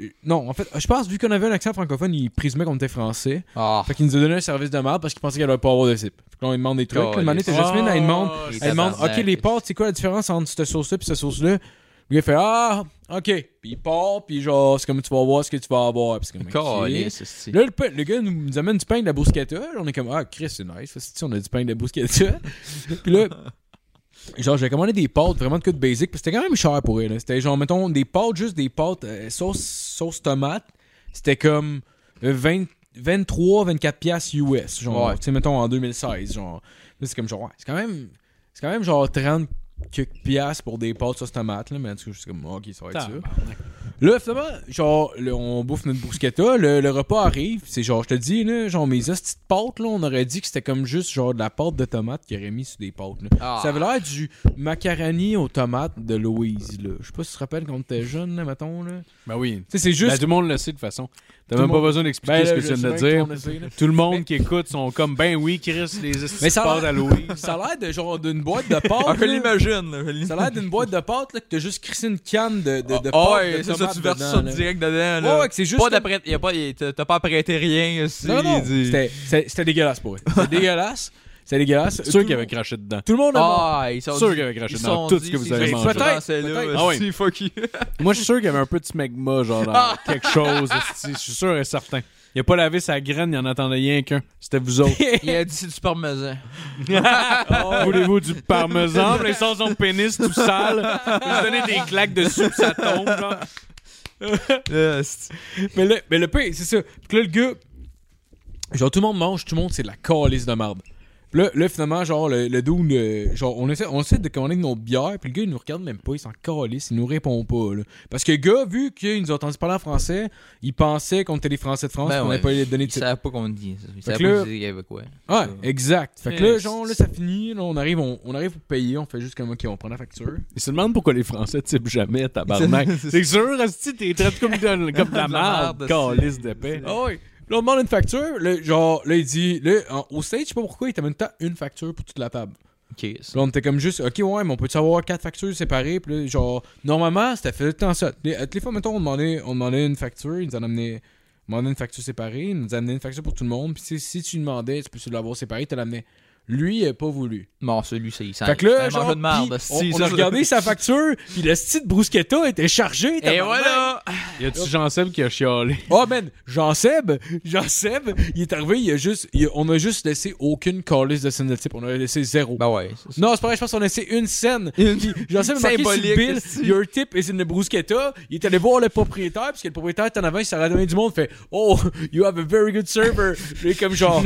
euh, Non, en fait, je pense, vu qu'on avait un accent francophone, il présumait qu'on était français. Ah, Fait qu'il nous a donné un service de merde parce qu'il pensait qu'elle allait pas avoir de cible. Fait que là, on lui demande des trucs. Là, une manette, t'as Jasmine, elle demande, elle demande Oh, tabarnak. OK, les pâtes, c'est quoi la différence entre cette sauce-là et cette sauce-là Le gars fait Ah, OK. Puis il part, puis genre, c'est comme tu vas voir ce que tu vas avoir. Puis c'est comme, OK. calice, esti. Là, le, pa- le gars nous, nous amène du pain de la bruschetta. Là, On est comme, ah, Chris, c'est nice. Fait que, on a du pain de la bruschetta. puis là, genre, j'ai commandé des pâtes vraiment de coup de basic. Parce que c'était quand même cher pour elle. là. C'était genre, mettons, des pâtes, juste des pâtes euh, sauce, sauce tomate. C'était comme euh, 20 23, 24 piastres US. Genre, Ouais. tu sais, mettons, en 2016. Genre, Là, c'est comme, genre, ouais, c'est quand même, c'est quand même genre 30 quelques piastres pour des pâtes sauce tomate. Là, mais en tout cas, je suis comme, ok, ça va être ça. Là, finalement, genre, là, on bouffe notre bruschetta, le, le repas arrive, c'est genre, je te dis, là, genre, mes hosties de pâtes, là, on aurait dit que c'était comme juste, genre, de la pâte de tomate qu'il aurait mis sur des pâtes, là. Ah. Ça avait l'air du macaroni aux tomates de Louise, là. Je sais pas si tu te rappelles quand t'étais jeune, là, mettons, là. Ben oui. Tu sais, c'est Ben, juste... tout le monde le sait de toute façon. T'as Tout même le pas monde- besoin d'expliquer Ben, ce là, que je tu viens de sais bien dire. qu'on essaie, là. Tout le monde qui écoute sont comme ben oui, Chris, les Mais estis ça a à l'air- Louis. Ça a l'air de, genre, d'une boîte de <laughs> pâtes, Ah, je là. l'imagine, là, je l'imagine. Ça a l'air d'une boîte de pâtes, là, que t'as juste crissé une canne de, de, de Ah, pâtes ouais, de c'est ça, tomates tu verses dedans, ça là. direct dedans. Ouais, Là. ouais, que c'est juste Pas comme- d'apprêt- y a pas- y- t'as t'as pas apprêté rien. aussi, Non, non, dis- c'était- c'était c'était dégueulasse <laughs> pour eux. C'était dégueulasse. C'était dégueulasse. Sûr Tout qu'il le avait monde- craché dedans. Tout le monde a mangé. Ah, ils sont Sûr dit- qu'il y avait craché ils sont dans tout ce dit, que vous c'est avez ces mangé. Français-là, Peut-être. Ah oui. si, <laughs> fuck you. Moi, je suis sûr qu'il y avait un peu de smegma, genre dans quelque chose. esti. Je suis sûr et certain. Il a pas lavé sa graine, il en attendait rien qu'un. C'était <laughs> vous autres. Il a dit c'est du <laughs> parmesan. Oh. Voulez-vous du Ah, <laughs> parmesan? Puis là, Il sort son pénis tout sale. Il se donnait des claques dessus, puis ça tombe. genre. Mais le, mais le pire, c'est ça. Puis que là, le gars, genre, tout le monde mange, tout le monde, c'est de la calice de marde. Puis là, là, finalement, genre, le, le dude, euh, genre, on essaie, on essaie de commander nos bières, puis le gars, il nous regarde même pas, il s'en calisse, il nous répond pas, là. Parce que le gars, vu qu'il nous a entendu parler en français, il pensait qu'on était des Français de France, Ben qu'on ouais, n'avait pas les données Ils de savent pas qu'on dit. ça. Ils Fait savent que là- pas qu'il y avait quoi. Ouais, Ça. exact. Fait que là, Ouais, genre, c'est- là, ça finit, là, on arrive, on, on arrive pour payer, on fait juste comme, ok, on prend la facture. Ils se demandent pourquoi les Français typent <laughs> jamais, tabarnak. C'est sûr, Asti, t'es traité comme de, comme de la merde, merde, calice de paix. Ah oui. Là, on demande une facture, là, genre, là, il dit, là, en- au stage, je sais pas pourquoi, il t'amène tant une facture pour toute la table. Ok. Puis là, on était comme juste, ok, ouais, mais on peut avoir quatre factures séparées. Puis là, genre, normalement, c'était fait tant ça. Les, à toutes les fois, mettons, on demandait, on demandait une facture, ils nous en amenaient. on demandait une facture séparée, ils nous amenaient une facture pour tout le monde. Puis tu sais, si tu demandais, tu peux l'avoir séparée, tu l'amenais. Lui, il a pas voulu. Bon, celui, c'est il s'en- fait que là, Ah, c'est un genre, mangeur de marde, puis hostie, on, on ça, a ça. regardé sa facture, puis le style de bruschetta était chargé. <laughs> Et tabarnak. voilà! Y a-tu Jean-Seb qui a chialé? Oh man, Jean-Seb, Jean-Seb, il est arrivé, il a juste, il a- on a juste laissé aucune callist de scène de type, on a laissé zéro. Ben ouais. Non, c'est pas vrai, je pense qu'on a laissé une scène. Une- Puis, Genre, ça, marqué sur le Symbolique, bill, est-ce-tu? il y a un type, et c'est une bruschetta. Il est allé voir le propriétaire, parce que le propriétaire est en avant, il s'est radonné du monde, fait Oh, you have a very good server. Puis là, comme <laughs> genre.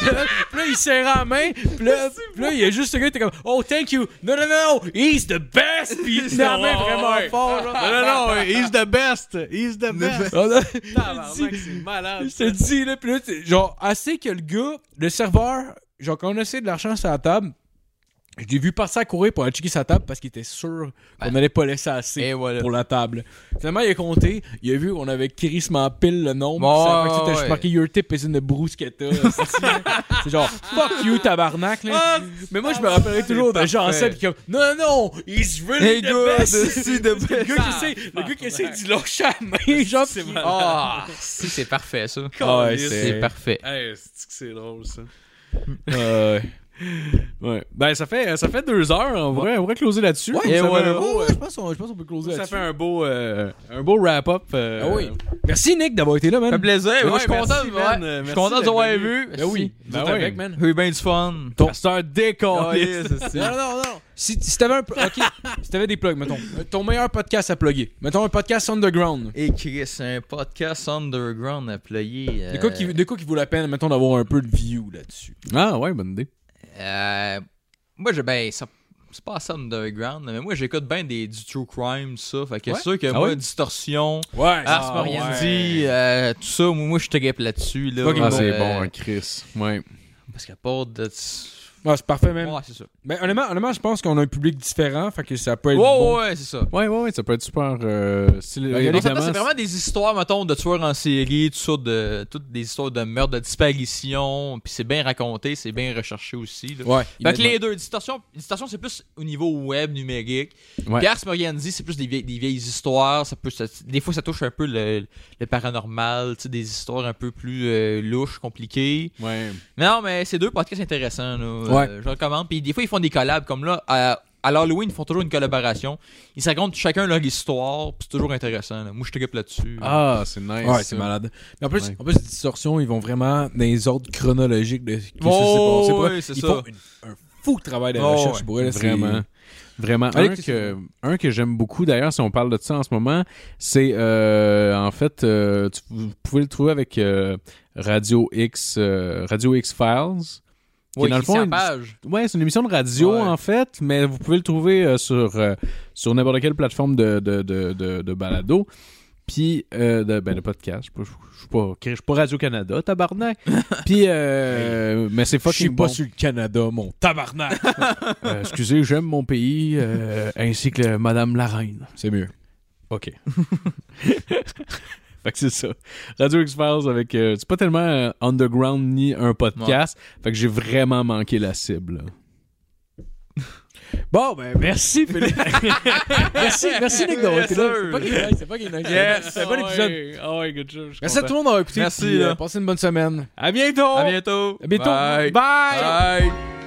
puis là, il serre la main, puis là, puis là, il y a juste ce gars qui était comme Oh, thank you. Non, non, non, he's the best. Puis il tenait la main vraiment fort, <laughs> genre. Non, non, non, he's the best! He's the best! Oh, non. Tabarnak, c'est malade. Je te dis, là, pis là, t'es- genre, assez que le gars, le serveur, genre, quand on a essayé de l'argent sur la table, je l'ai vu passer à courir pour aller checker sa table parce qu'il était sûr qu'on n'allait pas laisser assez Et voilà. pour la table. Finalement, il a compté, il a vu qu'on avait crissement pile le nombre, Bon, ça fait que c'était ouais. juste marqué Your tip is in the bruschetta. <laughs> C'est genre, fuck you, tabarnak, là. Ah, Mais moi, je me rappellerai toujours de Jean-Seb qui est comme, non, non, non, he's really Hey, the good, best. Ah, c'est the Le gars qui essaie, le gars qui essaie d'y lâcher la main, genre, pis- Ah, si, c'est parfait, ça. Ah ouais, C'est parfait. Hey, c'est que c'est drôle, ça. Ouais. Ben, ça fait, ça fait deux heures, on va, on va closer là-dessus. Ouais, Ça fait ça un va- beau- ouais, ouais, je pense qu'on je pense qu'on peut closer Ça là-dessus. fait un beau, euh, un beau wrap-up. euh, Ah oui. Merci Nick d'avoir été là, man. Ça fait plaisir. Ouais, moi, je suis merci, content. de- ouais, man, euh, je suis merci content de d'être vous avoir venu. vu. Ben oui. Ben Ben oui. avec, man. J'ai eu bien du fun. C'est un décor. Non, non, non. Si, si t'avais un, ok, si t'avais des plugs, mettons, euh, ton meilleur podcast à plugger. Mettons un podcast underground. Et Chris, un podcast underground à player. euh, De quoi, qui, de quoi qui vaut la peine, mettons, d'avoir un peu de view là-dessus. <laughs> Ah ouais, bonne idée. Euh, moi, j'ai ben, ça- c'est pas ça underground, mais moi, j'écoute bien des, du true crime, ça. Fait que Ouais? c'est sûr que Ah moi, ouais? Ah, distorsion, Ah, Ouais, Ars Moriendi, euh, tout ça, moi, moi, je te guêpe là-dessus. Là, Fucking Ah, Euh, c'est bon, hein, Chris. Ouais. Parce qu'à part de. Ouais, c'est parfait, même. Ouais, c'est ça. Mais honnêtement, honnêtement, je pense qu'on a un public différent, fait que ça peut Ouais, être. ouais, bon. ouais, c'est ça. Ouais, ouais, ouais, ça peut être super. Euh, stylé. Ben, il y a Non, Ah, ça, Évidemment, c'est vraiment des histoires, mettons, de tueurs en série, tout ça, de, toutes des histoires de meurtre, de disparition, puis c'est bien raconté, c'est bien recherché aussi. Là. Ouais. Fait que les deux, distorsion, distorsion c'est plus au niveau web, numérique. Ouais. Puis Ars Moriendi, c'est plus des vieilles, des vieilles histoires. Ça peut, ça- des fois, ça touche un peu le, le paranormal, tu sais, des histoires un peu plus euh, louches, compliquées. Ouais. Mais non, mais c'est deux podcasts intéressants. Là, Euh, Ouais. je recommande. Puis des fois, ils font des collabs comme là. À, à l'Halloween, ils font toujours une collaboration. Ils se racontent chacun leur histoire, puis c'est toujours intéressant. là. Moi, je te gueule là-dessus. Ah, c'est nice. Ouais, c'est ça. malade. Mais en plus, Ouais. en plus, distorsion, ils vont vraiment dans les ordres chronologiques de ce qui Oh, s'est passé. Pour- ouais, c'est ils ça. font une- un fou travail de Oh, recherche ouais. pour elle. c'est- Vraiment. Vraiment. Un Alex, que, un que j'aime beaucoup, d'ailleurs, si on parle de ça en ce moment, c'est euh, en fait, euh, tu- vous pouvez le trouver avec euh, Radio X, euh, Radio X Files. qui est Ouais, dans le qui fond, s'en une- page. Ouais, c'est une émission de radio Ouais. en fait, mais vous pouvez le trouver euh, sur, euh, sur n'importe quelle plateforme de, de, de, de, de balado. Puis, euh, de, ben, de podcast. Je suis pas- je suis pas, je suis pas Radio-Canada, <laughs> tabarnak. Puis, euh, mais c'est Je suis fucking pas bon. sur le Canada, mon tabarnak. Euh, excusez, j'aime mon pays, euh, ainsi que le- Madame la Reine. c'est mieux. OK. <laughs> fait que c'est ça. Radio X-Files avec... euh, c'est pas tellement euh, underground ni un podcast. Fait que j'ai vraiment manqué la cible. Bon, ben, merci, Philippe. merci, merci, Nick, d'avoir été là. C'est pas qu'il est nice, c'est pas qu'il est nice. C'est pas l'épisode. good job. Merci à tout le monde d'avoir écouté. Merci, puis, euh, là. Passez une bonne semaine. À bientôt! À bientôt. À bientôt. Bye. Bye. Bye.